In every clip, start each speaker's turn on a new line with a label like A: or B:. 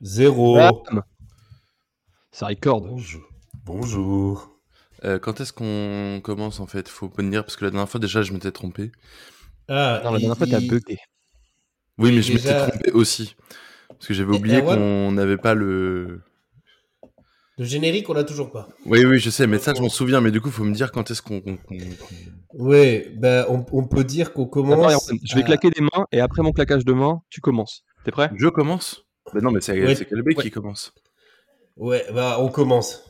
A: Zéro.
B: Ah. Ça record.
A: Bonjour. Bonjour.
C: Euh, quand est-ce qu'on commence en fait Faut pas me dire, parce que la dernière fois déjà je m'étais trompé.
A: Ah,
B: Non, la
A: il-
B: dernière fois, t'as
A: il-
B: bugué.
C: Oui, mais je
A: Déjà-
C: m'étais trompé aussi. Parce que j'avais
A: Et
C: oublié
A: Erwan
C: qu'on n'avait pas le.
A: Le générique, on l'a toujours pas.
C: Oui, oui, je sais, mais ça je m'en souviens, mais du coup, faut me dire quand est-ce qu'on. qu'on- qu'on- qu'on-
A: Ouais, ben on, on peut dire qu'on
B: Attends,
A: commence.
B: Erwan, je vais
A: à-
B: claquer des mains et après mon claquage de mains, tu commences. T'es prêt
C: Je commence Bah Non, mais c'est
A: Ouais.
C: c'est Calabé
A: Ouais.
C: qui commence.
A: Ouais, bah on commence.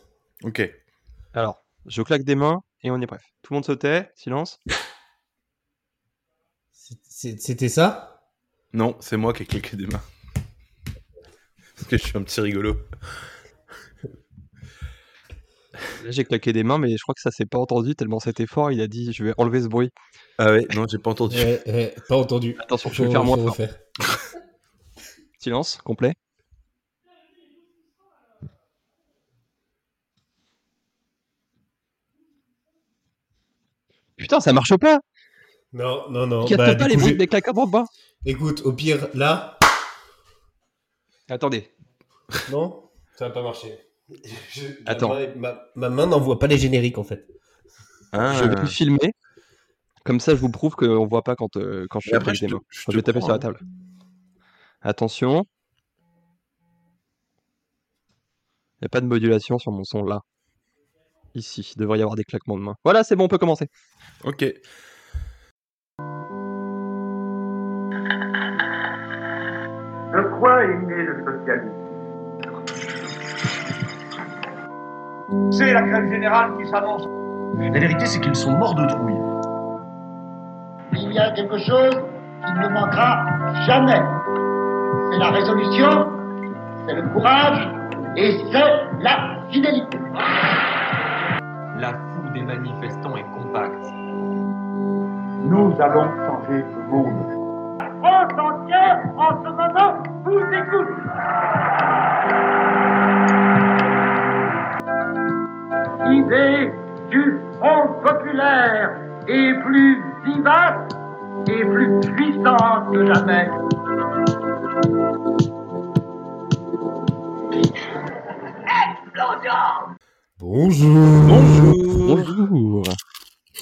C: Ok.
B: Alors, je claque des mains et on y est bref. Tout le monde se tait, silence.
A: C'est- c'est- C'était ça
C: Non, c'est moi qui ai cliqué des mains. Parce que je suis un petit rigolo.
B: Là, j'ai claqué des mains, mais je crois que ça s'est pas entendu tellement c'était fort. Il a dit Je vais enlever ce bruit.
C: Ah ouais Non, j'ai pas entendu.
A: ouais, ouais, Pas entendu.
B: Attention, je vais
A: Faut-
B: faire moins
A: faut
B: fort.
A: refaire.
B: Silence, complet. Putain, ça marche pas!
A: Non, non, non.
B: Capte
A: bah,
B: pas
A: du
B: les
A: coup,
B: bruits
A: j'ai-
B: des claquements en bas!
A: Écoute, au pire, là,
B: Attendez,
A: non Ça va pas marcher. Je- ma
B: Attends.
A: main- Ma, ma main n'envoie pas les génériques en fait.
C: Ah.
B: je vais le filmer. Comme ça, je vous prouve qu'on voit pas quand, euh, quand je
C: Et
B: fais
C: après,
B: avec
C: je,
B: des
C: te-
B: mains.
C: je
B: Enfin,
C: te
B: je vais taper
C: prends,
B: sur la
C: hein.
B: table. Attention. Il n'y a pas de modulation sur mon son là. Ici, il devrait y avoir des claquements de mains. Voilà, c'est bon, on peut commencer.
C: Ok.
D: De quoi est né le socialisme C'est la grève générale qui s'avance.
E: La vérité, c'est qu'ils sont morts de trouille.
F: Il y a quelque chose qui ne manquera jamais. C'est la résolution, c'est le courage et c'est la fidélité.
G: La foule des manifestants est compacte.
D: Nous allons changer le monde.
F: France entière, en ce moment, vous écoute. L'idée du Front populaire est plus vivace et plus puissante que jamais.
A: Bonjour.
C: Bonjour
B: Bonjour.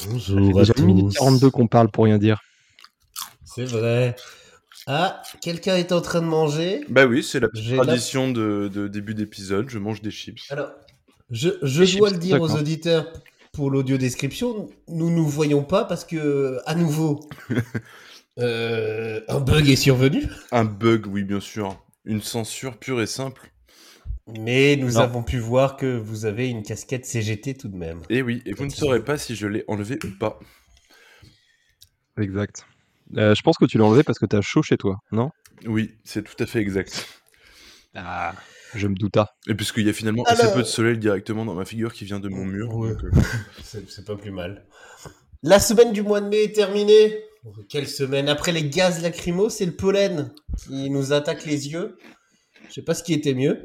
A: Bonjour à
B: Déjà 1 minute
A: tous.
B: 42 qu'on parle pour rien dire.
A: C'est vrai. Ah, quelqu'un est en train de manger.
C: Bah oui, c'est la
A: J'ai
C: tradition de, de début d'épisode, je mange des chips.
A: Alors, je, je
B: Chips,
A: dois le dire aux
B: d'accord.
A: auditeurs pour l'audio description, nous nous voyons pas parce que, à nouveau, euh, un bug est survenu,
C: Un bug, oui, bien sûr. Une censure pure et simple.
A: mais nous
B: Non.
A: avons pu voir que vous avez une casquette CGT tout de même.
C: Et Eh oui, et vous ne saurez pas si je l'ai enlevé ou pas.
B: Exact. Euh, je pense que tu l'as enlevé parce que t'as chaud chez toi, non
C: Oui, c'est tout à fait exact.
B: Ah, je me douta.
C: Et puisqu'il y a finalement assez
A: Alors-
C: peu de soleil directement dans ma figure qui vient de mon mur.
A: Ouais.
C: donc, euh,
A: C'est c'est pas plus mal. La semaine du mois de mai est terminée. Quelle semaine Après les gaz lacrymaux, c'est le pollen qui nous attaque les yeux. Je sais pas ce qui était mieux.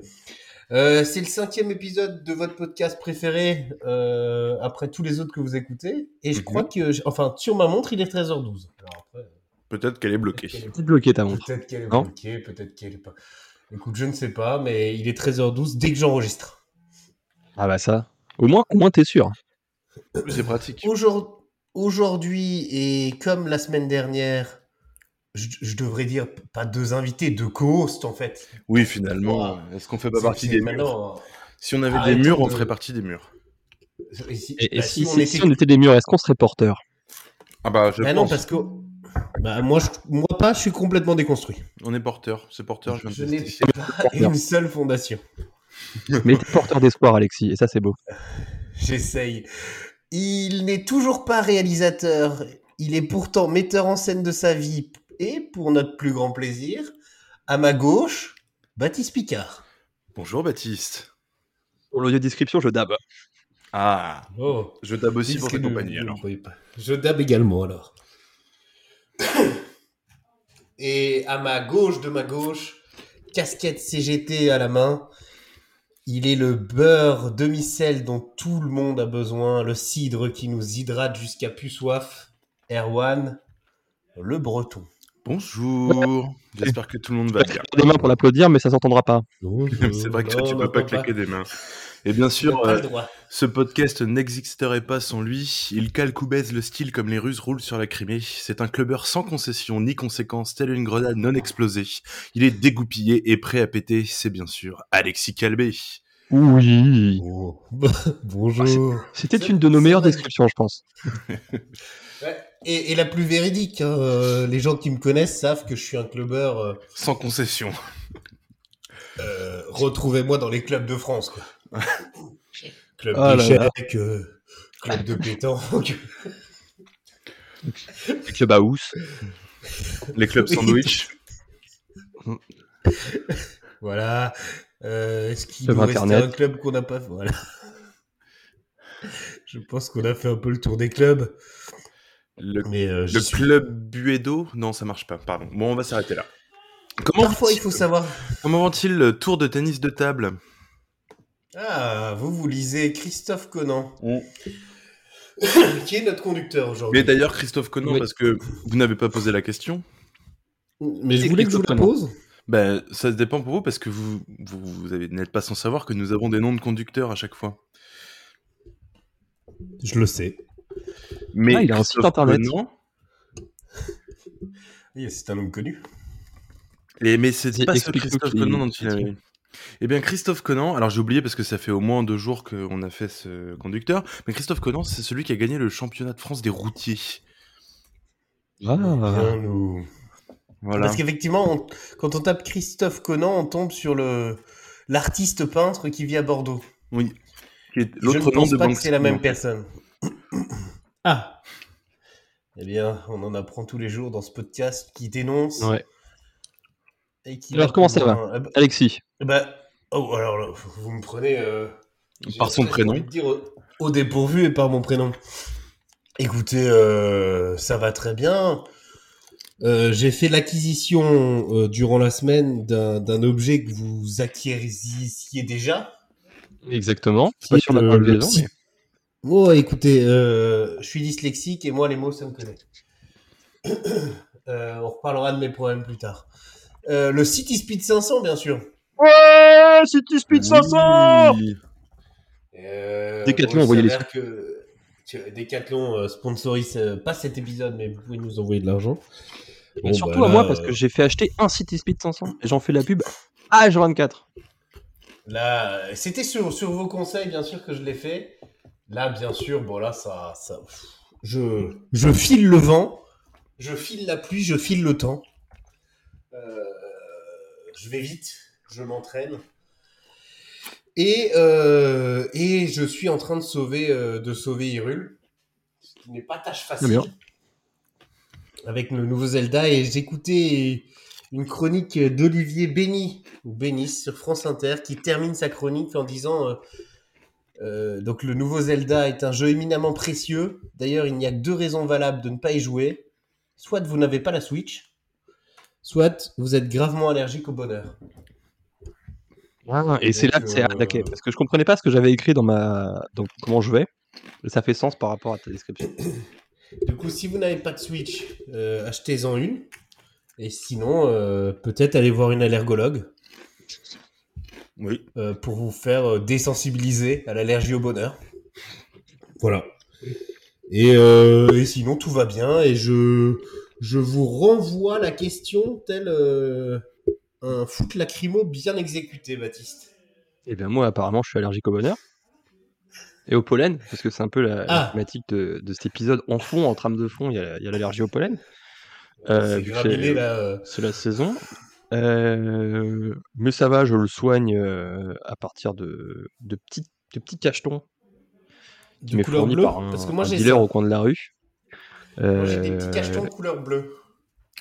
A: Euh, c'est le cinquième épisode de votre podcast préféré euh, après tous les autres que vous écoutez. Et je
C: Mhm.
A: crois que, enfin, sur ma montre, il est 13h12. Alors après, euh,
C: Peut-être qu'elle est
A: peut-être
C: bloquée.
A: qu'elle est-
B: Tu bloqué ta montre.
A: peut-être qu'elle est
B: Non.
A: bloquée, peut-être qu'elle est pas. Écoute, je ne sais pas, mais il est 13h12 dès que j'enregistre.
B: Ah bah ça. Au moins, au moins t'es sûr.
C: C'est pratique.
A: Aujourd- Aujourd'hui, et comme la semaine dernière, je, je devrais dire p- pas deux invités, deux co-hosts en fait.
C: Oui, finalement, est-ce qu'on fait pas
A: C'est-
C: partie
A: c'est
C: des murs
A: maintenant, Ah,
C: Si on avait
A: Arrêtons
C: des murs, on
A: de-
C: ferait partie des murs.
A: euh, Et si,
B: Et, et
A: bah,
B: si,
A: si on
B: si-
A: était-
B: si on était des murs, est-ce qu'on serait porteur
C: Ah bah, je
A: Bah non,
C: pense.
A: parce que bah, moi, je- moi pas, je suis complètement déconstruit.
C: On est porteur. C'est porteur, je
A: Je
C: viens de
A: n'ai
C: tester.
A: pas une seule fondation.
B: Mais t'es porteur d'espoir, Alexis, et ça c'est beau.
A: J'essaye. Il n'est toujours pas réalisateur. Il est pourtant metteur en scène de sa vie. Et pour notre plus grand plaisir, à ma gauche, Baptiste Picard.
C: Bonjour Baptiste.
B: Pour l'audio description, je dab.
C: Ah, je tape aussi pour ta compagnie alors.
A: Je dab également alors. Et à ma gauche de ma gauche, casquette CGT à la main, il est le beurre demi-sel dont tout le monde a besoin, le cidre qui nous hydrate jusqu'à plus soif, Erwan, le breton.
C: Bonjour. J'espère que tout le monde va bien.
B: Des mains pour l'applaudir, mais ça s'entendra pas.
C: C'est vrai que toi,
A: Non,
C: tu
A: on
C: peux pas
A: n'entend
C: claquer des mains. Et
A: On
C: bien
A: n'a
C: sûr,
A: pas
C: euh,
A: le droit.
C: ce podcast n'existerait pas sans lui. Il calcoubaise le style comme les Russes roulent sur la Crimée. C'est un clubbeur sans concession ni conséquence, tel une grenade non explosée. Il est dégoupillé et prêt à péter. C'est bien sûr Alexis Calbé.
B: Oui.
A: Oh. Bonjour.
B: C'était
A: C'est-
B: une de nos
A: c'est
B: meilleures
A: vrai.
B: descriptions, je pense.
A: Et, et la plus véridique, hein, euh, les gens qui me connaissent savent que je suis un clubbeur. euh,
C: Sans concession.
A: euh, Retrouvez-moi dans les clubs de France. Quoi. club
B: Ah là là.
A: d'échecs, euh, club de pétanque.
B: Le club à housse.
C: Les clubs
A: Oui.
C: sandwich.
A: Voilà. Euh, Est-ce qu'il
B: Club
A: nous restait
B: Internet.
A: un club qu'on n'a pas fait Voilà. Je pense qu'on a fait un peu le tour des clubs.
C: Le,
A: Mais euh, j'y
C: le
A: suis.
C: club Buedo Non, ça marche pas. Pardon. Bon, on va s'arrêter là. Comment
A: Parfois, il faut savoir.
C: Comment vont-ils le tour de tennis de table
A: Ah, vous, vous lisez Christophe Conan,
C: Mm.
A: qui est notre conducteur aujourd'hui.
C: Mais d'ailleurs, Christophe Conan,
B: Oui.
C: parce que vous n'avez pas posé la question,
A: Mais je
B: C'est
A: voulais que je vous la pose.
B: Christophe
C: ben, ça se dépend pour vous, parce que vous, vous, vous avez- n'êtes pas sans savoir que nous avons des noms de conducteurs à chaque fois.
A: Je le sais.
C: Mais
B: Ah, il a un site
C: Christophe
B: internet.
C: Conan-
A: Oui, C'est un homme connu.
C: Et, mais c'est
B: Vas-y,
C: pas ce
B: explique-nous
C: Christophe
B: qui-
C: Conan dont tu
B: qui
C: avais.
B: est-il.
C: Eh bien, Christophe Conan, alors j'ai oublié parce que ça fait au moins deux jours qu'on a fait ce conducteur, mais Christophe Conan, c'est celui qui a gagné le championnat de France des routiers.
B: Ah.
A: Bien, nous...
C: Voilà.
A: Parce qu'effectivement, on- quand on tape Christophe Conan, on tombe sur le l'artiste peintre qui vit à Bordeaux.
C: Oui. Qui est
A: Je ne
C: L'autre nom
A: pense
C: de
A: pas que
C: Banksy,
A: c'est la même
C: en fait.
A: personne. ah. Eh bien, on en apprend tous les jours dans ce podcast qui dénonce.
B: Ouais.
A: et qui
B: Alors, comment ça
A: plus
B: va
A: loin. Ah bah-
B: Alexis.
A: bah, oh, alors là, vous me prenez. euh,
C: Par
A: j'ai
C: son
A: envie
C: prénom.
A: de dire au, au dépourvu et par mon prénom. Écoutez, euh, ça va très bien. Euh, J'ai fait l'acquisition euh, durant la semaine d'un d'un objet que vous acquérissiez déjà.
B: Exactement.
A: qui
B: Pas
A: est
B: sûr de
A: le-
B: la bonne
A: le
B: liaison,
A: psy-
B: mais-
A: Oh, écoutez, euh, je suis dyslexique et moi, les mots, ça me connaît. Euh, on reparlera de mes problèmes plus tard. Euh, le City Speed 500, bien sûr.
B: Ouais, City Speed 500
C: Oui.
A: Euh,
B: Decathlon,
A: bon, il
B: envoyez les
A: s'avère que que Decathlon euh, sponsorise euh, pas cet épisode, mais vous pouvez nous envoyer de l'argent. Bon,
B: Mais surtout
A: bah,
B: à
A: là,
B: moi, parce
A: euh,
B: que j'ai fait acheter un City Speed 500 et j'en fais la pub à H24.
A: Là, euh, c'était sur, sur vos conseils, bien sûr, que je l'ai fait. Là, bien sûr, bon, là, ça. ça pff, je, je file le vent, je file la pluie, je file le temps. Euh, je vais vite, je m'entraîne. Et, euh, et je suis en train de sauver, euh, de sauver Hyrule. Ce qui n'est pas tâche facile.
B: Bien.
A: Avec le nouveau Zelda, et j'écoutais une chronique d'Olivier Béni ou Bénis sur France Inter qui termine sa chronique en disant euh, euh, donc le nouveau Zelda est un jeu éminemment précieux. D'ailleurs, il n'y a que deux raisons valables de ne pas y jouer. Soit vous n'avez pas la Switch, soit vous êtes gravement allergique au bonheur.
B: Ah, et c'est là
A: Donc,
B: que c'est
A: euh,
B: arnaqué, parce que je comprenais pas ce que j'avais écrit dans ma donc comment je vais. Et Ça fait sens par rapport à ta description.
A: Du coup, si vous n'avez pas de Switch, euh, achetez-en une. Et sinon, euh, peut-être allez voir une allergologue
C: Oui.
A: euh, pour vous faire euh, désensibiliser à l'allergie au bonheur. Voilà. Et, euh, et sinon, tout va bien. Et je, je vous renvoie la question tel euh, un foot lacrymo bien exécuté, Baptiste.
B: Et Eh bien moi apparemment je suis allergique au bonheur et au pollen parce que c'est un peu la, la
A: Ah.
B: thématique de, de cet épisode en fond, en trame de fond, il y a il y a l'allergie au pollen. Euh,
A: C'est
B: vu que
A: graminé, là. euh.
B: C'est la saison. Euh, mais ça va, je le soigne euh, à partir de, de, petits, de petits cachetons qui
A: De
B: m'est
A: couleur
B: fourni
A: bleue
B: par un,
A: Parce que moi,
B: un
A: j'ai
B: dealer
A: ça.
B: au coin de la rue.
A: Moi, j'ai des petits
B: Euh,
A: cachetons de couleur bleue.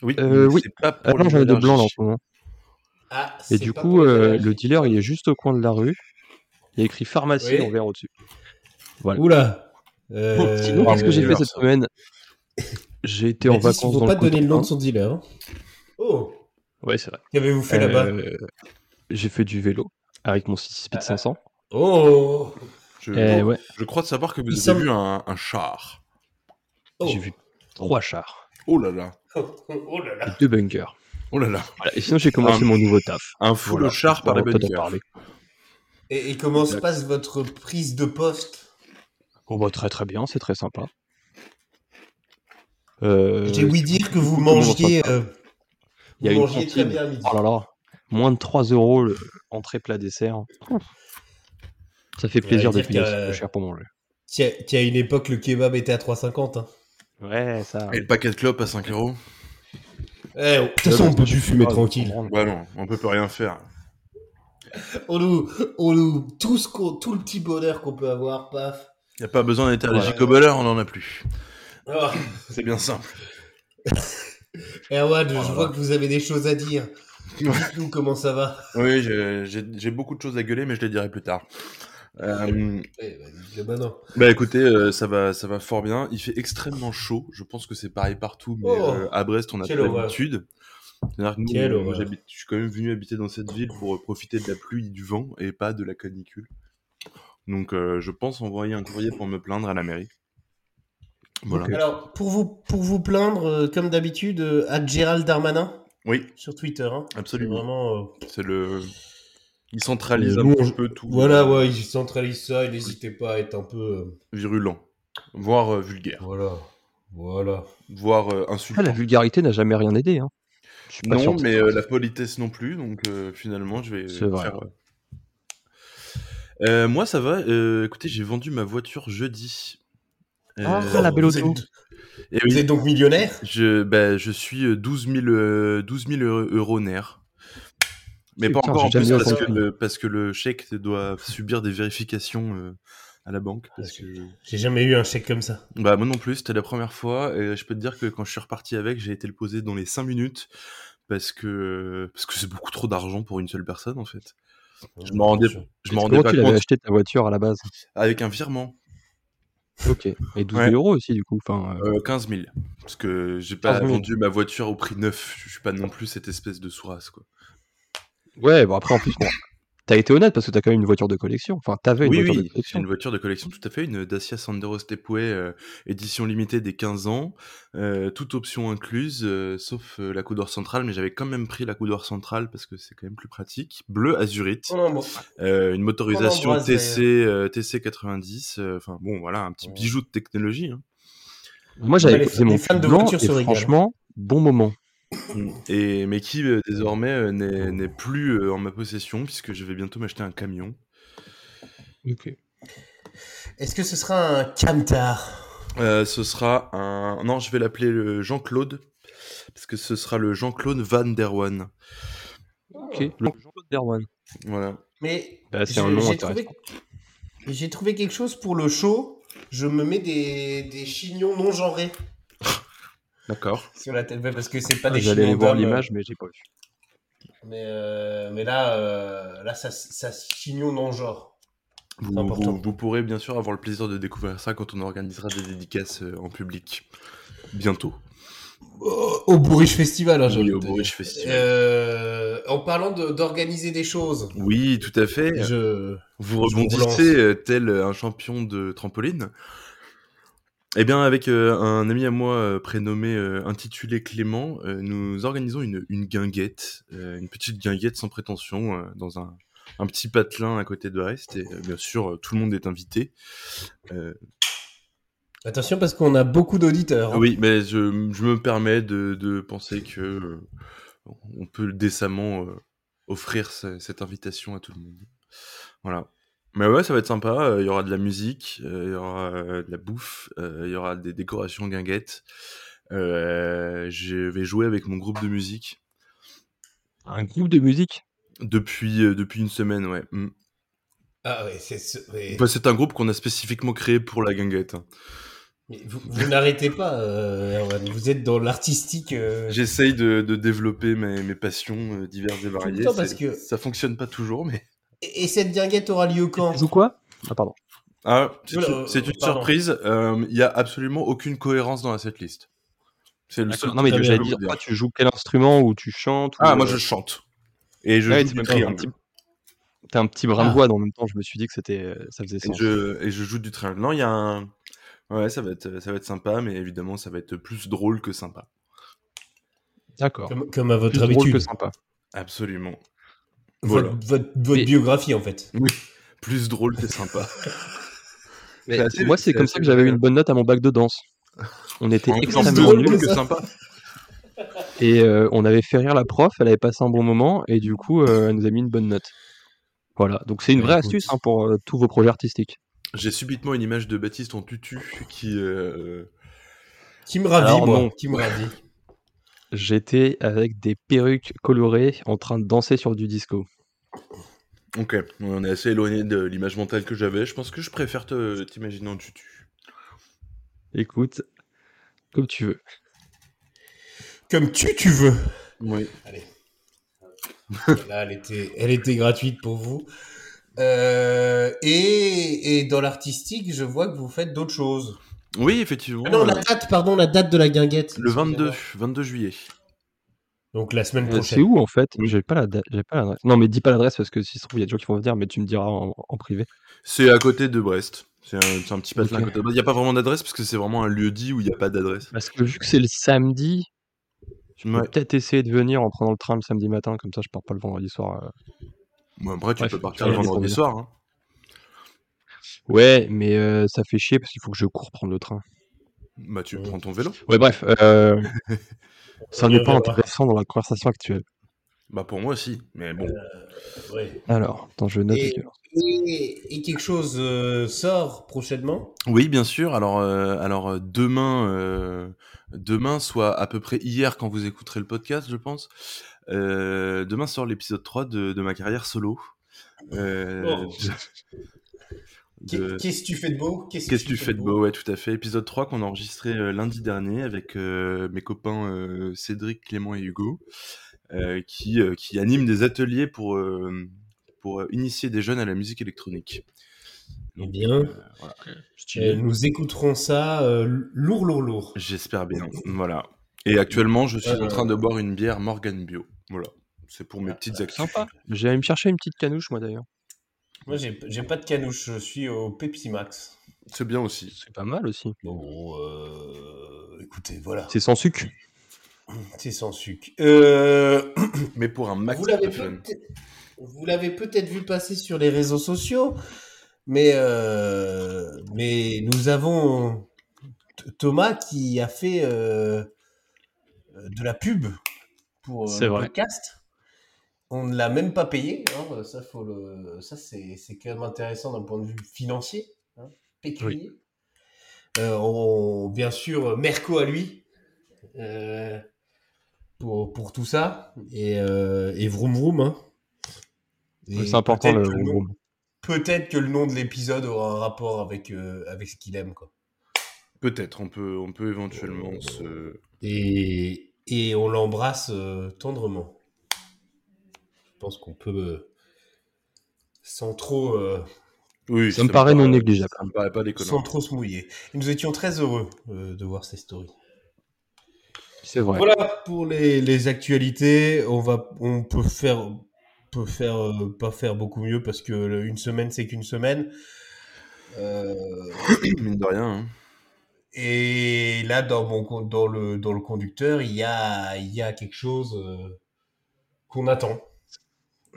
C: Oui.
B: Euh, oui.
C: C'est pas
B: Ah
C: pour
B: non,
C: les
B: j'en ai deux
C: allergies.
B: blancs là en ce moment.
A: Ah,
B: hein. Et
A: c'est
B: du
A: pas
B: coup,
A: pour les
B: euh,
A: allergies.
B: le dealer, il est juste au coin de la rue. Il y a écrit pharmacie
A: Oui.
B: en vert au-dessus. voilà.
A: Oula Euh,
B: Bon, Oh, sinon, qu'est-ce que j'ai fait
C: dealer,
B: cette
C: ça.
B: semaine J'ai été en
A: Baptiste, il
B: vacances
A: faut
B: dans
A: pas
B: le
A: donner le nom de
B: Cotentin.
A: son dealer. hein. Oh
B: Ouais, c'est vrai.
A: Qu'avez-vous fait là-bas
B: Euh, J'ai fait du vélo avec mon 6 Speed 500.
A: Oh
C: Je,
B: Euh, ouais.
C: je crois de savoir que vous
A: Il
C: avez
A: semble-
C: vu un, un char.
A: Oh.
B: J'ai vu trois chars.
C: Oh là là.
A: oh là là.
B: Deux bunkers.
C: Oh là là.
B: Ah. Voilà. Et sinon, j'ai commencé
C: Ah.
B: mon nouveau taf.
C: Un full
B: Voilà.
C: au char par les
B: Arrête pas d'en
C: bunkers.
B: parler.
A: Et, et comment se passe votre prise de poste
B: Bon, bah, très très bien, c'est très sympa. Euh,
A: J'ai ouï dire que vous
B: comment on
A: mangiez,
B: s'en
A: euh,
B: Il y a
A: vous
B: une
A: mangiez très
B: cantine.
A: bien à midi.
B: Oh là là, moins de 3 euros le- entrée plat dessert. Ça fait
A: Ouais,
B: plaisir de
A: dire
B: finir
A: que-
B: ce peu cher pour manger.
A: Tiens, tiens, à une époque, le kebab était à 3,50. hein.
B: Ouais,
A: Ah
B: ça.
C: Et le paquet de clopes à 5 euros
A: Eh, de toute façon, on peut plus fumer tranquille.
C: Bah non, on peut plus rien faire.
A: On nous, on nous, tout, ce qu'on- tout le petit bonheur qu'on peut avoir, paf.
C: Y a pas besoin d'être allergique
A: Ouais.
C: au bonheur, on en a plus.
A: Ah,
C: C'est bien simple.
A: Erwan,
C: Oh là
A: Eh, je
C: là.
A: vois que vous avez des choses à dire.
C: Ouais.
A: Dites-nous comment ça va.
C: Oui, j'ai- j'ai j'ai beaucoup de choses à gueuler, mais je les dirai plus tard. Euh,
A: Eh, bah, dites-le maintenant.
C: Bah écoutez, euh, ça va, ça va fort bien. Il fait extrêmement chaud. Je pense que c'est pareil partout, mais
A: Oh,
C: euh, à Brest, on a pas
A: quelle horreur.
C: l'habitude. C'est-à-dire que nous,
A: Quelle
C: moi,
A: horreur.
C: j'habite- je suis quand même venu habiter dans cette ville pour euh, profiter de la pluie, du vent et pas de la canicule. Donc, euh, je pense envoyer un courrier pour me plaindre à la mairie. Voilà.
B: Ok.
A: Alors, pour vous, pour vous plaindre, euh, comme d'habitude, euh, à Gérald Darmanin
C: Oui,
A: sur Twitter. hein. C'est
C: absolument.
A: Vraiment, euh,
C: C'est le. Il centralise un
A: Nous,
C: petit
A: on-
C: peu tout.
A: Voilà, ouais, il centralise ça, et n'hésitez pas à être un peu. euh,
C: Virulent, voire euh, vulgaire,
A: voilà. Voilà.
C: voire euh, insultant.
B: Ah, la vulgarité n'a jamais rien aidé. Hein. Je suis pas sûr
C: Non,
B: que ça
C: mais
B: fasse.
C: euh, la politesse non plus, donc euh, finalement, je vais
B: C'est vrai.
C: faire. euh, euh, moi, ça va. euh, écoutez, j'ai vendu ma voiture jeudi.
B: Ah,
A: Euh,
B: la
A: vous
B: belle
A: êtes-
B: auto.
C: Et
A: Vous êtes donc millionnaire
C: Eh je, bah, je suis euh, 12 000, euh, 12 000 eu- euros nerfs. Mais pas
B: Putain,
C: encore
B: j'ai
C: en plus
B: jamais
C: parce que,
B: compris.
C: le, parce que le chèque doit subir des vérifications euh, à la banque. Parce que...
A: J'ai jamais eu un chèque comme ça.
C: Bah moi non plus, c'était la première fois et je peux te dire que quand je suis reparti avec, j'ai été le poser dans les 5 minutes parce que parce que c'est beaucoup trop d'argent pour une seule personne en fait. Je m'en rendais, je m'en rendais
B: Comment
C: pas
B: tu
C: compte
B: l'avais acheté ta voiture à la base
C: avec un virement
B: Ok. Et 12
C: Ouais.
B: 000 euros aussi, du coup. Enfin, euh,
C: euh, 15 000 parce que j'ai pas
B: 15 000.
C: vendu ma voiture au prix neuf. Je suis pas non plus cette espèce de sourasse quoi. Euh.
B: Ouais, bon, après, en plus, bon. T'as été honnête parce que t'as quand même une voiture de collection. Enfin, t'avais une
C: oui
B: voiture
C: oui,
B: de
C: j'ai
B: collection.
C: une voiture de collection tout à fait, une Dacia Sandero Stepway euh, édition limitée des 15 ans, euh, toute option incluse euh, sauf euh, la couleur centrale, mais j'avais quand même pris la couleur centrale parce que c'est quand même plus pratique, bleu azurite.
A: Oh non, bon.
C: Euh, une motorisation
A: l'embrasse,
C: TC, euh, TC 90, euh, enfin bon voilà, un petit
A: Ouais.
C: bijou de technologie. hein.
B: Moi, j'avais
A: les-
B: posé
A: les
B: mon
A: fans de
B: cul blanc
A: voitures se
B: et
A: régalent.
B: franchement, bon moment.
A: Mm.
C: Et, mais qui euh, désormais euh, n'est n'est plus euh, en ma possession puisque je vais bientôt m'acheter un camion.
A: Est-ce que ce sera un camtar
C: Euh, ce sera un... Non, je vais l'appeler le Jean-Claude, parce que ce sera le Jean-Claude Van Derwan.
B: Ok. Le Jean-Claude Derwan.
C: Voilà.
A: Mais
B: Bah, c'est
A: je-
B: un nom
A: j'ai trouvé,
B: intéressant.
A: j'ai trouvé quelque chose pour le show. Je me mets des, des chignons non genrés
C: D'accord.
A: sur la tête, Ouais, parce que c'est pas des
B: Ah,
A: euh.
B: J'allais
A: chignons
B: aller voir
A: d'hommes,
B: l'image, mais j'ai pas vu.
A: Mais, euh, mais là, euh, là, ça, ça se chignon non genre.
C: Vous,
A: C'est important.
C: vous- vous pourrez bien sûr avoir le plaisir de découvrir ça quand on organisera des dédicaces euh, en public. Bientôt.
A: Au au Bourriche Festival, hein, j'ai
C: Oui,
A: envie
C: au
A: de te
C: Bourriche
A: dire.
C: Festival.
A: Euh, en parlant de- d'organiser des choses,
C: Oui, tout à fait.
B: hein.
A: je... Je
C: Vous
A: vous relance.
C: rebondissez euh, tel un champion de trampoline. Eh bien, avec euh, un ami à moi euh, prénommé euh, intitulé Clément, euh, nous organisons une, une guinguette, euh, une petite guinguette sans prétention, euh, dans un, un petit patelin à côté de Brest. Et euh, bien sûr, euh, tout le monde est invité. Euh,
A: Attention parce qu'on a beaucoup d'auditeurs. hein.
C: Ah oui, mais je, je me permets de, de penser que euh, on peut décemment euh, offrir ce- cette invitation à tout le monde. Voilà. Mais ouais, ça va être sympa. euh, Il y aura de la musique, euh, il y aura euh, de la bouffe, euh, il y aura des décorations guinguettes. Euh, je vais jouer avec mon groupe de musique
B: Un groupe de musique
C: depuis, euh, depuis une semaine, ouais. Mm.
A: Ah ouais, c'est ce- mais-
C: Bah, c'est un groupe qu'on a spécifiquement créé pour la guinguette. hein.
A: mais vous, vous n'arrêtez pas, euh, Erwan. Vous êtes dans l'artistique. euh,
C: J'essaye de, de développer mes, mes passions euh, diverses et
A: le
C: variées.
A: temps, parce
C: c'est-
A: que-
C: Ça fonctionne pas toujours, mais.
A: Et, et cette guinguette aura lieu quand
B: Tu joues quoi Ah, pardon.
C: Ah, c'est
A: Oula,
C: une, c'est une
A: pardon.
C: surprise. euh, Il y a absolument aucune cohérence dans cette liste. C'est le seul
B: Non, mais
A: Très
C: truc que
B: j'allais
C: je peux
B: dire,
C: vous
B: toi, tu joues quel instrument ou tu chantes ou,
C: Ah, moi
B: euh, Ah
C: je chante. Et je
B: ouais,
C: joue
B: c'est
C: du
B: même pas un
C: triangle.
B: petit- T'as un petit brin
A: Ah.
B: de voix, mais en même temps, je me suis dit que c'était, euh, ça faisait
C: Et
B: sens.
C: je, et je joue du triangle. Non, il y a un. Ouais, ça va être, ça va être sympa, mais évidemment, ça va être plus drôle que sympa.
B: D'accord.
A: Comme, comme à votre
B: Plus drôle
A: habitude.
B: que sympa.
C: Absolument.
A: Votre,
C: Voilà.
A: votre- votre
B: Mais-
A: biographie, en fait.
C: Plus drôle que sympa.
B: Mais
C: C'est assez-
B: moi, c'est
C: c'est
B: comme
C: assez
B: ça que j'avais eu
C: génial.
B: une bonne note à mon bac de danse. On était
C: En plus, plus
B: extrêmement
A: drôle
B: nuls
A: que
C: drôle que
A: ça.
C: sympa.
B: et euh, on avait fait rire la prof. Elle avait passé un bon moment et du coup, euh, elle nous a mis une bonne note. Voilà. Donc c'est une
C: Bah,
B: vraie
C: écoute.
B: astuce hein, pour euh, tous vos projets artistiques.
C: J'ai subitement une image de Baptiste en tutu qui. euh,
A: Qui me ravit,
B: Alors,
A: moi.
B: non.
A: Qui me ravit.
B: J'étais avec des perruques colorées en train de danser sur du disco.
C: Ok, on est assez éloigné de l'image mentale que j'avais. Je pense que je préfère te- t'imaginer en tutu.
B: Écoute, comme tu veux.
A: Comme tu, tu veux.
C: Oui.
A: Là, elle était, elle était gratuite pour vous. Euh, et, et dans l'artistique, je vois que vous faites d'autres choses.
C: Oui, effectivement.
A: Ah non, la
C: euh,
A: date, pardon, la date de la guinguette.
C: le 22, 22 juillet.
A: Donc la semaine
B: Euh, C'est
A: prochaine.
B: où en fait J'ai pas la date- j'ai pas l'adresse. Non, mais dis pas l'adresse parce que si ça se trouve, il y a des gens qui vont venir, mais tu me diras en, en privé.
C: C'est à côté de Brest. C'est un, c'est un petit patelin
B: Ok.
C: à côté de Brest. Il n'y a pas vraiment d'adresse parce que c'est vraiment un lieu dit où il n'y a pas d'adresse.
B: Parce que vu que c'est le samedi, je peux
C: Ouais.
B: peut-être essayer de venir en prenant le train le samedi matin, comme ça je pars pas le vendredi soir. euh.
C: Bon, après, tu
B: Bref,
C: peux partir
B: tu vas
C: le
B: y aller pour
C: vendredi soir. hein.
B: Ouais, mais euh, ça fait chier parce qu'il faut que je cours prendre le train.
C: Bah, tu
A: Ouais.
C: prends ton vélo.
B: Ouais, bref, euh, ça
A: On
B: n'est
A: y
B: pas
A: reviendra.
B: intéressant dans la conversation actuelle.
C: Bah, pour moi aussi. Mais bon.
A: Ouais.
B: Alors, attends, je note.
A: Et-
B: les violences.
A: Et, et quelque chose euh, sort prochainement.
C: Oui, bien sûr. Alors, euh, alors euh, demain, euh, demain, soit à peu près hier quand vous écouterez le podcast, je pense. euh, demain sort l'épisode 3 de, de ma carrière solo. Euh,
A: Oh.
C: de-
A: Qu'est-
C: de-
A: Qu'est-ce que tu fais de beau
C: Qu'est-ce que tu fais de beau Ouais, tout à fait. Épisode 3 qu'on a enregistré euh, lundi dernier avec euh, mes copains euh, Cédric, Clément et Hugo, euh, qui, euh, qui animent des ateliers pour, euh, pour euh, initier des jeunes à la musique électronique.
A: Eh bien,
C: voilà.
A: euh, nous écouterons ça euh, lourd, lourd, lourd.
C: J'espère bien. Voilà. Et actuellement, je suis
A: Euh,
C: en train de boire une bière Morgan Bio. Voilà. C'est pour mes petites actions.
B: Sympa. J'ai allé me chercher une petite canouche, moi d'ailleurs.
A: Moi, j'ai j'ai pas de canouche, je suis au Pepsi Max.
C: C'est bien aussi.
B: C'est pas mal aussi.
A: Bon, euh, écoutez, voilà.
B: C'est sans sucre.
A: C'est sans sucre. Euh,
C: Mais pour un max
A: vous l'avez
C: de fun.
A: peut-être- vous l'avez peut-être vu passer sur les réseaux sociaux, mais, euh, mais nous avons T- Thomas qui a fait euh, de la pub pour euh,
B: C'est
A: le
B: vrai.
A: podcast. On ne l'a même pas payé. hein, ça, faut le... ça c'est, c'est quand même intéressant d'un point de vue financier, hein, pécunier. Euh, on- bien sûr, Merco à lui. euh, pour, pour tout ça. Et, euh, et vroom vroom. hein. Et
B: C'est important
A: peut-être
B: le.
A: que nom-
B: vroom, vroom.
A: Peut-être que le nom de l'épisode aura un rapport avec, euh, avec ce qu'il aime. Quoi.
C: Peut-être, on peut, on peut éventuellement se.
A: Et, et on l'embrasse euh, tendrement. Je pense qu'on peut, euh, sans trop, euh,
C: Oui,
B: Ça me paraît non négligeable. hein.
C: Ça me paraît pas
A: sans
C: déconnant.
A: trop se mouiller. Et nous étions très heureux euh, de voir ces stories.
B: C'est vrai.
A: Voilà pour les, les actualités. On va, on peut faire, peut faire, euh, pas faire beaucoup mieux parce que le- une semaine c'est qu'une semaine. Euh,
C: Mine de rien. hein.
A: et là, dans mon, con- dans le, dans le conducteur, il y a, il y a quelque chose euh, qu'on attend.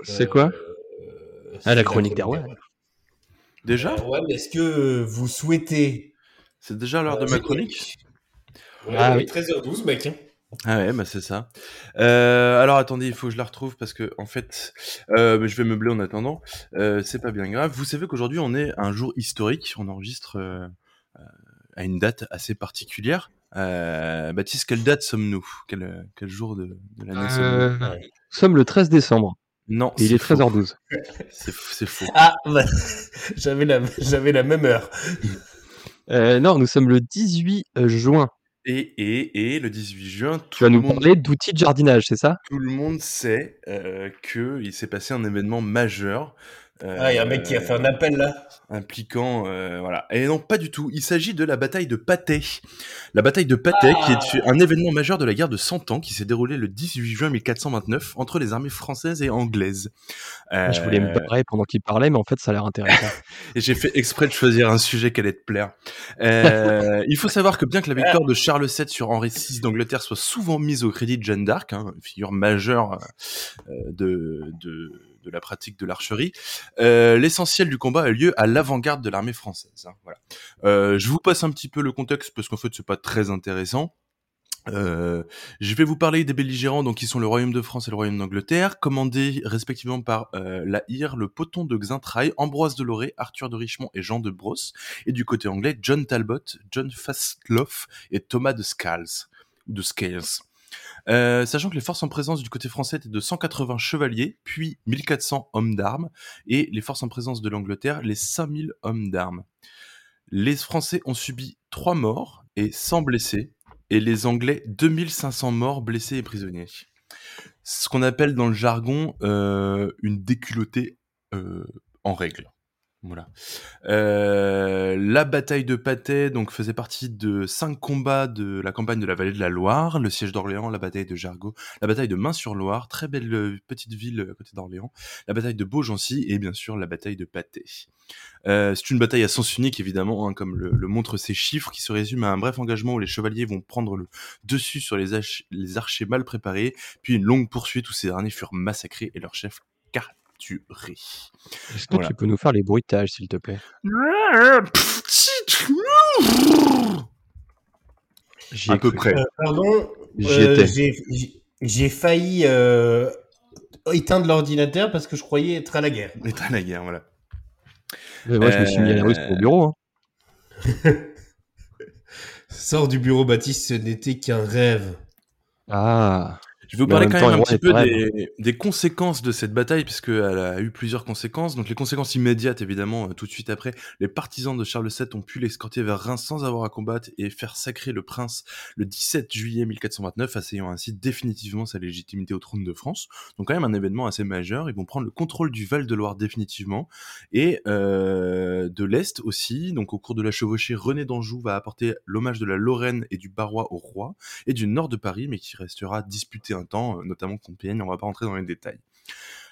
B: C'est quoi
A: Euh,
B: Ah,
A: c'est
B: la chronique d'Erwan.
C: Déjà
A: Erwan, est-ce que vous souhaitez
C: C'est déjà l'heure de ma chronique
A: Ouais,
B: Ah
A: ouais,
B: oui.
A: 13h12, mec. hein.
C: Ah ouais, bah c'est ça. Euh, alors attendez, il faut que je la retrouve parce que en fait, euh, mais je vais meubler en attendant. Euh, c'est pas bien grave. Vous savez qu'aujourd'hui on est un jour historique. On enregistre euh, euh, à une date assez particulière. Euh, Baptiste, quelle date sommes-nous quel, euh, quel jour de, de l'année sommes-nous
B: Euh, nous sommes le 13 décembre.
C: Non,
B: Et il
C: c'est
B: est
C: faux.
B: 13h12.
C: C'est f- c'est faux.
A: Ah, bah, j'avais la, j'avais la même heure.
B: Euh, non, nous sommes le 18 juin.
C: Et, et, et le 18 juin, tout
B: Tu vas
C: le
B: nous
C: monde
B: parler d'outils de jardinage, c'est ça
C: Tout le monde sait euh, que il s'est passé un événement majeur
A: Ah, il y a un mec qui a fait un appel là.
C: impliquant euh, voilà et non pas du tout il s'agit de la bataille de Patay la bataille de Patay qui est
B: Ah.
C: un événement majeur de la guerre de 100 ans qui s'est déroulée le 18 juin 1429 entre les armées françaises et anglaises Euh,
B: Ah, Je voulais me barrer pendant qu'il parlait, mais en fait, ça a l'air intéressant.
C: et j'ai fait exprès de choisir un sujet qui allait te plaire Euh, il faut savoir que bien que la victoire de Charles VII sur Henri VI d'Angleterre soit souvent mise au crédit de Jeanne d'Arc hein, figure majeure euh, de, de de la pratique de l'archerie. Euh, L'essentiel du combat a lieu à l'avant-garde de l'armée française. hein, voilà. Euh, je vous passe un petit peu le contexte parce qu'en fait c'est pas très intéressant. Euh, je vais vous parler des belligérants, donc qui sont le Royaume de France et le Royaume d'Angleterre, commandés respectivement par euh, la Hire, le Poton de Xintrailles, Ambroise de Loré, Arthur de Richmond et Jean de Brosse, et du côté anglais John Talbot, John Fastloff et Thomas de Scales. De Scales. Euh, sachant que les forces en présence du côté français étaient de 180 chevaliers, puis 1400 hommes d'armes, et les forces en présence de l'Angleterre, les 5000 hommes d'armes. Les Français ont subi 3 morts et 100 blessés, et les Anglais 2500 morts, blessés et prisonniers. Ce qu'on appelle dans le jargon euh, une déculottée euh, en règle. Voilà. Euh, la bataille de Patay donc, faisait partie de cinq combats de la campagne de la vallée de la Loire, le siège d'Orléans, la bataille de Jargeau, la bataille de Main-sur-Loire, très belle euh, petite ville euh, à côté d'Orléans, la bataille de Beaugency et bien sûr la bataille de Patay. Euh, c'est une bataille à sens unique évidemment, hein, comme le, le montrent ces chiffres, qui se résume à un bref engagement où les chevaliers vont prendre le dessus sur les, ach- les archers mal préparés, puis une longue poursuite où ces derniers furent massacrés et leur chef capturé.
B: Est-ce que
C: Voilà.
B: tu peux nous faire les bruitages, s'il te plaît J'y ai
C: À peu
B: cru.
C: près.
A: Euh, pardon,
B: J'y
A: euh,
B: étais.
A: j'ai- j'ai- j'ai failli euh, éteindre l'ordinateur parce que je croyais être à la guerre.
C: On est à la guerre, voilà.
A: Euh,
B: Mais moi, je me suis mis à la rue sur le bureau. hein.
A: Sors du bureau, Baptiste, ce n'était qu'un rêve.
B: Ah,
C: Je vais vous
B: Mais en
C: parler
B: même
C: quand
B: temps,
C: même un
B: Erwan
C: petit
B: est
C: peu
B: brave.
C: des, des conséquences de cette bataille, puisqu'elle a eu plusieurs conséquences. Donc les conséquences immédiates, évidemment, euh, tout de suite après, les partisans de Charles VII ont pu l'escorter vers Reims sans avoir à combattre et faire sacrer le prince le 17 juillet 1429, assayant ainsi définitivement sa légitimité au trône de France. Donc quand même un événement assez majeur. Ils vont prendre le contrôle du Val-de-Loire définitivement et euh, de l'Est aussi. Donc au cours de la chevauchée, René d'Anjou va apporter l'hommage de la Lorraine et du Barrois au roi et du nord de Paris, mais qui restera disputé un temps, euh, notamment Compiègne. On va pas rentrer dans les détails.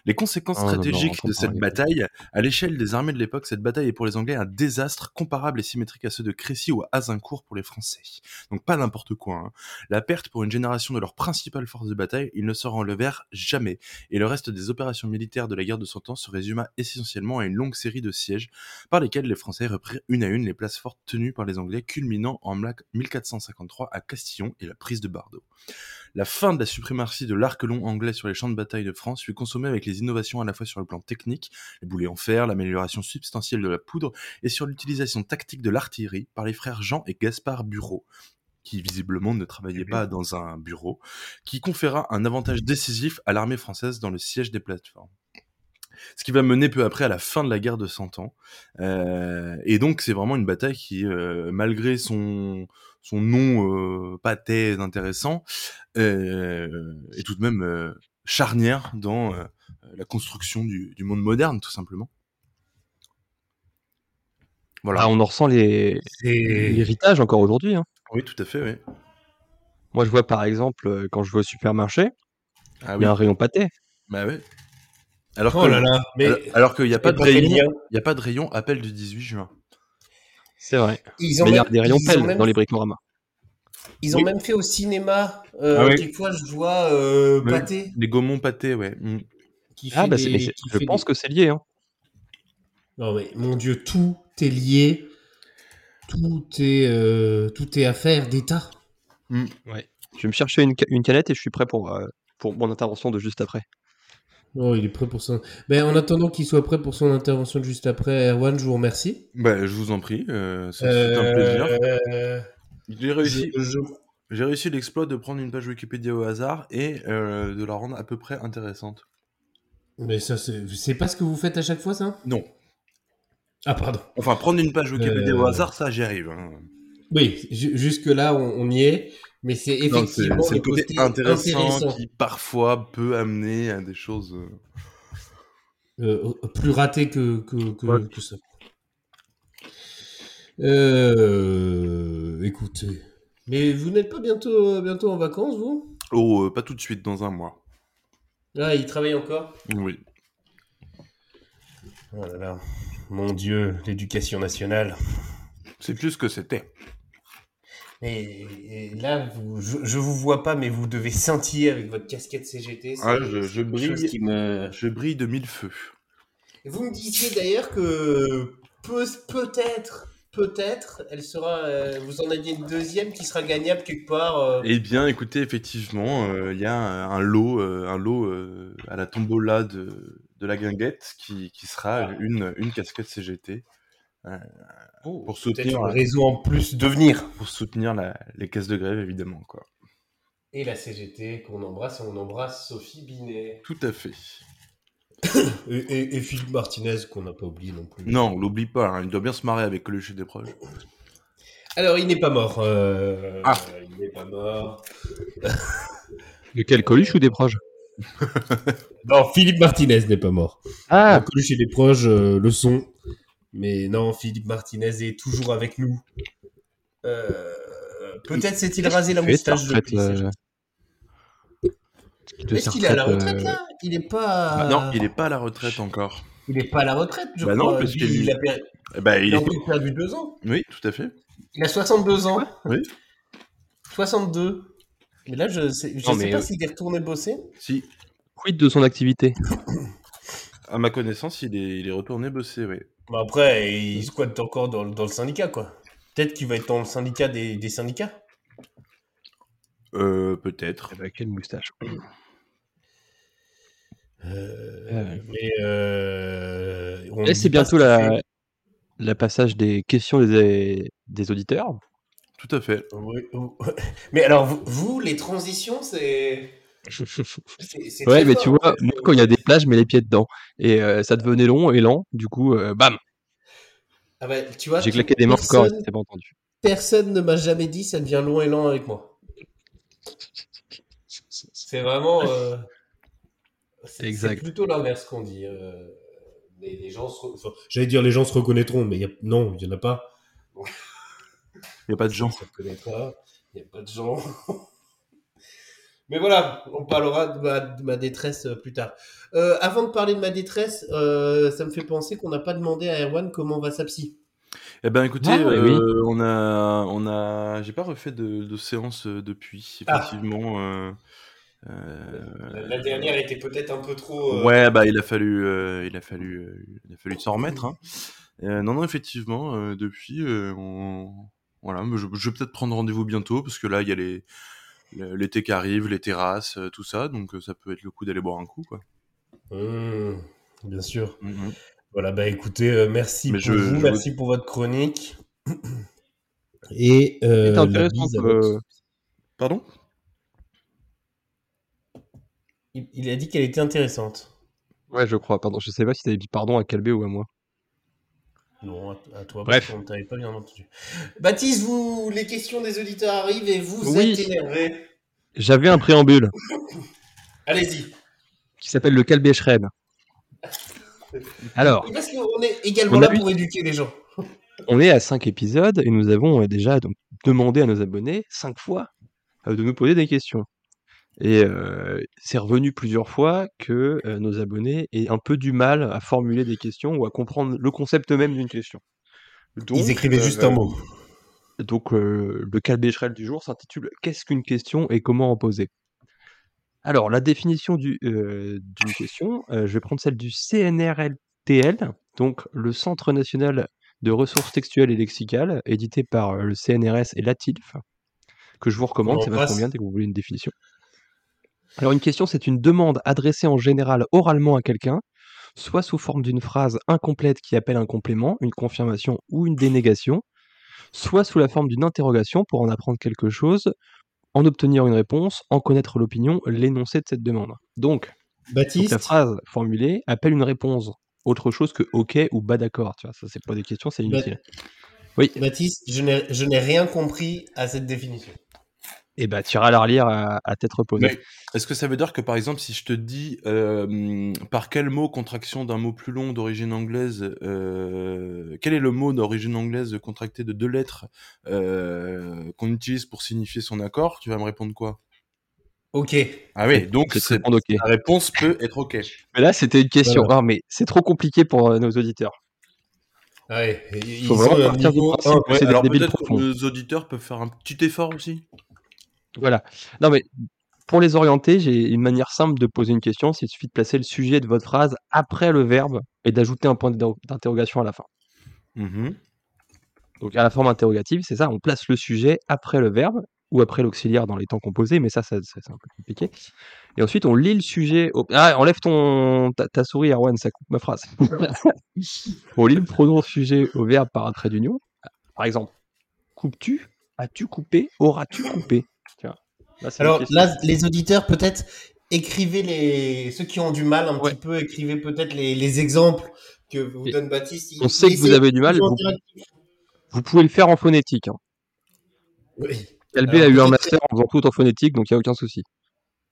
C: Les conséquences
B: Ah, non, non,
C: stratégiques
B: on
C: de
B: comprend
C: cette
B: les
C: bataille, à l'échelle des armées de l'époque, cette bataille est pour les Anglais un désastre comparable et symétrique à ceux de Crécy ou à Azincourt pour les Français. Donc pas n'importe quoi. hein. La perte pour une génération de leur principale force de bataille, ils ne s'en relevèrent jamais. Et le reste des opérations militaires de la guerre de Cent Ans se résuma essentiellement à une longue série de sièges par lesquels les Français reprirent une à une les places fortes tenues par les Anglais, culminant en 1453 à Castillon et la prise de Bardo. La fin de la suprématie de l'arc long anglais sur les champs de bataille de France fut consommée avec les innovations à la fois sur le plan technique, les boulets en fer, l'amélioration substantielle de la poudre, et sur l'utilisation tactique de l'artillerie par les frères Jean et Gaspard Bureau, qui visiblement ne travaillaient pas dans un bureau, qui conféra un avantage décisif à l'armée française dans le siège des plateformes. Ce qui va mener peu après à la fin de la guerre de Cent Ans. Euh, et donc c'est vraiment une bataille qui, euh, malgré son, son nom euh, pas très intéressant, euh, est tout de même euh, charnière dans euh, la construction du, du monde moderne, tout simplement. Voilà.
B: Ah, on en ressent les-
A: C'est
B: l'héritage encore aujourd'hui. hein.
C: Oui, tout à fait, oui.
B: Moi, je vois par exemple, euh, quand je vais au supermarché,
C: Ah
B: il
C: oui.
B: y a un rayon pâté.
C: Bah ouais. Alors
A: Oh
C: que-
A: là là, mais
C: alors- alors qu'il n'y a pas de
A: pas quel
C: rayon,
A: lien.
C: il y a pas de rayon appel du 18 juin.
B: C'est vrai.
A: ils ont
B: Mais il y a
A: même-
B: des rayons
A: ils ont
B: pelles
A: même-
B: dans les bricoramas.
A: Ils ont
C: Oui.
A: même fait au cinéma. Euh,
C: Ah oui.
A: Quelquefois, je vois euh,
C: Oui.
A: Pathé
C: Les Gaumont pâtés, ouais. Mm.
A: qui fait
B: Ah, bah, c'est-
A: des-
B: mais c'est-
A: qui
B: je
A: fait
B: pense
A: des-
B: que c'est lié. hein.
A: Non mais mon Dieu, tout est lié, tout est euh, tout est affaire d'État.
B: Je vais me chercher une, ca- une canette et je suis prêt pour, euh, pour mon intervention de juste après.
A: Oh, il est prêt pour son. Ben, en attendant qu'il soit prêt pour son intervention de juste après, Erwan, je vous remercie.
C: Bah, je vous en prie, euh, c'est c'est un plaisir.
A: Euh,
C: J'ai
A: je-
C: réussi,
A: je-
C: j'ai réussi l'exploit de prendre une page Wikipédia au hasard et euh, de la rendre à peu près intéressante.
A: Mais ça, c'est c'est pas ce que vous faites à chaque fois, ça
C: Non.
A: Ah, pardon.
C: Enfin, prendre une page Wikipédia
A: Euh,
C: au hasard, ça, j'y arrive. hein.
A: Oui, jusque là, on, on y est, mais c'est
C: Non, C'est
A: effectivement
C: c'est le côté
A: côté
C: intéressant,
A: intéressant.
C: qui parfois peut amener à des choses. euh,
A: Euh, plus raté que, que, que,
B: Ouais.
A: que ça. Euh, écoutez. Mais vous n'êtes pas bientôt, euh, bientôt en vacances, vous
C: Oh, euh, pas tout de suite, dans un mois.
A: Là, il travaille encore
C: Oui.
A: Oh là là. Mon Dieu, l'éducation nationale.
C: C'est plus ce que c'était.
A: Et, et là, vous- je, je vous vois pas, mais vous devez scintiller avec votre casquette CGT. c'est
C: Ah, je, je
A: quelque chose
C: brille.
A: qui me-
C: Je brille de mille feux.
A: Et Vous me disiez d'ailleurs que peu- peut-être, peut-être, elle sera. euh, vous en aviez une deuxième qui sera gagnable quelque part. euh,
C: Eh bien, écoutez, effectivement, euh, il y a un un lot, euh, un lot euh, à la tombola de, de la guinguette qui, qui sera une, une casquette CGT euh, pour
A: peut-être
C: soutenir,
A: une raison en plus de venir.
C: pour soutenir la- les caisses de grève, évidemment. Quoi.
A: Et la CGT qu'on embrasse, et on embrasse Sophie Binet.
C: Tout à fait.
A: Et, et, et Philippe Martinez qu'on n'a pas oublié non plus.
C: Non, on l'oublie pas, hein, il doit bien se marrer avec le jeu des proches.
A: Alors il n'est pas mort. euh,
C: Ah.
A: Il n'est pas mort.
B: De quel Coluche ou des proches
A: Non, Philippe Martinez n'est pas mort.
B: Ah
A: Encore chez les proches, euh, le son. Mais non, Philippe Martinez est toujours avec nous. Euh, Peut-être s'est-il rasé la moustache de plus,
B: de euh,
A: Est-ce qu'il est à la retraite là Il n'est pas.
C: Bah non, il n'est pas à la retraite encore.
A: il est pas à la retraite, je
C: Bah non,
A: crois.
C: parce
A: Lui,
C: que lui-
A: il, a per-
C: Eh ben, il
A: il a
C: est-
A: encore perdu deux ans.
C: Oui, tout à fait.
A: Il a 62 ans.
C: Oui.
A: 62. Mais là, je ne sais, je
B: Non,
A: sais
B: mais,
A: pas
B: euh,
A: s'il est retourné bosser.
C: Si,
B: Quid de son activité
C: à ma connaissance, il est, il est retourné bosser, oui.
A: Bah après, il squatte encore dans, le- dans le syndicat, quoi. Peut-être qu'il va être dans le syndicat des, des syndicats.
C: Euh, peut-être.
B: Eh ben, Quelle moustache
A: Euh, mais euh, on
B: Et
A: dit
B: c'est
A: pas
B: bientôt
A: ce
B: la,
A: qu'il
B: la passage des questions des, des auditeurs.
C: Tout à fait.
A: fait. Oui, ou- Mais alors, vous, vous, les transitions, c'est. c'est- c'est
B: Ouais,
A: très
B: mais
A: fort,
B: tu
A: en
B: vois,
A: fait.
B: moi, quand il y a des plages, je mets les pieds dedans. Et euh, ça devenait long et lent. Du coup, euh, bam,
A: Ah bah, tu vois,
B: j'ai
A: tu-
B: claqué des mains encore et
A: personne,
B: c'était pas entendu.
A: personne ne m'a jamais dit ça devient long et lent avec moi. C'est vraiment. euh, c'est- c'est
B: Exact.
A: plutôt l'inverse qu'on dit. euh, les, les gens se re- enfin, J'allais dire les gens se reconnaîtront, mais il y a- non, il n'y en a pas.
C: Il n'y a pas de gens.
A: se reconnaîtra. Il n'y a pas de gens. Mais voilà, on parlera de ma, de ma détresse euh, plus tard. Euh, avant de parler de ma détresse, euh, ça me fait penser qu'on n'a pas demandé à Erwan comment va sa psy.
C: Eh ben écoutez,
B: Ah, ouais, oui.
C: euh, on a, on a, j'ai pas refait de, de séance euh, depuis.
A: Ah.
C: Effectivement. euh, euh,
A: La, la dernière était peut-être un peu trop. euh,
C: Ouais, bah il a fallu, euh, il a fallu, euh, il a fallu s'en remettre. hein. Euh, non, non, effectivement, euh, depuis, euh, on- voilà, mais je, je vais peut-être prendre rendez-vous bientôt parce que là il y a les le- l'été qui arrive, les terrasses, euh, tout ça, donc euh, ça peut être le coup d'aller boire un coup, quoi.
A: Mmh, bien sûr.
B: Mmh,
A: Voilà, bah écoutez, euh, merci
C: Mais
A: pour
C: je-
A: vous,
C: je-
A: merci pour votre chronique. Et euh,
B: C'est
A: la
B: intéressant
A: bise à
B: que-
A: votre-
C: Pardon
A: il, il a dit qu'elle était intéressante.
B: Ouais, je crois, pardon. Je sais pas si t'avais dit pardon à Calbé ou à moi.
A: Non, à, à toi,
B: Bref.
A: parce qu'on t'avait pas bien entendu. Baptiste, vous, les questions des auditeurs arrivent et vous
B: Oui.
A: êtes énervé.
B: J'avais un préambule
A: Allez-y.
B: qui s'appelle le Calbé Schrem. Alors,
A: Et Parce qu'on est également
B: On a
A: là
B: eu-
A: pour éduquer les gens.
B: on est à 5 épisodes et nous avons euh, déjà donc, demandé à nos abonnés 5 fois euh, de nous poser des questions. Et euh, c'est revenu plusieurs fois que euh, nos abonnés aient un peu du mal à formuler des questions ou à comprendre le concept même d'une question. Donc, euh,
A: mot.
B: Donc, euh, le calbécherel du jour s'intitule Qu'est-ce qu'une question et comment en poser Alors, la définition du- euh, d'une question, euh, je vais prendre celle du CNRLTL, donc le Centre national de ressources textuelles et lexicales, édité par euh, le CNRS et l'ATILF, que je vous recommande,
A: On
B: c'est vachement
A: l'embrasse.
B: bien dès que vous voulez une définition. Alors, une question, c'est une demande adressée en général oralement à quelqu'un, soit sous forme d'une phrase incomplète qui appelle un complément, une confirmation ou une dénégation soit sous la forme d'une interrogation pour en apprendre quelque chose, en obtenir une réponse, en connaître l'opinion, l'énoncé de cette demande. Donc, faut que
A: Baptiste,
B: la phrase formulée appelle une réponse, autre chose que OK ou bah d'accord. Tu vois, ça c'est pas des questions,
A: Bah,
B: c'est inutile.
A: Baptiste, je n'ai je n'ai rien compris à cette définition.
B: et bah tu iras la relire à, à tête reposée.
C: Mais est-ce que ça veut dire que par exemple, si je te dis euh, par quel mot contraction d'un mot plus long d'origine anglaise, euh, quel est le mot d'origine anglaise contracté de deux lettres euh, qu'on utilise pour signifier son accord, tu vas me répondre quoi
A: Ok.
C: Ah oui, donc
B: C'est
C: c'est-
B: très bon, ok.
C: la réponse peut être ok.
B: Mais là, c'était une question. Non, mais c'est trop compliqué pour euh, nos auditeurs.
A: Ouais, ils
B: Faut
A: ont
B: vraiment
A: un
B: partir du
A: niveau
B: principe
A: un.
B: que
C: Ouais,
B: c'est des
C: alors
B: débiles
C: peut-être que
B: profonds.
C: nos auditeurs peuvent faire un petit effort aussi.
B: Voilà. Non, mais pour les orienter, j'ai une manière simple de poser une question. C'est il suffit de placer le sujet de votre phrase après le verbe et d'ajouter un point d'inter- d'interrogation à la fin.
C: Mhm.
B: Donc à la forme interrogative, c'est ça, on place le sujet après le verbe ou après l'auxiliaire dans les temps composés, mais ça, ça, ça, c'est un peu compliqué. Et ensuite, on lit le sujet. au- Ah, enlève ton ta, ta souris, Erwan, ça coupe ma phrase. on lit le pronom sujet au verbe par un trait d'union. Par exemple, coupes-tu As-tu coupé Auras-tu coupé Tu vois. Là, c'est une
A: Alors
B: question.
A: là, les auditeurs, peut-être, écrivez les. Ceux qui ont du mal un
B: Ouais.
A: petit peu, écrivez peut-être les, les exemples que vous donne Baptiste.
B: on sait que vous avez du mal,
A: Ils ont
B: vous,
A: intérêt-
B: vous pouvez le faire en phonétique. hein.
A: Oui.
B: Calbé
A: Alors,
B: a eu un
A: peut-être-
B: master en faisant tout en phonétique, donc il n'y a aucun souci.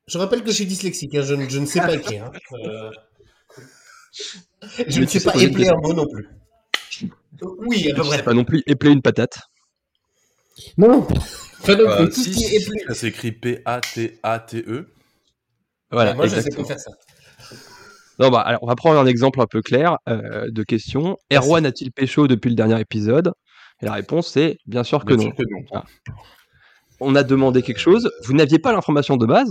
A: Je rappelle que je suis dyslexique, hein, je, ne- je ne sais pas écrire. hein. Euh, Je ne
B: Mais tu
A: sais
B: sais
A: pas
B: poser une
A: épeler
B: question.
A: un mot non plus. Oui, à peu
B: Je sais
A: près.
B: pas non plus épeler une patate.
A: Non, pas non
C: Euh,
A: plus. Tout ce
C: si,
A: qui est éplé.
C: ça s'écrit P-A-T-A-T-E.
B: Voilà,
A: Ah, moi, je ne sais
B: exactement.
A: pas faire ça.
B: Non, bah, alors, on va prendre un exemple un peu clair euh, de question.
A: Merci.
B: Erwan a-t-il pécho depuis le dernier épisode Et la réponse c'est bien sûr que
C: Bien
B: non.
C: sûr que non.
B: On a demandé quelque chose, vous n'aviez pas l'information de base,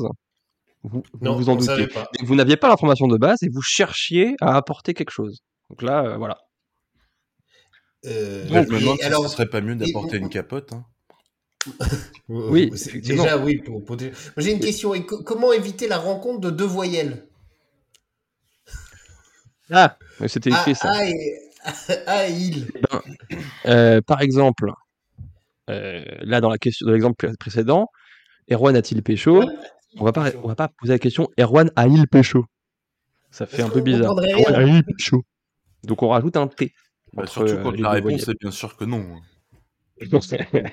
B: vous vous,
A: Non,
B: vous en
A: on savait
B: doutez.
A: pas.
B: Mais Vous n'aviez pas l'information de base et vous cherchiez à apporter quelque chose. Donc là, euh, voilà.
A: Euh,
C: Ouais, je me
A: et
C: demande si
A: alors,
C: ce serait pas mieux d'apporter
A: et-
C: une capote. hein.
B: Oui,
A: c'est-
B: effectivement.
A: déjà, oui. Pour, pour- J'ai une question. Et co- comment éviter la rencontre de deux voyelles
B: Ah C'était
A: Ah,
B: écrit ça.
A: ah, et... ah, et il.
B: Euh, par exemple, euh, là dans la question de l'exemple pré- précédent, Erwan a-t-il pécho On va pas, on va pas poser la question. Erwan a-il pécho Ça fait
A: Parce
B: un peu
A: qu'on
B: bizarre.
A: comprendrait
B: Erwan
A: rien.
B: a-il pécho Donc on rajoute un T.
C: Bah,
B: entre,
C: surtout
B: euh,
C: quand
B: les
C: la
B: deux
C: réponse
B: voyelles.
C: est bien sûr que non. hein.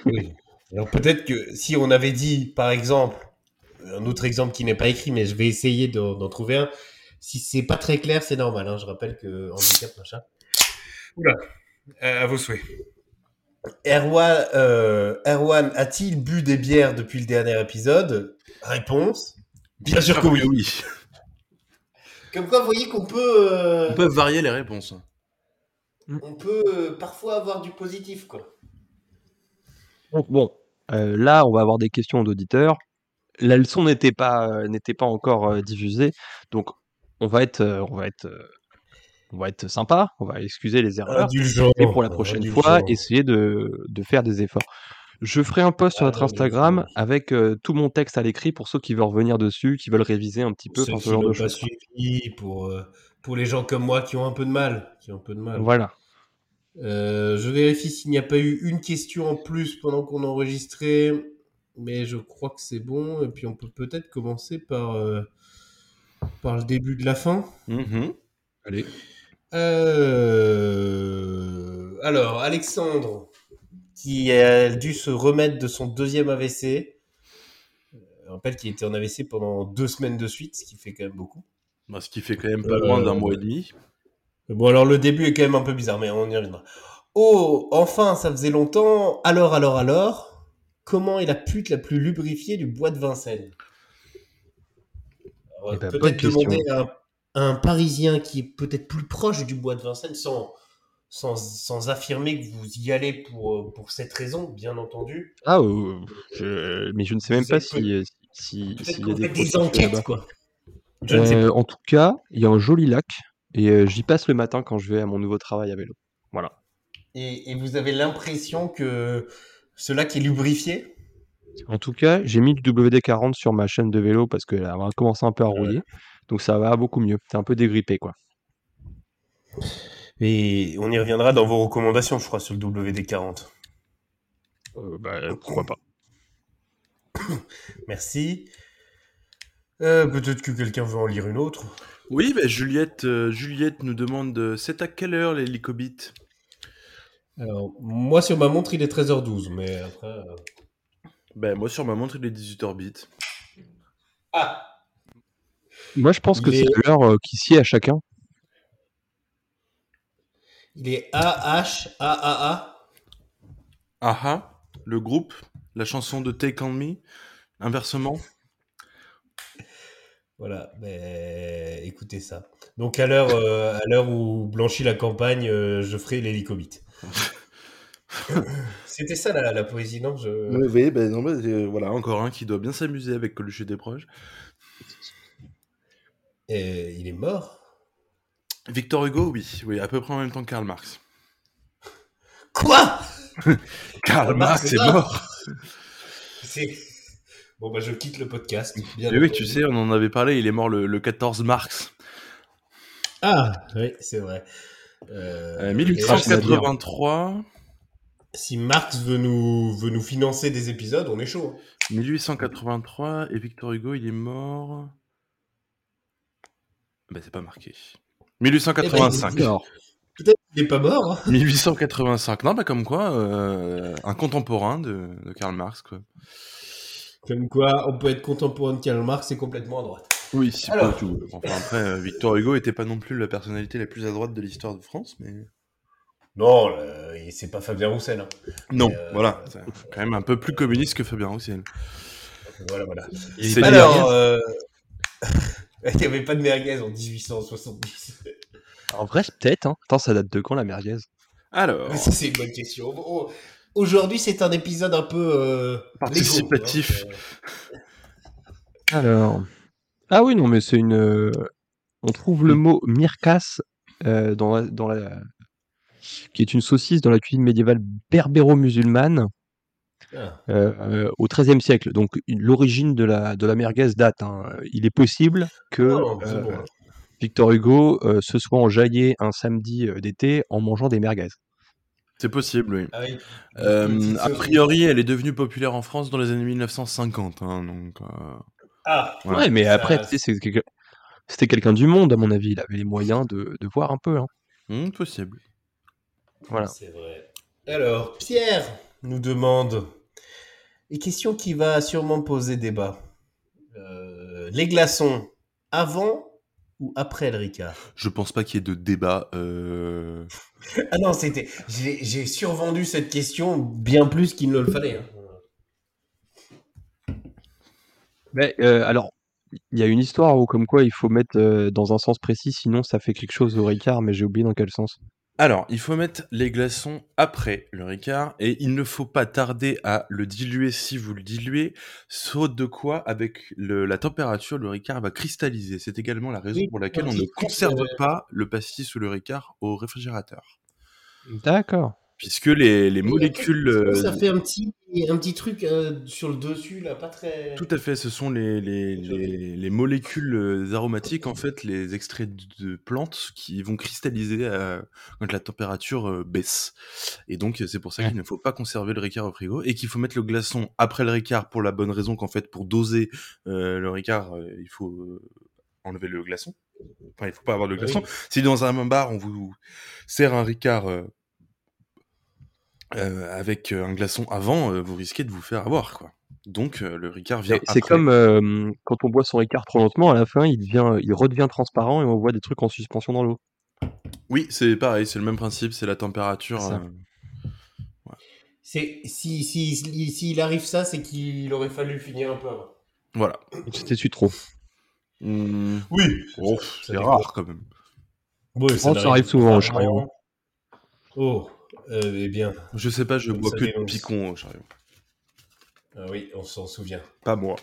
A: Oui. Alors peut-être que si on avait dit, par exemple, un autre exemple qui n'est pas écrit, mais je vais essayer d'en d'en trouver un. Si c'est pas très clair, c'est normal. hein. Je rappelle que handicap, machin. Oula, à vos souhaits. Erwan, euh, Erwan a-t-il bu des bières depuis le dernier épisode Réponse. Bien sûr que oui. Comme quoi, vous voyez qu'on peut, euh,
C: On peut varier les réponses. hein.
A: on peut euh, parfois avoir du positif, quoi.
B: Donc bon, euh, là on va avoir des questions d'auditeurs. La leçon n'était pas, euh, n'était pas encore euh, diffusée, donc on va être, euh, on va être, euh, on va être sympa. On va excuser
A: Ah,
B: les erreurs.
A: Indulgent.
B: et pour la prochaine fois, essayer de, de faire des efforts. Je ferai un post
A: Ah,
B: sur notre
A: non, mais
B: Instagram
A: c'est-
B: avec euh, tout mon texte à l'écrit pour ceux qui veulent revenir dessus, qui veulent réviser un petit peu,
A: Ceux
B: enfin ce
A: qui
B: genre de
A: l'ont pas
B: choses.
A: suivi, pour, euh, pour les gens comme moi qui ont un peu de mal. Qui ont un peu de mal.
B: Voilà.
A: Euh, je vérifie s'il n'y a pas eu une question en plus pendant qu'on enregistrait, mais je crois que c'est bon. Et puis on peut peut-être commencer par, euh, par le début de la fin.
B: Mm-hmm. Allez.
A: Euh, Alors, Alexandre, qui a dû se remettre de son deuxième AVC. Je rappelle qu'il était en AVC pendant deux semaines de suite, ce qui fait quand même beaucoup.
C: Bah, ce qui fait quand même pas loin d'un
A: Euh,
C: mois et demi.
A: Bon, alors le début est quand même un peu bizarre, mais on y reviendra. Oh, enfin, ça faisait longtemps. Alors, alors, alors, comment est la pute la plus lubrifiée du bois de Vincennes Alors,
B: Eh ben, bonne
A: Peut-être
B: question.
A: demander à un, à un Parisien qui est peut-être plus proche du bois de Vincennes sans, sans, sans affirmer que vous y allez pour, euh, pour cette raison, bien entendu.
B: Ah, euh, je- mais je ne sais même
A: Vous
B: pas
A: avez
B: si, euh, si,
A: Peut-être
B: s'il y
A: qu'on
B: a des,
A: fait des
B: prostituées
A: enquêtes,
B: là-bas.
A: quoi. Je ne sais
B: Euh,
A: pas.
B: En tout cas, il y a un joli lac et euh, j'y passe le matin quand je vais à mon nouveau travail à vélo. Voilà.
A: Et, et vous avez l'impression que cela qui est lubrifié
B: En tout cas, j'ai mis du WD-40 sur ma chaîne de vélo parce qu'elle a commencé un peu à rouiller. Donc ça va beaucoup mieux. T'es un peu dégrippé, quoi.
A: Et on y reviendra dans vos recommandations, je crois, sur le WD-40.
B: Euh, bah, pourquoi pas.
A: Merci. Euh, Peut-être que quelqu'un veut en lire une autre.
C: Oui, bah, Juliette, euh, Juliette nous demande euh, c'est à quelle heure les lycobites
A: Alors, moi, sur ma montre, il est 13h12, mais après... euh,
C: Ben, moi, sur ma montre, il est 18h bit.
A: Ah,
B: Moi, je pense que
A: Les-
B: c'est l'heure euh, qui sied à chacun.
A: il est A-H-A-A-A.
C: Aha, Ah, le groupe, la chanson de Take On Me, inversement.
A: Voilà, mais écoutez ça. Donc à l'heure euh, à l'heure où blanchit la campagne, euh, je ferai l'hélicobite. C'était ça la, la poésie, non je...
C: Ouais, Vous voyez, ben, non, ben, euh, voilà, encore un qui doit bien s'amuser avec Coluche et des proches.
A: Et Il est mort
C: Victor Hugo, oui, oui, à peu près en même temps que Karl Marx.
A: Quoi
C: Karl
A: Karl Marx
C: Marx est
A: est
C: mort
A: C'est- Bon bah je quitte le podcast. Bien
C: Mais Eh oui,
A: entendu.
C: tu sais, on en avait parlé, il est mort le, le 14 mars.
A: Ah oui, c'est vrai. Euh,
C: Euh,
A: et d'ailleurs,
C: 1883,
A: Si Marx veut nous, veut nous financer des épisodes, on est chaud. hein.
C: 1883, et Victor Hugo, il est mort... Ben, c'est pas marqué. ben,
A: Eh
C: 1885.
A: ben,
B: Alors,
A: Peut-être qu'il n'est pas mort. hein.
C: 1885. Non, bah comme quoi, euh, un contemporain de, de Karl Marx, quoi.
A: Comme quoi, on peut être contemporain de Karl Marx et complètement à droite.
C: Oui, c'est
A: Alors.
C: pas tout. Enfin, après, euh, Victor Hugo était pas non plus la personnalité la plus à droite de l'histoire de France, mais...
A: Non, euh, et c'est pas Fabien Roussel. hein.
C: Non,
A: Mais, euh,
C: voilà. C'est quand même un peu plus communiste que Fabien Roussel.
A: Voilà, voilà.
C: Il
B: C'est
A: Alors, euh, il n'y avait pas de merguez en 1870.
B: en vrai, c'est peut-être. hein. Attends, ça date de quand la merguez
C: Alors,
A: Ça, c'est une bonne question. On- on- Aujourd'hui, c'est un épisode un peu... euh,
C: Participatif.
A: légo, hein.
B: Alors. Ah oui, non, mais c'est une. euh, On trouve le mot mirkas euh, dans, la- dans la. qui est une saucisse dans la cuisine médiévale berbéro-musulmane
A: Ah.
B: euh, euh, au XIIIe siècle. Donc l'origine de la, de la merguez date. hein. Il est possible que
C: Oh,
A: Non, Ah, bah, c'est
B: euh,
C: hein.
A: bon.
B: Victor Hugo euh, se soit enjaillé un samedi euh, d'été en mangeant des merguez.
C: c'est possible, oui.
A: Ah oui.
C: Euh,
A: Petite
C: a
A: sauce.
C: priori, elle est devenue populaire en France dans les années 1950, hein, donc... euh,
A: Ah,
C: Voilà.
B: Ouais, mais
A: Ça-
B: après, tu sais, c'est quelqu'un- c'était quelqu'un du monde, à mon avis. Il avait les moyens de, de voir un peu. hein.
C: hmm, possible.
B: Voilà.
A: C'est vrai. Alors, Pierre nous demande une question qui va sûrement poser débat. Euh, les glaçons, avant ou après le Ricard
C: Je pense pas qu'il y ait de débat... euh,
A: Ah non, c'était. J'ai j'ai survendu cette question bien plus qu'il ne le fallait. hein.
B: Mais, euh, alors, il y a une histoire où, comme quoi, il faut mettre euh, dans un sens précis, sinon ça fait quelque chose au Ricard, mais j'ai oublié dans quel sens.
C: Alors, il faut mettre les glaçons après le Ricard et il ne faut pas tarder à le diluer si vous le diluez, sauf de quoi avec le- la température, le Ricard va cristalliser. C'est également la raison
A: Oui,
C: pour laquelle on
A: parce
C: ne
A: que-
C: conserve
A: euh,
C: pas le pastis ou le Ricard au réfrigérateur,
B: D'accord.
C: puisque les, les molécules, euh,
A: Ça fait un petit, un petit truc euh, sur le dessus, là, pas très.
C: tout à fait, ce sont les, les- les- les molécules euh, aromatiques en fait, les extraits de- de plantes qui vont cristalliser euh, quand la température euh, baisse. Et donc, euh, c'est pour ça qu'il ne faut pas conserver le Ricard au frigo et qu'il faut mettre le glaçon après le Ricard pour la bonne raison qu'en fait, pour doser euh, le Ricard, euh, il faut euh, enlever le glaçon. Enfin, il faut pas avoir de
A: Ah
C: glaçon. Si dans un bar, on vous sert un Ricard euh, euh, avec euh, un glaçon avant, euh, vous risquez de vous faire avoir, quoi. Donc, euh, le Ricard vient
B: Et C'est
C: après.
B: comme euh, quand on boit son Ricard trop lentement, à la fin, il, devient, il redevient transparent et on voit des trucs en suspension dans l'eau.
C: Oui, c'est pareil, c'est le même principe, c'est la température.
B: C'est ça.
C: euh,
A: C'est- Si, si, si- s'il arrive ça, c'est qu'il aurait fallu finir un peu avant.
C: voilà.
B: C'était su trop.
C: Mmh.
A: Oui,
C: Oh,
A: ça
C: c'est
A: dépend.
C: rare quand même.
A: Oui,
B: Oh, ça arrive souvent,
A: Ah,
B: je crois.
A: vraiment. Oh, euh, eh bien,
C: Je sais pas, je
A: Comme
C: bois
A: ça,
C: que de
A: dénonce.
C: picon, euh, Chariot.
A: ah oui, on s'en souvient.
C: Pas moi.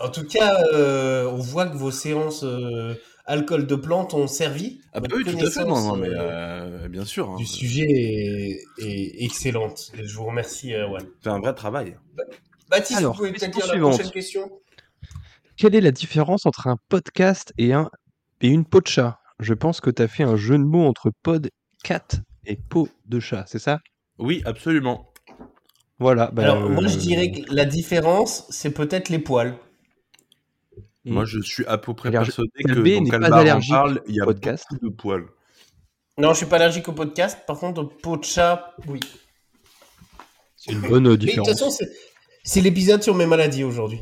A: En tout cas, euh, on voit que vos séances euh, alcool de plante ont servi.
C: Ah bah
A: Votre
C: oui, tout à fait, non,
A: connaissance,
C: non, mais
A: euh,
C: euh, bien sûr. hein.
A: Du sujet est, est excellente. Et je vous remercie, Erwan.
C: C'est un vrai travail.
A: Baptiste,
B: Alors,
A: vous pouvez peut-être
B: question
A: dire la
B: suivante.
A: prochaine question
B: Quelle est la différence entre un podcast et, un, et une peau de chat Je pense que tu as fait un jeu de mots entre pod cat et peau de chat, c'est ça
C: Oui, absolument.
B: Voilà. bah,
A: Alors, moi, je
B: euh,
A: dirais que la différence, c'est peut-être les poils.
B: Mm.
C: Moi, je suis à peu près
B: Regarde,
C: persuadé
B: Tel
C: que
B: B
C: dans
B: n'est pas
C: Calbar en
B: allergique
C: parle, il y a
B: au podcast.
C: beaucoup de poils.
A: Non, je suis pas allergique au podcast. Par contre, au pot de chat, oui.
B: C'est une bonne euh,
A: Mais de toute
B: différence.
A: façon, c'est- c'est l'épisode sur mes maladies aujourd'hui.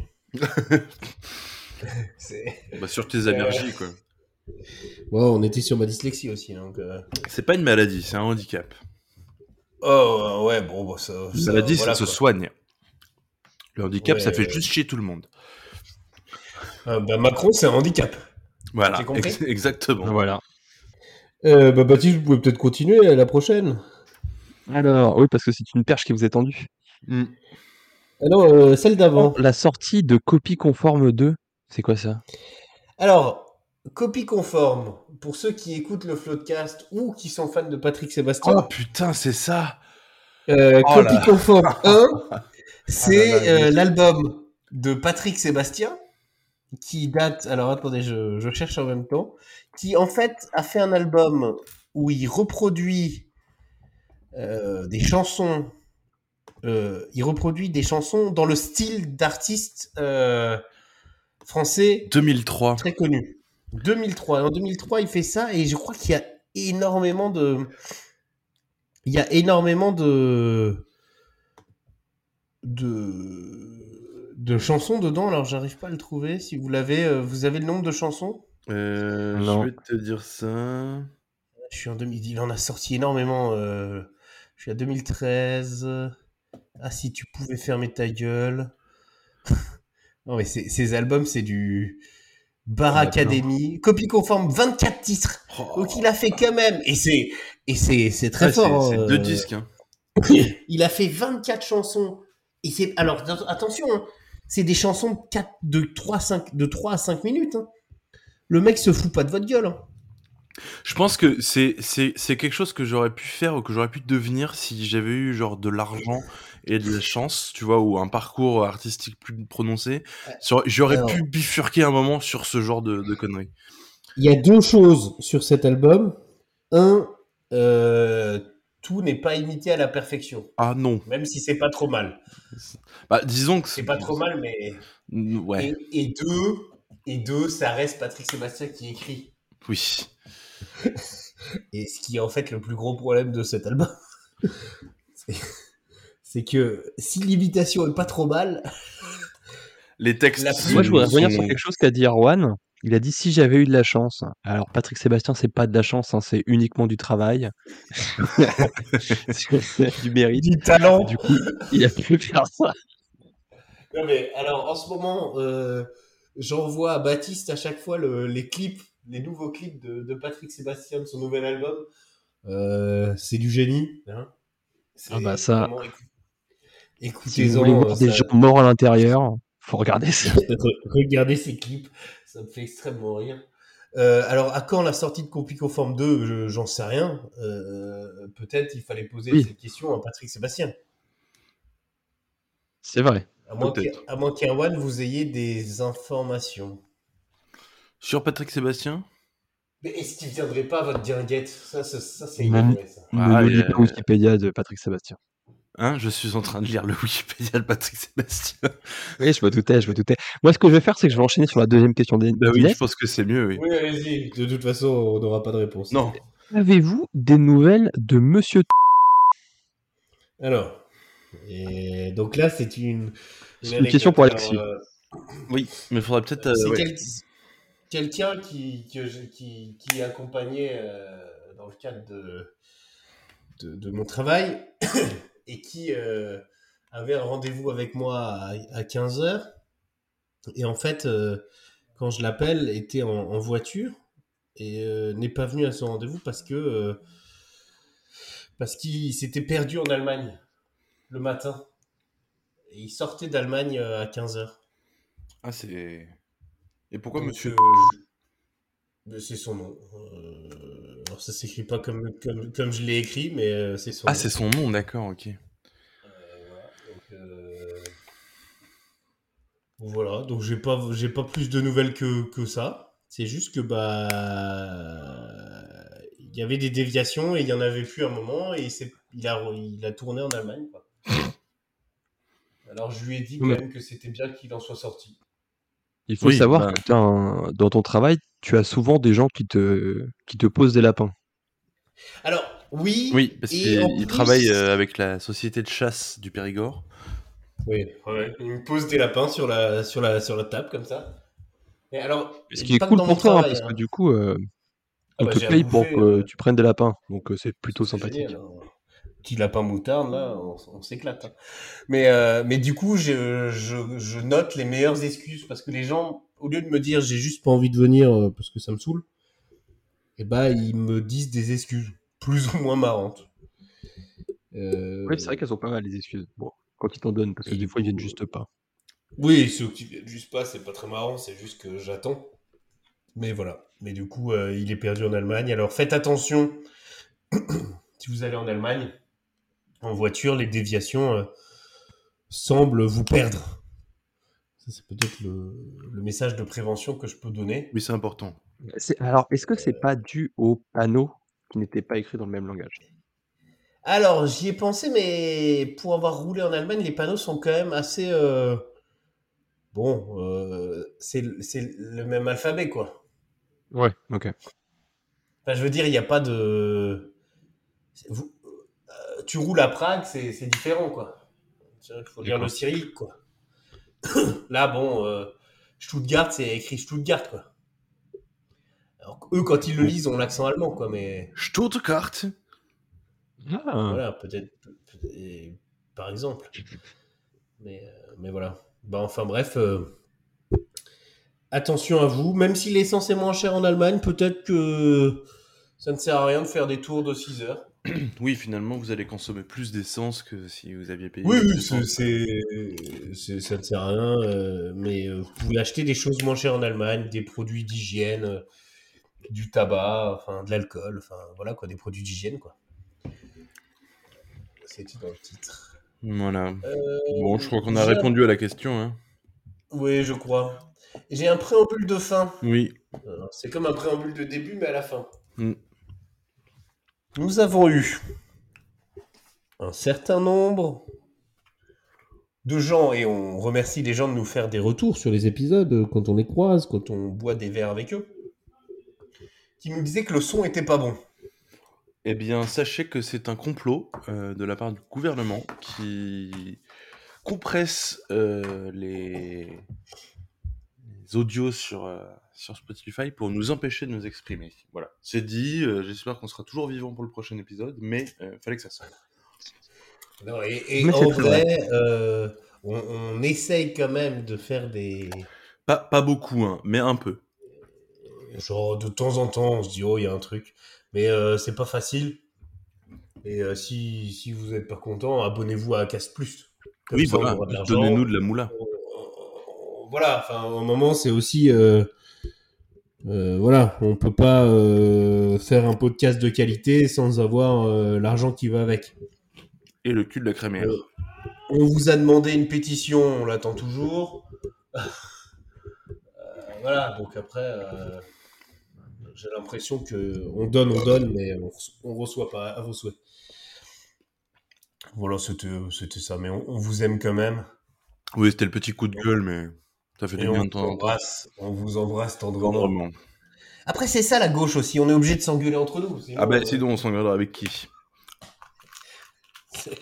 A: C'est-
C: Bah, sur
A: Euh,
C: tes allergies, quoi.
A: bon, on était sur ma dyslexie aussi, donc. euh,
C: C'est pas une maladie, c'est un handicap.
A: Oh ouais, bon, bah, ça.
C: Une
A: ça-
C: maladie,
A: voilà,
C: ça se
A: quoi.
C: soigne. Le handicap,
A: Ouais,
C: ça fait
A: ouais.
C: juste chier tout le monde.
A: Ah, bah, Macron, c'est un handicap.
C: Voilà,
A: J'ai compris.
C: ex- exactement.
B: Voilà.
A: Euh, bah, Baptiste, vous pouvez peut-être continuer à la prochaine.
B: Alors, oui, parce que c'est une perche qui vous est tendue.
C: Mm.
A: Alors, euh, celle d'avant.
B: La sortie de Copie Conforme 2, c'est quoi ça
A: Alors, copie conforme, pour ceux qui écoutent le Floodcast ou qui sont fans de Patrick Sébastien,
C: Oh putain, c'est ça
A: euh,
C: oh
A: copie
C: là.
A: conforme 1, c'est
C: Ah là là,
A: euh,
C: oui.
A: l'album de Patrick Sébastien qui date, alors attendez, je, je cherche en même temps, qui en fait a fait un album où il reproduit euh, des chansons, euh, il reproduit des chansons dans le style d'artistes euh, français
C: 2003.
A: très connu. 2003. En 2003, il fait ça et je crois qu'il y a énormément de. Il y a énormément de. de. de chansons dedans. Alors, j'arrive pas à le trouver. Si vous l'avez, euh, vous avez le nombre de chansons
C: Euh,
B: Non.
C: Je vais te dire ça.
A: Je suis en 2000. Il en a sorti énormément. euh, Je suis à 2013. Ah, si tu pouvais fermer ta gueule. non, mais ces ces albums, c'est du. Bar
B: Il y en a plein.
A: Academy. Copie conforme, 24 titres.
C: Oh.
A: Donc il a fait quand même, et c'est et c'est c'est très
C: Ouais, c'est-
A: fort.
C: C'est
A: hein,
C: deux
A: euh,
C: disques. hein.
A: Il a fait 24 chansons. Et c'est alors att- attention, hein, c'est des chansons de 4 de 3 5 de 3 à 5 minutes. hein. Le mec se fout pas de votre gueule. hein.
C: Je pense que c'est c'est c'est quelque chose que j'aurais pu faire ou que j'aurais pu devenir si j'avais eu genre de l'argent et de la chance, tu vois, ou un parcours artistique plus prononcé. Sur- J'aurais
A: Alors-
C: pu bifurquer un moment sur ce genre de, de conneries.
A: Il y a deux choses sur cet album. Un, euh, tout n'est pas imité à la perfection,
C: Ah non.
A: même si c'est pas trop mal.
C: Bah disons que
A: C'est pas trop mal, mais
C: Ouais.
A: et, et deux et deux, ça reste Patrick Sébastien qui écrit.
C: Oui.
A: Et ce qui est en fait le plus gros problème de cet album, c'est- c'est que si l'imitation est pas trop mal,
C: Les textes.
A: La-
B: Moi, je voudrais
C: sont-
B: revenir sur quelque chose qu'a dit Erwan. Il a dit si j'avais eu de la chance. Alors, Patrick Sébastien, c'est pas de la chance, hein, c'est uniquement du travail. C'est- c'est du mérite.
A: du talent.
B: Du coup, il a pu faire ça.
A: Non mais alors en ce moment, euh, j'envoie à Baptiste à chaque fois le- les clips, les nouveaux clips de, de Patrick Sébastien de son nouvel album. Euh, c'est du génie. hein. C'est
B: Ah bah ça.
A: vraiment-
B: Si vous
A: Écoutez-en.
B: voulez voir
A: euh,
B: des
A: ça-
B: gens morts à l'intérieur, faut regarder ça.
A: Re- Regardez ces clips, ça me fait extrêmement rire. Euh, alors, à quand la sortie de Complique Forme 2 Je- J'en sais rien. Euh, Peut-être il fallait poser
B: Oui.
A: cette question à Patrick Sébastien.
B: C'est vrai.
A: À moins qu'A-
C: Peut-être.
A: à moins qu'Erwan, vous ayez des informations.
C: Sur Patrick Sébastien.
A: Mais est-ce qu'il viendrait pas à votre guinguette Ça, ça, ça, c'est
B: Même-
A: ignoré, ça.
B: Ne-
C: Ah,
B: ne
C: il
B: lis
C: a-
B: pas Wikipédia de Patrick Sébastien.
C: Hein, je suis en train de lire le Wikipédia de Patrick Sébastien.
B: Oui, je me doutais, je me doutais. Moi, ce que je vais faire, c'est que je vais enchaîner sur la deuxième question d'I-
C: Bah oui,
B: d'Inès.
C: je pense que c'est mieux. Oui.
A: Oui, allez-y. De toute façon, on n'aura pas de réponse.
C: Non.
B: Avez-vous des nouvelles de Monsieur T-
A: Alors, et donc là, c'est une.
B: C'est une question pour
A: anecdote.
B: Alexis.
A: Alors, euh,
C: Oui. Mais faudrait peut-être. euh,
A: C'est
C: ouais.
A: quel- quelqu'un qui, que je- qui, qui est accompagné euh, dans le cadre de, de, de mon travail et qui euh, avait un rendez-vous avec moi à, 15h. Et en fait, euh, quand je l'appelle, était en, en voiture et euh, n'est pas venu à son rendez-vous parce que euh, parce qu'il s'était perdu en Allemagne le matin. Et il sortait d'Allemagne euh, à 15h.
C: Ah c'est. Et pourquoi
A: Donc,
C: Monsieur
A: euh, je- mais C'est son nom. Euh, Alors ça s'écrit pas comme, comme, comme je l'ai écrit, mais euh, c'est son
C: Ah
A: nom.
C: c'est son nom, d'accord, ok.
A: Euh, voilà. Donc, euh, voilà, donc j'ai pas, j'ai pas plus de nouvelles que, que ça. C'est juste que bah il y avait des déviations et il y en avait plus un moment et il s'est- il a, re- il a tourné en Allemagne. quoi. Alors je lui ai dit quand
B: Mais-
A: même que c'était bien qu'il en soit sorti.
B: Il faut
C: Oui,
B: savoir
C: bah.
B: que t'as un- dans ton travail, tu as souvent des gens qui te, qui te posent des lapins.
A: Alors, Oui.
C: Oui, parce
A: et
C: qu'il
A: en
C: il
A: plus-
C: travaille euh, avec la société de chasse du Périgord.
A: Oui, ouais, il me pose des lapins sur la, sur la, sur la table comme ça. Et alors,
B: Ce
A: il
B: qui est
A: parle
B: cool
A: dans mon
B: pour toi, hein,
A: travail,
B: parce que
A: hein.
B: du coup, euh,
A: Ah
B: on
A: bah,
B: te
A: j'ai à
B: paye pour
A: bouffer,
B: que
A: euh,
B: tu prennes des lapins. Donc euh, c'est plutôt
A: C'est
B: sympathique.
A: génial, hein. Petit lapin moutarde, là, on, on s'éclate. hein. Mais, euh, mais du coup, je, je, je note les meilleures excuses parce que les gens, au lieu de me dire j'ai juste pas envie de venir euh, parce que ça me saoule, eh ben, ils me disent des excuses plus ou moins marrantes. Euh,
B: Oui, c'est vrai qu'elles sont pas mal, les excuses. Bon, quand ils t'en donnent, parce que des fois, ils viennent juste pas.
A: Oui, ceux qui viennent juste pas, c'est pas très marrant, c'est juste que j'attends. Mais voilà. Mais du coup, euh, il est perdu en Allemagne. Alors faites attention si vous allez en Allemagne en voiture, les déviations euh, semblent vous perdre. Ça, c'est peut-être le, le message de prévention que je peux donner.
C: Oui, c'est important.
B: C'est- Alors, est-ce que
A: Euh.
B: c'est pas dû au panneau qui n'était pas écrit dans le même langage
A: Alors, j'y ai pensé, mais pour avoir roulé en Allemagne, les panneaux sont quand même assez. euh, Bon, euh, c'est c'est le même alphabet, quoi.
B: Ouais, ok.
A: Enfin, je veux dire, il n'y a pas de. c'est- vous- euh, tu roules à Prague, c'est c'est différent, quoi. C'est vrai qu'il faut lire
B: D'accord.
A: le cyrillique, quoi. Là, bon, euh, Stuttgart, c'est écrit Stuttgart, quoi. Alors qu'eux, quand ils le lisent, ont l'accent allemand, quoi, mais
C: Stuttgart
B: Ah,
A: voilà, peut-être. peut- et- Par exemple. Mais, euh, mais voilà. Bah, enfin, bref. euh, Attention à vous, même si l'essence est moins chère en Allemagne, peut-être que ça ne sert à rien de faire des tours de 6 heures.
C: Oui, finalement, vous allez consommer plus d'essence que si vous aviez payé.
A: Oui, oui, c'est,
C: l'essence.
A: c'est- c'est- ça ne sert à rien, euh, mais euh, vous pouvez acheter des choses moins chères en Allemagne, des produits d'hygiène, euh, du tabac, enfin de l'alcool, enfin voilà quoi, des produits d'hygiène quoi. C'était dans le titre.
C: Voilà.
A: Euh,
C: Bon, je crois qu'on a
A: j'ai un-
C: répondu à la question. Hein.
A: Oui, je crois. J'ai un préambule de fin.
C: Oui.
A: Euh, C'est comme un préambule de début, mais à la fin.
C: Mm.
A: Nous avons eu un certain nombre de gens, et on remercie les gens de nous faire des retours sur les épisodes euh, quand on les croise, quand on boit des verres avec eux, qui nous disaient que le son était pas bon.
C: Eh bien, sachez que c'est un complot euh, de la part du gouvernement qui compresse euh, les... les audios sur, euh, sur Spotify pour nous empêcher de nous exprimer. Voilà. C'est dit, euh, j'espère qu'on sera toujours vivant pour le prochain épisode, mais euh, fallait que ça sorte.
A: Non, et et
B: Mais c'est
A: en
B: plus
A: vrai, euh, on, on essaye quand même de faire des.
C: Pas, pas beaucoup, hein, mais un peu.
A: Genre, de temps en temps, on se dit, oh, il y a un truc. Mais euh, c'est pas facile. Et euh, si, si vous êtes pas content, abonnez-vous à Cast Plus. Comme
C: oui,
A: ça, on
C: voilà,
A: aura de l'argent.
C: donnez-nous de la moula.
A: On- on- Voilà, enfin, au moment, c'est aussi. euh, euh, voilà, on peut pas euh, faire un podcast de qualité sans avoir euh, l'argent qui va avec.
C: Et le cul de la crémière.
A: Euh, On vous a demandé une pétition, on l'attend toujours. Euh, voilà, donc après, euh, j'ai l'impression que on donne, on donne, mais on, reço- on reçoit pas à vos souhaits. Voilà, c'était c'était ça, mais on, on vous aime quand même.
C: Oui, c'était le petit coup de gueule, mais ça fait
A: Et
C: du
A: on
C: bien de
A: vous
C: temps en temps.
A: embrasse, on vous embrasse tendrement.
C: Tendrement.
A: Après, c'est ça la gauche aussi, on est obligé de s'engueuler entre nous. sinon,
C: Ah ben,
A: euh,
C: sinon, on s'engueulera avec qui
A: C'est-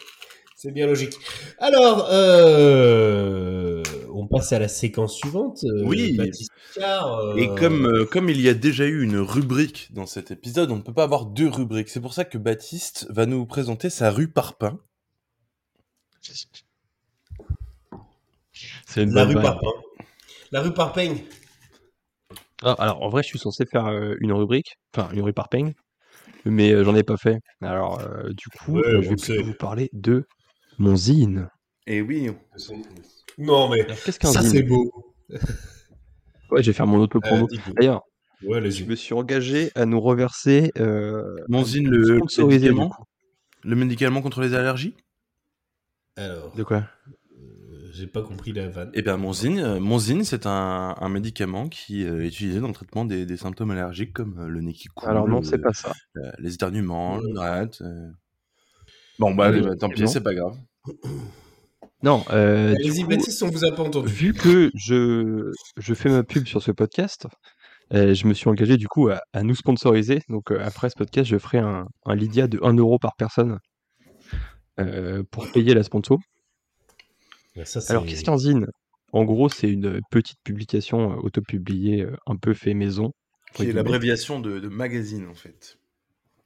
A: C'est bien logique. Alors, euh, on passe à la séquence suivante. euh,
C: Oui.
A: Baptiste Picard, euh,
C: Et comme, euh, comme il y a déjà eu une rubrique dans cet épisode, on ne peut pas avoir deux rubriques. C'est pour ça que Baptiste va nous présenter sa rue Parpin.
B: c'est une
A: la
B: bonne
A: rue
B: vanne.
A: Parpaing. La rue Parpaing.
B: Ah, alors, en vrai, je suis censé faire euh, une rubrique, enfin, une rubrique par peigne, mais euh, j'en ai pas fait. Alors, euh, du coup,
A: Ouais,
B: euh, je
A: on
B: vais
A: sait.
B: plutôt vous parler de mon zine.
C: Et Eh oui,
A: Non, mais
B: Alors, qu'est-ce qu'un
A: ça c'est
B: zine
A: beau.
B: Ouais, je vais faire mon auto-promo.
A: Euh, dites-le.
B: D'ailleurs,
A: ouais, les
B: je me suis engagé à nous reverser euh,
C: Monzine, le
B: sponsorisé, du
C: médicament,
B: coup.
C: le médicament contre les allergies
A: Alors,
B: De quoi
A: euh, j'ai pas compris la vanne.
C: Eh bien, Monzine, euh, Monzine, c'est un, un médicament qui euh, est utilisé dans le traitement des, des symptômes allergiques comme euh, le nez qui coule,
B: Alors non, c'est
C: euh,
B: pas ça.
C: euh, les éternuements, le rate. euh. Bon, bah,
B: Oui,
C: allez, bah, tant pis,
B: non.
C: c'est pas grave.
B: Non, euh, du
A: Allez-y,
B: coup,
A: Baptiste, on vous a pas entendu.
B: vu que je, je fais ma pub sur ce podcast, Euh, je me suis engagé du coup à, à nous sponsoriser. Donc euh, après ce podcast, je ferai un, un Lydia de 1 euro par personne euh, pour payer la sponsor.
A: Ça, c'est-
B: euh, Alors qu'est-ce qu'un zine En gros, c'est une petite publication euh, autopubliée, euh, un peu fait maison.
C: Qui est l'abréviation de, de magazine, en fait.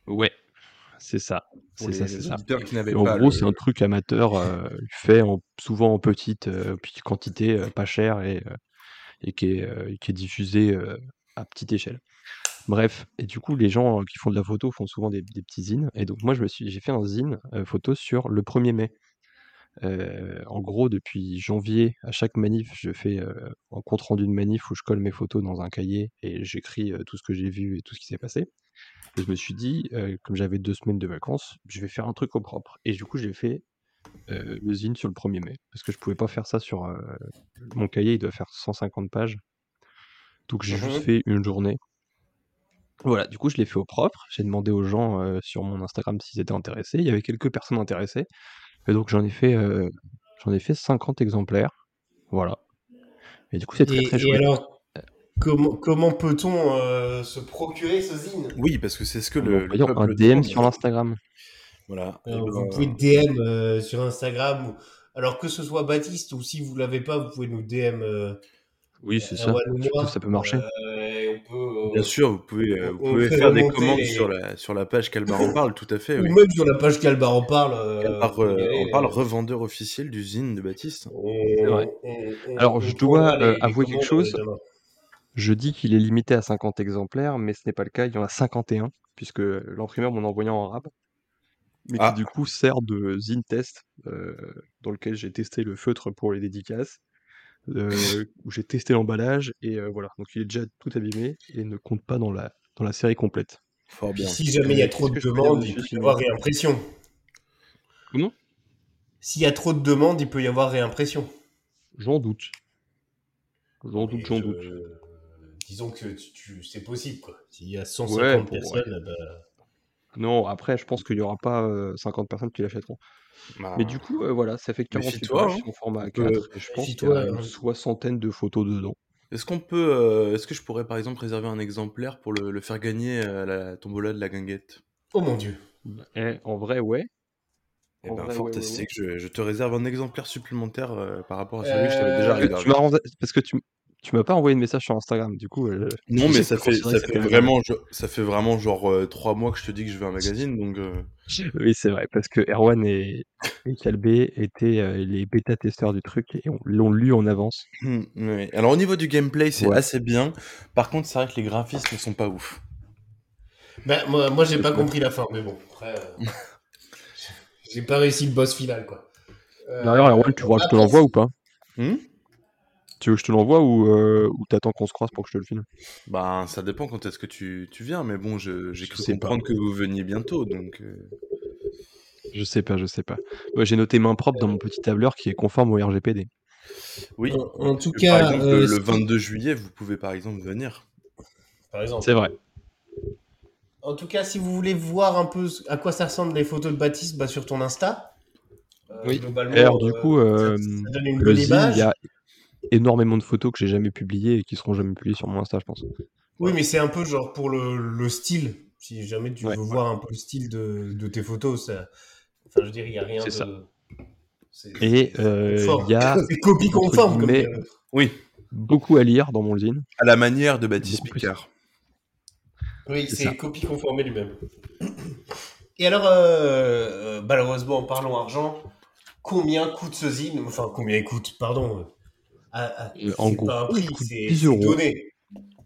B: Ouais, c'est ça. C'est
C: Pour les
B: ça, c'est ça.
C: auditeurs qui n'avaient
B: Et en
C: pas
B: gros,
C: le-
B: c'est un truc amateur euh, fait en- souvent en petite, euh, petite quantité, euh, pas cher et, euh, et qui, est, euh, qui est diffusé euh, à petite échelle. Bref, et du coup, les gens euh, qui font de la photo font souvent des, des petits zines. Et donc, moi, je me suis, j'ai fait un zine euh, photo sur le 1er mai. Euh, en gros, depuis janvier, à chaque manif, je fais euh, un compte rendu de manif où je colle mes photos dans un cahier et j'écris euh, tout ce que j'ai vu et tout ce qui s'est passé. Et je me suis dit, euh, comme j'avais deux semaines de vacances, je vais faire un truc au propre. Et du coup, j'ai fait euh, le zine sur le 1er mai. Parce que je pouvais pas faire ça sur. euh, mon cahier, il doit faire 150 pages. Donc j'ai
A: Mhm.
B: juste fait une journée. Voilà, du coup, je l'ai fait au propre. J'ai demandé aux gens euh, sur mon Instagram s'ils étaient intéressés. Il y avait quelques personnes intéressées. Et donc j'en ai fait, euh, j'en ai fait 50 exemplaires. Voilà. Et du coup, c'est très
A: Et,
B: très
A: et
B: chouette.
A: alors, comment, comment peut-on euh, se procurer ce zine
C: Oui, parce que c'est ce que
B: En
C: le, le
B: envoyant un
C: peuple
B: DM
C: demande.
B: sur l'Instagram.
C: Voilà.
A: Euh,
C: Eh ben,
A: Vous pouvez DM euh, sur Instagram. ou- Alors que ce soit Baptiste ou si vous l'avez pas, vous pouvez nous DM. euh,
B: Oui, c'est ça.
A: Erwan ou
B: Je
A: moi.
B: trouve que ça peut marcher.
A: Euh, et on peut, euh,
C: Bien sûr, vous pouvez, euh,
A: on-
C: vous
A: on
C: pouvez
A: fait
C: faire des
A: remonter
C: commandes
A: les-
C: sur, la, sur la page Calmar en parle, tout à fait.
A: Ou
C: oui.
A: même sur la page Calbar en parle. euh,
C: Calmar
A: on peut y
C: euh,
A: aller,
C: en parle,
A: euh,
C: revendeur officiel d'usine de Baptiste.
A: on-
B: vrai.
A: on- on-
B: Alors,
A: on
B: je
A: prendra
B: dois, euh,
A: les- les
B: avouer quelque
A: commandes,
B: chose.
A: euh, demain.
B: Je dis qu'il est limité à 50 exemplaires, mais ce n'est pas le cas, il y en a 51, puisque l'imprimeur m'en a envoyé en arabe, mais
C: Ah.
B: qui du coup sert de zine test, euh, dans lequel j'ai testé le feutre pour les dédicaces, euh, où j'ai testé l'emballage, et euh, voilà, donc il est déjà tout abîmé et ne compte pas dans la, dans la série complète.
C: Fort
A: Puis
C: bien.
A: si jamais il y a
B: Euh,
A: trop
B: qu'est-ce
A: de
B: que je peux dire
A: demandes,
B: dessus,
A: il peut y
B: sinon
A: avoir réimpression.
B: Comment
A: S'il y a trop de demandes, il peut y avoir réimpression.
B: J'en doute. J'en
A: Mais
B: doute, j'en
A: je-
B: doute.
A: Disons que tu- tu- c'est possible. quoi. S'il y a
B: Ouais,
A: 150
B: bon, ouais.
A: personnes, bah,
B: Non, après, je pense qu'il n'y aura pas euh, 50 personnes qui l'achèteront.
C: Bah,
B: Mais du coup, euh, voilà, ça fait 48
C: Méfie-toi,
B: pages,
C: hein.
B: c'est en format
C: On peut-
B: A4, et je pense qu'il y
A: méfie-toi,
B: a une
A: hein.
B: soixantaine de photos dedans.
C: Est-ce qu'on peut, euh, est-ce que je pourrais par exemple réserver un exemplaire pour le, le faire gagner à la tombola de la guinguette
A: oh mon dieu.
B: Eh, en vrai, ouais.
C: Eh
B: En
C: ben,
B: vrai, ouais, ouais,
C: fantastique. Je, je te réserve un exemplaire supplémentaire euh, par rapport à celui que je t'avais
A: Euh,
C: déjà
B: Parce que
C: réservé.
B: tu m'as rendu- parce que tu, m- tu m'as pas envoyé de message sur Instagram, du coup. euh,
C: Non, mais
B: j'ai
C: ça fait,
B: considéré que
C: ça fait
B: c'était le-
C: vraiment, je- ça fait vraiment genre euh, trois mois que je te dis que je veux un magazine, donc euh,
B: Oui, c'est vrai, parce que Erwan et, et Calbé étaient euh, les bêta-testeurs du truc et on l'ont lu en avance.
C: hmm, ouais. Alors au niveau du gameplay, c'est
B: Ouais.
C: assez bien. Par contre, c'est vrai que les graphismes sont pas ouf.
A: Bah, moi, moi j'ai pas
B: Ouais.
A: compris la fin, mais bon, après. euh, j'ai pas réussi le boss final, quoi. Euh,
B: D'ailleurs, Erwan, tu vois que je te
A: après,
B: l'envoie ou pas
C: Hmm
B: Tu veux que je te l'envoie ou, euh, ou t'attends qu'on se croise pour que je te le filme
C: Bah, ça dépend quand est-ce que tu, tu viens, mais bon, je- j'ai
B: Je
C: cru
B: sais pas.
C: comprendre que vous veniez bientôt, donc. euh,
B: Je sais pas, je sais pas. Ouais, J'ai noté main propre dans mon petit tableur qui est conforme au RGPD.
C: Oui.
A: En- en tout
C: Parce que, par
A: cas,
C: exemple,
A: euh,
C: le-
A: si-
C: le 22 juillet, vous pouvez par exemple venir.
A: Par exemple.
B: C'est vrai.
A: En tout cas, si vous voulez voir un peu ce- à quoi ça ressemble les photos de Baptiste, bah, sur ton Insta. Euh,
B: Oui.
A: globalement,
B: Et alors, du
A: euh,
B: coup, euh,
A: ça, ça donne une
B: le
A: bonne
B: zine, il
A: image.
B: y a énormément de photos que j'ai jamais publiées et qui seront jamais publiées sur mon Insta, je pense.
A: Oui, mais c'est un peu genre pour le, le style. Si jamais tu
B: Ouais.
A: veux voir un peu le style de, de tes photos, ça... enfin, je veux dire, il n'y a rien
B: C'est
A: de.
B: ça.
A: C'est
B: Et euh,
A: conforme.
B: il y a
A: C'est copie
B: entre
A: conforme, comme
B: guillemets,
A: dirait l'autre.
C: Oui,
B: beaucoup à lire dans mon zine.
C: à la manière de Baptiste
B: Beaucoup plus.
C: Picard.
A: Oui,
B: C'est
A: c'est
B: ça.
A: copie conformée lui-même. Et alors, euh, euh, malheureusement, en parlant argent, combien coûte ce zine Enfin, combien il coûte, pardon. euh, à- à-
B: Euh, en
A: c'est
B: gros,
A: pas un
B: il
A: prix,
B: coûte
A: c'est
B: 10
A: c'est
B: euros.
A: donné.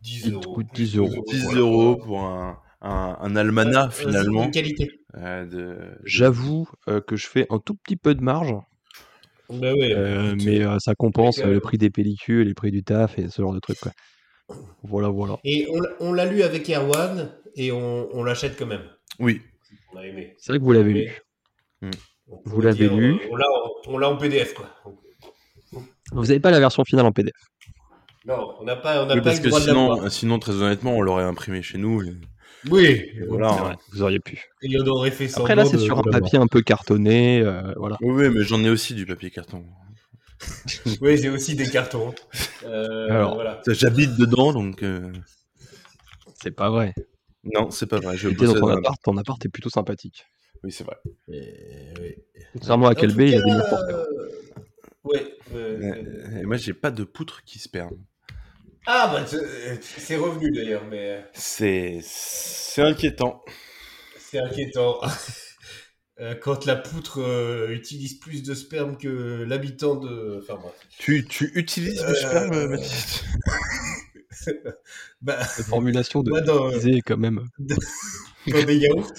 A: 10
B: Il
A: euros.
B: coûte
A: plus
B: 10
A: 2
B: euros,
C: 10
A: voilà.
C: euros pour un, un, un almanach,
A: Un zine
C: finalement.
A: de Euh, qualité.
C: euh, de-
B: J'avoue euh, que je fais un tout petit peu de marge,
A: Bah ouais,
B: euh,
A: écoute,
B: mais euh, ça compense
A: avec,
B: euh,
A: euh,
B: le prix des pellicules, les prix du taf et ce genre de trucs. quoi. Voilà, voilà.
A: Et on, l'a- on l'a lu avec Erwan et on, on l'achète quand même.
C: Oui,
A: On a aimé.
B: C'est vrai que vous l'avez
A: Ah, Mais-
B: lu. Hmm.
A: On
B: Vous
A: pourrait
B: l'avez
A: dire,
B: lu.
A: euh, On l'a en- on l'a en PDF, quoi.
B: Vous n'avez pas la version finale en PDF.
A: Non, on n'a pas, on n'a
C: Oui,
A: pas
C: parce
A: eu le
C: que
A: droit de l'avoir.
C: sinon, sinon, très honnêtement, on l'aurait imprimé chez nous. et-
B: euh,
A: Oui,
C: et voilà, hein.
B: Vous auriez pu.
A: Et on aurait fait
B: Après, là, c'est sur un papier un peu cartonné. euh, voilà.
C: Oui, oui, mais j'en ai aussi du papier carton.
A: Oui, j'ai aussi des cartons. Euh,
B: Alors,
A: voilà.
C: Ça, J'habite dedans, donc. euh,
B: C'est pas vrai.
C: Non, c'est pas vrai. Je
B: T'es dans
C: possède
B: ton
C: un-
B: appart, ton appart est plutôt sympathique.
C: Oui, c'est vrai.
A: Et- ouais.
B: Contrairement à
A: En tout
B: Calbé, Ah, il y a
A: cas,
B: des murs porteurs.
A: euh, Ouais. euh,
C: Et moi, j'ai pas de poutre qui se perd.
A: Ah, bah, c'est- c'est revenu d'ailleurs, mais. euh,
C: C'est c'est inquiétant.
A: C'est inquiétant. Euh, Quand la poutre euh, utilise plus de sperme que l'habitant de. Enfin bref.
C: Tu, tu utilises le
A: Euh,
C: sperme, Baptiste
A: Bah,
B: La formulation de
A: moi, dans,
B: utiliser quand même.
A: dans des yaourts.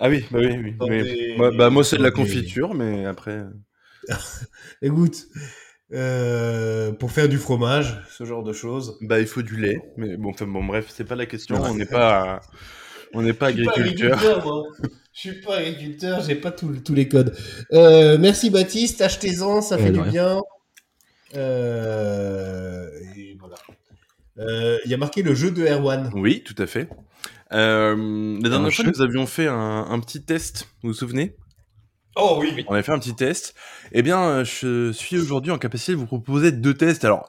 C: Ah oui, bah oui, oui.
A: Dans
C: oui.
A: des-
C: Moi, bah, moi, c'est de la
A: dans des-
C: confiture, mais après.
A: Écoute, euh, pour faire du fromage, ce genre de choses.
C: Bah, il faut du lait. Mais bon, enfin, bon bref, c'est pas la question.
A: Ouais.
C: On n'est pas, on n'est pas
A: Je suis pas
C: agriculteur.
A: agriculteur, moi. Je suis pas agriculteur, j'ai pas tout- tous les codes. Euh, merci Baptiste, achetez-en, ça
B: Ouais,
A: fait
B: Eh, de
A: du
B: rien.
A: bien. Euh, et voilà. Euh, Il y a marqué le jeu de Erwan.
C: Oui, tout à fait. Euh, la dernière fois,
B: jeu.
C: nous avions fait un, un petit test. Vous vous souvenez
A: Oh oui, oui.
C: On avait fait un petit test. Eh bien, euh, je suis aujourd'hui en capacité de vous proposer deux tests. Alors,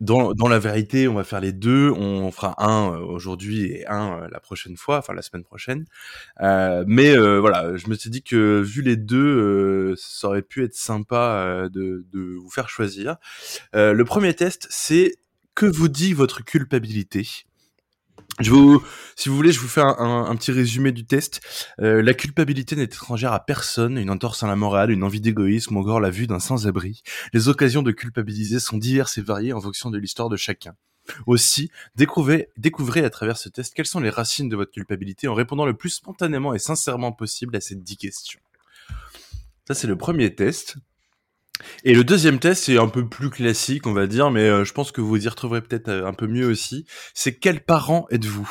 C: dans, dans la vérité, on va faire les deux. On fera un euh, aujourd'hui et un euh, la prochaine fois, enfin la semaine prochaine. Euh, mais euh, voilà, je me suis dit que vu les deux, euh, ça aurait pu être sympa euh, de, de vous faire choisir. Euh, le premier test, c'est que vous dit votre culpabilité je vous, si vous voulez, je vous fais un, un- un petit résumé du test. Euh, la culpabilité n'est étrangère à personne, une entorse à la morale, une envie d'égoïsme ou encore la vue d'un sans-abri. Les occasions de culpabiliser sont diverses et variées en fonction de l'histoire de chacun. Aussi, découvrez, découvrez à travers ce test quelles sont les racines de votre culpabilité en répondant le plus spontanément et sincèrement possible à ces dix questions. Ça, c'est le premier test. Et le deuxième test, c'est un peu plus classique, on va dire, mais euh, je pense que vous y retrouverez peut-être euh, un peu mieux aussi. C'est quels parents êtes-vous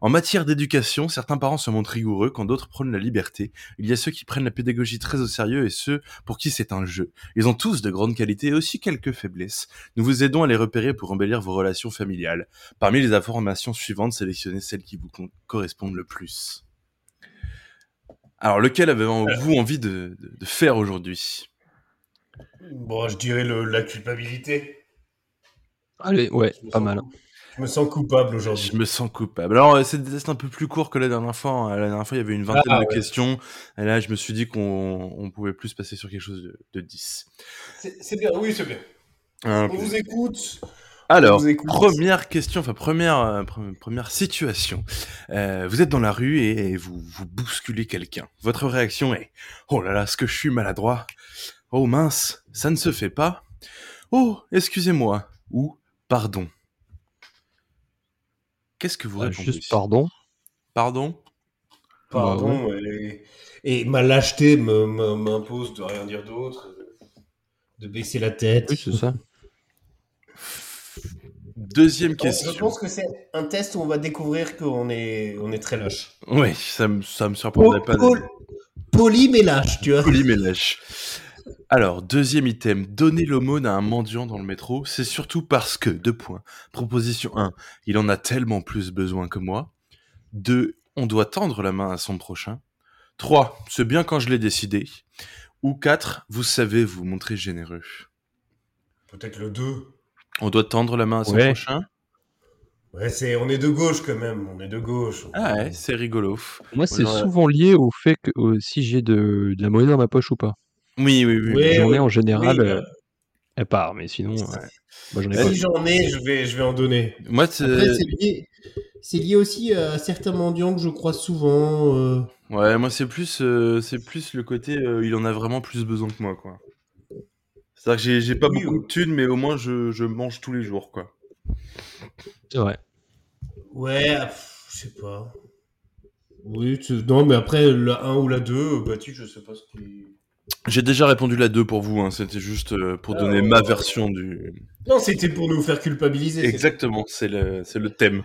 C: En matière d'éducation, certains parents se montrent rigoureux quand d'autres prônent la liberté. Il y a ceux qui prennent la pédagogie très au sérieux et ceux pour qui c'est un jeu. Ils ont tous de grandes qualités et aussi quelques faiblesses. Nous vous aidons à les repérer pour embellir vos relations familiales. Parmi les informations suivantes, sélectionnez celles qui vous con- correspondent le plus. Alors, lequel avez-vous envie de- de- de faire aujourd'hui
A: Bon, je dirais le- la culpabilité.
B: Allez, ouais,
A: Je me
B: pas
A: sens-
B: mal.
A: Je me sens coupable aujourd'hui.
C: Je me sens coupable. Alors, euh, c'est des tests un peu plus courts que la dernière fois. hein. La dernière fois, il y avait une vingtaine
A: Ah,
C: de questions. Et là, je me suis dit qu'on on pouvait plus passer sur quelque chose de, de 10.
A: C'est c'est bien, oui, c'est bien.
C: Un
B: Ah,
A: On
C: peu.
A: vous écoute.
C: Alors,
A: on vous écoute.
C: première question, enfin, première, euh, pre- première situation. Euh, vous êtes dans la rue et, et vous, vous bousculez quelqu'un. Votre réaction est Oh là là, ce que je suis maladroit. Oh mince, ça ne se fait pas. Oh, excusez-moi. Ou pardon. Qu'est-ce que vous
B: Ah,
C: répondez
B: Juste pardon.
C: Pardon
B: bah
A: Pardon. et, et ma lâcheté me- me- m'impose de rien dire d'autre, de baisser la tête.
B: Oui, c'est ça.
C: Deuxième
A: Donc, Je
C: question.
A: pense que c'est un test où on va découvrir qu'on est, on est très lâche.
C: Oui, ça me, ça me surprendrait pas.
A: Pol- Poli mais lâche, tu vois.
C: Poli mais lâche. Alors, deuxième item, donner l'aumône à un mendiant dans le métro, c'est surtout parce que, deux points. Proposition 1, il en a tellement plus besoin que moi. 2, on doit tendre la main à son prochain. 3, c'est bien quand je l'ai décidé. Ou 4, vous savez vous montrer généreux.
A: Peut-être le 2.
C: On doit tendre la main à son
B: Ouais.
C: prochain.
A: Ouais, c'est, on est de gauche quand même, on est de gauche.
C: Ah ouais, c'est rigolo.
B: Moi, c'est
C: Genre, euh,
B: souvent lié au fait que euh, si j'ai de, de la monnaie dans ma poche ou pas.
C: Oui, oui, oui.
A: Ouais,
C: oui.
A: Eh
B: J'en ai
A: oui,
B: en général,
A: oui,
B: euh, elle part, mais sinon, euh, moi j'en ai pas.
A: Si j'en ai, je vais, je vais en donner.
C: Moi, c'est...
A: Après, c'est lié, c'est lié aussi à certains mendiants que je crois souvent. euh,
C: Ouais, moi c'est plus, euh, c'est plus le côté, euh, il en a vraiment plus besoin que moi, quoi. C'est-à-dire que j'ai- j'ai pas
A: Oui,
C: beaucoup
A: oui.
C: de thunes, mais au moins je, je mange tous les jours, quoi.
B: C'est vrai.
A: Ouais, pff, je sais pas. Oui, tu- non, mais après, la 1 ou la 2, bah, tu, je sais pas ce qui.
C: J'ai déjà répondu la 2 pour vous, hein, c'était juste euh, pour
A: Ah,
C: donner
A: ouais,
C: ma
A: ouais.
C: version du...
A: Non, c'était pour nous faire culpabiliser. c'est-
C: Exactement, c'est le, c'est le thème.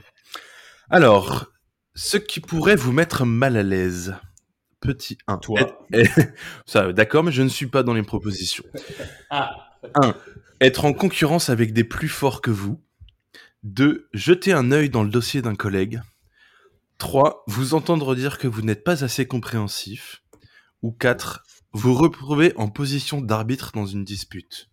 C: Alors, ce qui pourrait vous mettre mal à l'aise. Petit 1.
A: Toi.
C: Ça, d'accord, mais je ne suis pas dans les propositions.
A: Ah,
C: Être en concurrence avec des plus forts que vous. 2. Jeter un œil dans le dossier d'un collègue. 3. Vous entendre dire que vous n'êtes pas assez compréhensif. Ou 4. Vous retrouver en position d'arbitre dans une dispute.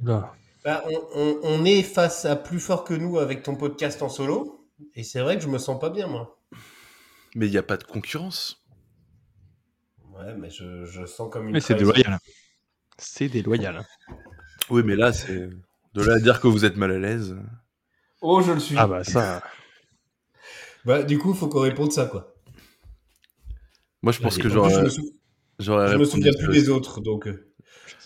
B: Oula.
A: Bah, on, on- on est face à plus fort que nous avec ton podcast en solo. Et c'est vrai que je me sens pas bien, moi.
C: Mais il n'y a pas de concurrence.
A: Ouais, mais je, je sens comme une.
B: Mais c'est
A: trahison.
B: déloyal. C'est déloyal.
C: Oui, mais là, c'est. De là à dire que vous êtes mal à l'aise.
H: Oh, je le suis.
B: Ah bah ça.
A: Bah, du coup, faut qu'on réponde ça, quoi.
C: Moi, je pense
B: Allez,
C: que
A: En plus, Bah, je
C: j'aurais
A: me, sou-
C: j'aurais
A: je me
C: répondu,
A: souviens
C: ça
A: plus
C: aussi.
A: des autres, donc. euh,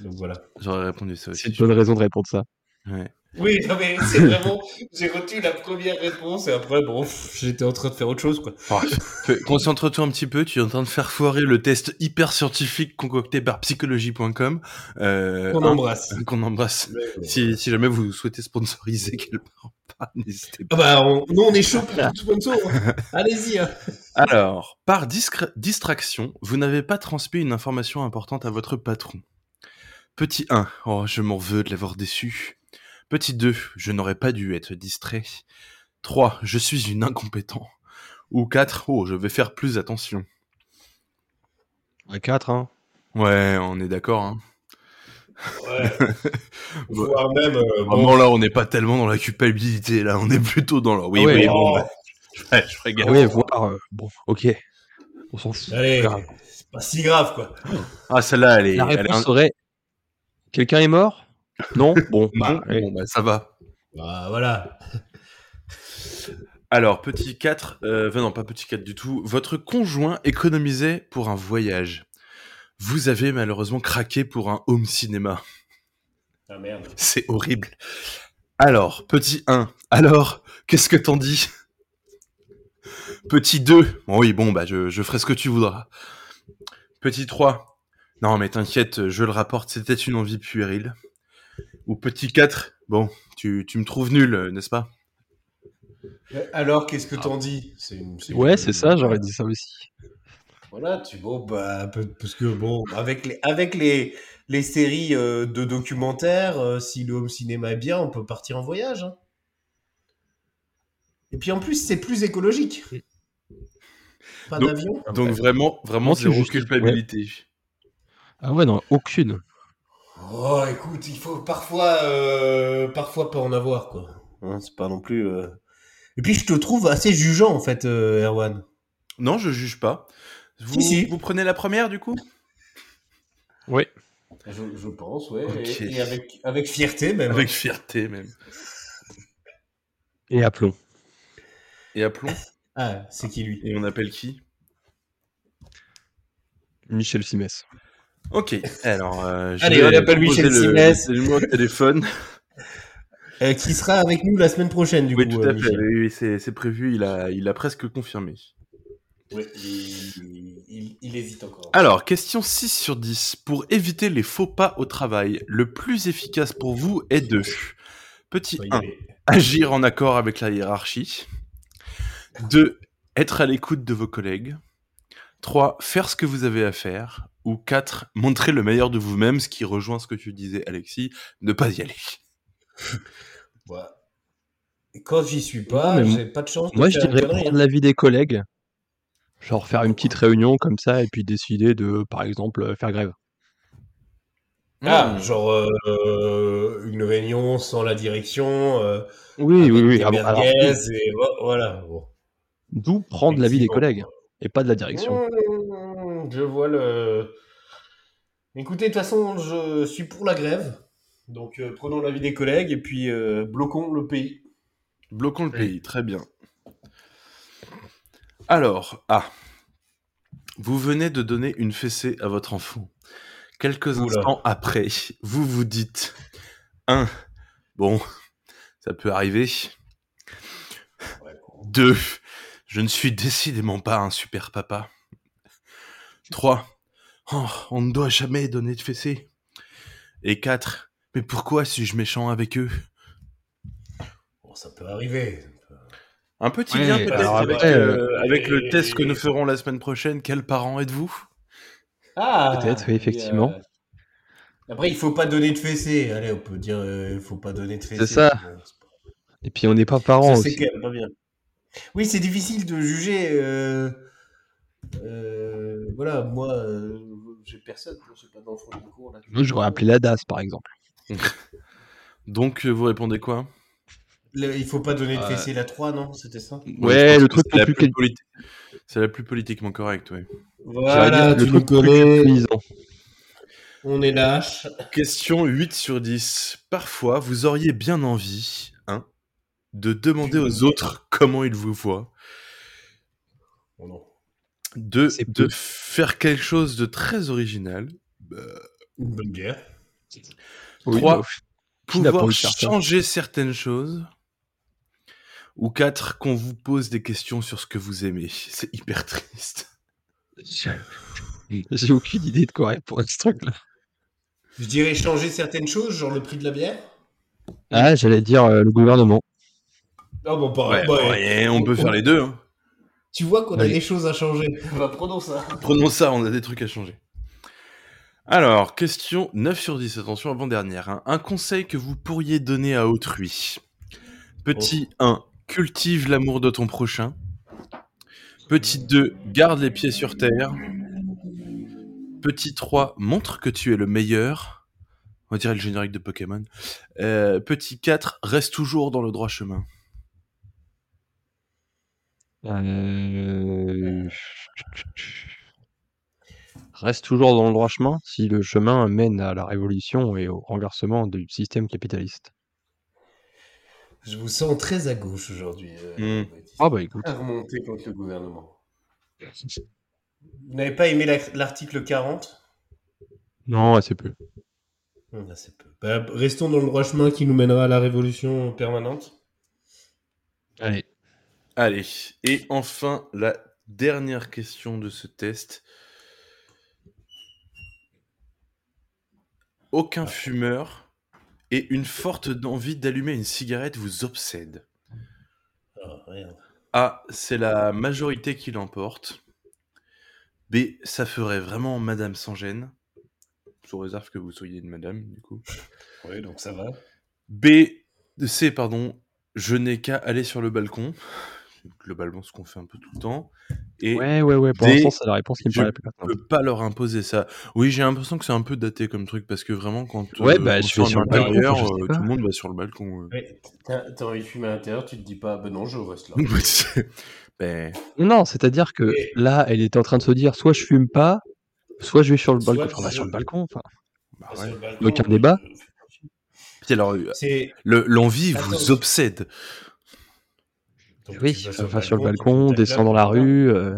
A: donc voilà.
C: J'aurais répondu ça
B: C'est
C: aussi.
B: une bonne raison de répondre ça.
C: Ouais.
A: Oui, non, mais c'est vraiment. J'ai retenu la première réponse et après, bon, pff, j'étais en train de faire autre chose, quoi.
C: Fais- Concentre-toi un petit peu, tu es en train de faire foirer le test hyper scientifique concocté par psychologie.com. euh,
A: Qu'on
C: hein,
A: embrasse.
C: qu'on embrasse. Si, si jamais vous souhaitez sponsoriser quelque part, pas, n'hésitez pas.
A: Ah bah, on... nous, on est chaud pour tout sponsor. hein. Allez-y. hein.
C: Alors, par discra- distraction, vous n'avez pas transmis une information importante à votre patron. Petit 1, oh, je m'en veux de l'avoir déçu. Petit 2, je n'aurais pas dû être distrait. 3, je suis une incompétent. Ou 4, oh, je vais faire plus attention.
B: 4, hein.
C: Ouais, on est d'accord, hein.
A: Voire même.
C: Ah,
A: euh, bon,
B: Oh.
C: Vraiment, là, on n'est pas tellement dans la culpabilité, là, on est plutôt dans le. Oui,
B: Ah ouais,
C: oui,
B: oh.
C: bon, bah, je ferai- je ferai
B: Ah
C: gaffe.
B: oui, voir. euh, bon, ok. On s'en fout.
A: Allez,
B: Grave.
A: c'est pas si grave, quoi.
C: Ah, celle-là, elle est.
B: La
C: elle est
B: réponse
C: in-
B: serait Quelqu'un est mort Non Bon,
C: Non,
B: bah, allez.
C: bon, bah, ça va.
A: Bah, voilà.
C: Alors, petit 4, euh, non, pas petit 4 du tout. Votre conjoint économisait pour un voyage. Vous avez malheureusement craqué pour un home cinéma.
A: Ah merde.
C: C'est horrible. Alors, petit 1, alors, qu'est-ce que t'en dis Petit 2, Bon, oui, bon, bah, je, je ferai ce que tu voudras. Petit 3, non, mais t'inquiète, je le rapporte, c'était une envie puérile. Ou petit 4, bon, tu, tu me trouves nul, euh, n'est-ce pas
A: Euh, Alors, qu'est-ce que t'en dis C'est une-
B: Ouais, c'est ça, j'aurais dit ça aussi.
A: Voilà, tu bon, bah, peu- parce que bon, avec les, avec les, les séries euh, de documentaires, euh, si le home cinéma est bien, on peut partir en voyage. hein. Et puis en plus, c'est plus écologique.
B: Mm.
A: Pas
C: Donc-
A: d'avion.
C: Donc vraiment, vraiment
B: Comment tu
C: zéro
B: justifies-
C: culpabilité.
B: Ah ouais, non, aucune.
A: Oh, écoute, il faut parfois, euh, parfois pas en avoir, quoi. Hein, c'est pas non plus. euh. Et puis je te trouve assez jugeant, en fait, euh, Erwan.
C: Non, je juge pas. Vous,
A: si.
C: vous prenez la première du coup
A: Je, je pense, ouais.
C: Ok.
A: Et, et avec, avec fierté, même.
C: Avec fierté même.
B: Et appelons.
C: Et aplomb.
A: Ah, c'est qui lui
C: Et on appelle qui
B: Michel Simès.
C: Ok. Alors, euh, je
A: Allez,
C: vais
A: on appelle
C: poser
A: Michel
C: le-
A: Simès.
C: le numéro de téléphone.
A: Euh, Qui sera avec nous la semaine prochaine, du
C: oui,
A: coup.
C: tout à
A: euh,
C: fait.
A: Michel.
C: Oui, oui, c'est c'est prévu. Il a, il a presque confirmé.
A: Ouais, il, il- il hésite encore.
B: Ah,
C: Alors, question 6 sur 10. Pour éviter les faux pas au travail, le plus efficace pour vous est de petit
B: ah.
A: Faut y
C: 1.
A: aller.
C: Agir en accord avec la hiérarchie. 2. Être à l'écoute de vos collègues. 3. Faire ce que vous avez à faire. Ou 4. Montrer le meilleur de vous-même, ce qui rejoint ce que tu disais, Alexis, ne pas y aller.
A: Ouais. Et Quand j'y suis pas,
B: Non, mais
A: j'ai pas de chance. de
B: Moi, je
A: faire une
B: dirais
A: connerie,
B: prendre
A: hein.
B: l'avis des collègues. Genre faire une petite réunion comme ça et puis décider de, par exemple, euh, faire grève.
A: Ah, genre euh, euh, une réunion sans la direction. euh,
B: Oui,
A: avec
B: oui, oui.
A: des
B: ah bon, alors,
A: merguez et vo- voilà. bon.
B: D'où prendre l'avis des
A: Effectivement.
B: collègues et pas de la direction.
A: Mmh, je vois le. Écoutez, de toute façon, je suis pour la grève. Donc, euh, prenons l'avis des collègues et puis euh, bloquons le pays.
C: Bloquons le pays, très bien. Alors, A. Vous venez de donner une fessée à votre enfant. Quelques
A: Oula.
C: instants après, vous vous dites 1. Bon, ça peut arriver. 2. Je ne suis décidément pas un super papa. 3. on ne doit jamais donner de fessée. Et 4. Mais pourquoi suis-je méchant avec eux
A: Bon, ça peut arriver.
C: Un petit
H: Ouais,
C: lien peut-être
B: alors
C: avec,
B: après,
C: euh, avec le
A: et-
C: test que nous ferons la semaine prochaine. Quels parents êtes-vous
A: Ah
B: Peut-être, oui,
A: et,
B: effectivement.
A: euh, Après, il faut pas donner de fessées. Allez, on peut dire, euh, il faut pas donner de fessées.
B: ça.
A: Bon, c'est pas-
B: Et puis on n'est pas parents
A: Ça, c'est
B: aussi.
A: quand même pas bien. Oui, c'est difficile de juger. euh, euh, voilà, moi, euh, j'ai personne. Je suis pas d'enfant du cours. Là,
B: Moi, j'aurais appelé la DAS, par exemple.
C: Donc, euh, vous répondez quoi
A: Le- il faut pas donner de
G: Ouais.
A: fessée la 3, non C'était ça
B: Ouais,
C: je pense
B: le
C: que
B: truc
C: c'est
B: pour
C: la
B: plus
C: plus
B: quali-
C: politi- C'est la plus politiquement correcte, oui.
A: Voilà,
B: J'allais dire
A: tu
B: le
A: nous
B: truc plus
A: connais,
B: culpabilisant.
A: on est lâche.
C: Question 8 sur 10. Parfois, vous auriez bien envie, 1. De demander aux autres comment ils vous voient.
A: Oh non.
C: 2.
B: C'est
C: De
B: peu.
C: faire quelque chose de très original. Bah,
A: Une bonne bière.
B: Oui,
C: Trois.
B: bah, pff, Qui n'a pas
C: pouvoir
B: envie de faire ça
C: changer certaines choses. Ou 4. Qu'on vous pose des questions sur ce que vous aimez. C'est hyper triste.
B: J'ai aucune idée de quoi répondre à ce truc-là.
A: Je dirais changer certaines choses, genre le prix de la bière.
B: Ah, j'allais dire euh, le gouvernement.
A: Ah bon, bah,
C: Ouais,
A: bah,
C: ouais, on peut faire les deux. hein.
A: Tu vois qu'on a
B: Ouais.
A: des choses à changer. Bah, prenons ça.
C: Prenons ça, on a des trucs à changer. Alors, question 9 sur 10, attention avant-dernière. hein. Un conseil que vous pourriez donner à autrui. Petit 1, cultive l'amour de ton prochain. Petit 2, garde les pieds sur terre. Petit 3, montre que tu es le meilleur. On dirait le générique de Pokémon. Euh, petit 4, reste toujours dans le droit chemin.
B: Euh, Reste toujours dans le droit chemin si le chemin mène à la révolution et au renversement du système capitaliste.
A: Je vous sens très à gauche aujourd'hui. euh, Baptiste.
B: Ah bah écoute,
A: À remonter contre le gouvernement. Vous n'avez pas aimé la- l'article 40
B: non, c'est peu.
A: Hum, ah, c'est peu. Bah, Restons dans le droit chemin qui nous mènera à la révolution permanente.
B: Allez.
C: Allez, et enfin la dernière question de ce test. Aucun fumeur et une forte envie d'allumer une cigarette vous obsède.
A: Ah, merde.
C: A, c'est la majorité qui l'emporte. B, ça ferait vraiment Madame sans gêne. Sous réserve que vous soyez une Madame, du coup.
A: Ouais, donc ça va.
C: B, C, pardon, je n'ai qu'à aller sur le balcon. Globalement, ce qu'on fait un peu tout le temps. Et
B: Ouais, ouais, ouais, pour
C: Des-
B: l'instant, c'est la réponse qui me
C: Je
B: paraît la plus pertinente.
C: peux pas leur imposer ça. Oui, j'ai l'impression que c'est un peu daté comme truc parce que vraiment quand
B: Ouais, bah, je
C: on sort
B: vais sur
C: de
B: le balcon,
C: l'intérieur,
B: je sais
C: euh,
B: pas.
C: tout le monde va sur le balcon. ouais.
A: Ouais, T'as t'as envie de fumer à l'intérieur, tu te dis pas, bah non, je reste là.
C: Donc, bah, c'est- ben,
B: Non, c'est-à-dire que
A: Et-
B: là, elle était en train de se dire soit je fume pas, soit je vais sur le
A: Soit
B: balcon. Enfin,
A: je-
B: bah, sur le balcon, enfin.
C: bah,
A: Parce
C: ouais.
A: que le balcon, euh,
B: Aucun débat.
C: Puis alors euh,
A: C'est.
C: le- l'envie vous
A: Attends.
C: obsède.
A: Donc,
B: oui,
A: tu vas
B: enfin, sur le
A: tu
B: balcon,
A: te tapes
B: descends
A: là,
B: dans la
A: putain,
B: rue, euh,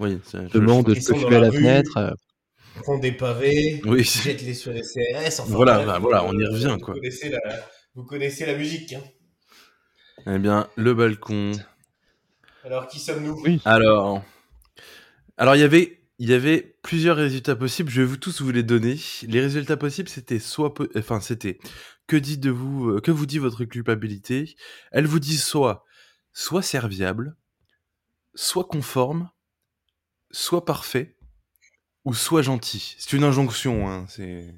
C: Oui, c'est- je-
B: demande je peux
C: je-
A: descends dans
B: fumer
A: la
B: à la
A: rue.
B: fenêtre. euh,
A: Prends des pavés,
C: Oui.
A: jette-les sur les CRS. enfin,
C: Voilà,
A: bref,
C: bah, voilà, on y
A: euh,
C: revient,
A: vous
C: quoi.
A: Connaissez la, vous connaissez la musique. hein.
C: Eh bien, le balcon.
A: Alors, qui sommes-nous
B: Oui.
C: Alors, alors il y avait, il y avait plusieurs résultats possibles. Je vais vous tous vous les donner. Les résultats possibles, c'était soit, peu- enfin, c'était que dit de vous, euh, que vous dit votre culpabilité. Elle vous dit soit, soit serviable, soit conforme, soit parfait, ou soit gentil. C'est une injonction, hein. C'est.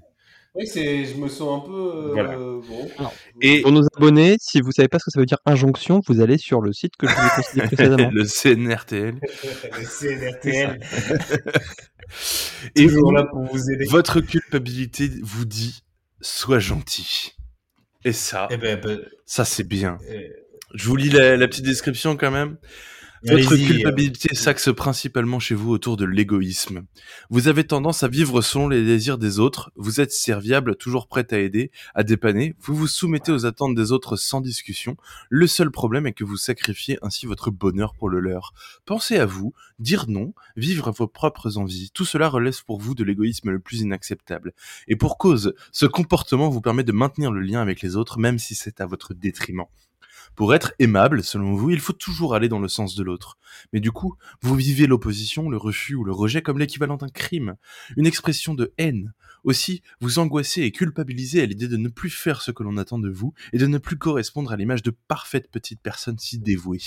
A: Oui, c'est, je me sens un peu. euh,
C: Voilà.
A: bon.
B: Alors,
C: Et
B: Pour nos abonnés, si vous savez pas ce que ça veut dire injonction, vous allez sur le site que je vous ai conseillé précédemment.
C: le CNRTL.
A: le CNRTL,
C: Et
A: toujours
C: vous-
A: là pour vous aider.
C: votre culpabilité vous dit, sois gentil. Et ça,
A: Eh ben, ben,
C: ça c'est bien.
A: euh,
C: Je vous lis la, la petite description quand même. Votre
A: allez-y, euh,
C: culpabilité s'axe principalement chez vous autour de l'égoïsme. Vous avez tendance à vivre selon les désirs des autres, vous êtes serviable, toujours prêt à aider, à dépanner, vous vous soumettez aux attentes des autres sans discussion, le seul problème est que vous sacrifiez ainsi votre bonheur pour le leur. Pensez à vous, dire non, vivre vos propres envies, tout cela relève pour vous de l'égoïsme le plus inacceptable. Et pour cause, ce comportement vous permet de maintenir le lien avec les autres même si c'est à votre détriment. Pour être aimable, selon vous, il faut toujours aller dans le sens de l'autre. Mais du coup, vous vivez l'opposition, le refus ou le rejet comme l'équivalent d'un crime, une expression de haine. Aussi, vous angoissez et culpabilisez à l'idée de ne plus faire ce que l'on attend de vous et de ne plus correspondre à l'image de parfaite petite personne si dévouée.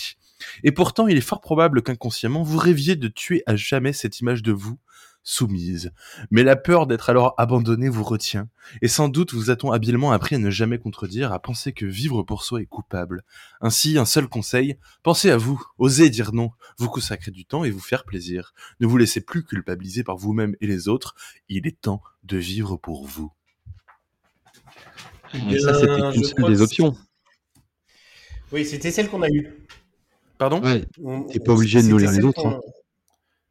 C: Et pourtant, il est fort probable qu'inconsciemment, vous rêviez de tuer à jamais cette image de vous soumise. Mais la peur d'être alors abandonné vous retient, et sans doute vous a-t-on habilement appris à ne jamais contredire, à penser que vivre pour soi est coupable. Ainsi, un seul conseil, pensez à vous, osez dire non, vous consacrez du temps et vous faire plaisir. Ne vous laissez plus culpabiliser par vous-même et les autres, il est temps de vivre pour vous.
B: Mais ça, c'était
A: Bien,
B: une
A: je
B: seule
A: crois
B: des
A: que
B: options.
A: c'est- Oui, c'était celle qu'on a eue.
C: Pardon
B: Ouais.
A: On-
B: T'es pas obligé de nous lire
A: c'était
B: les
A: celle
B: autres,
A: qu'on-
B: hein.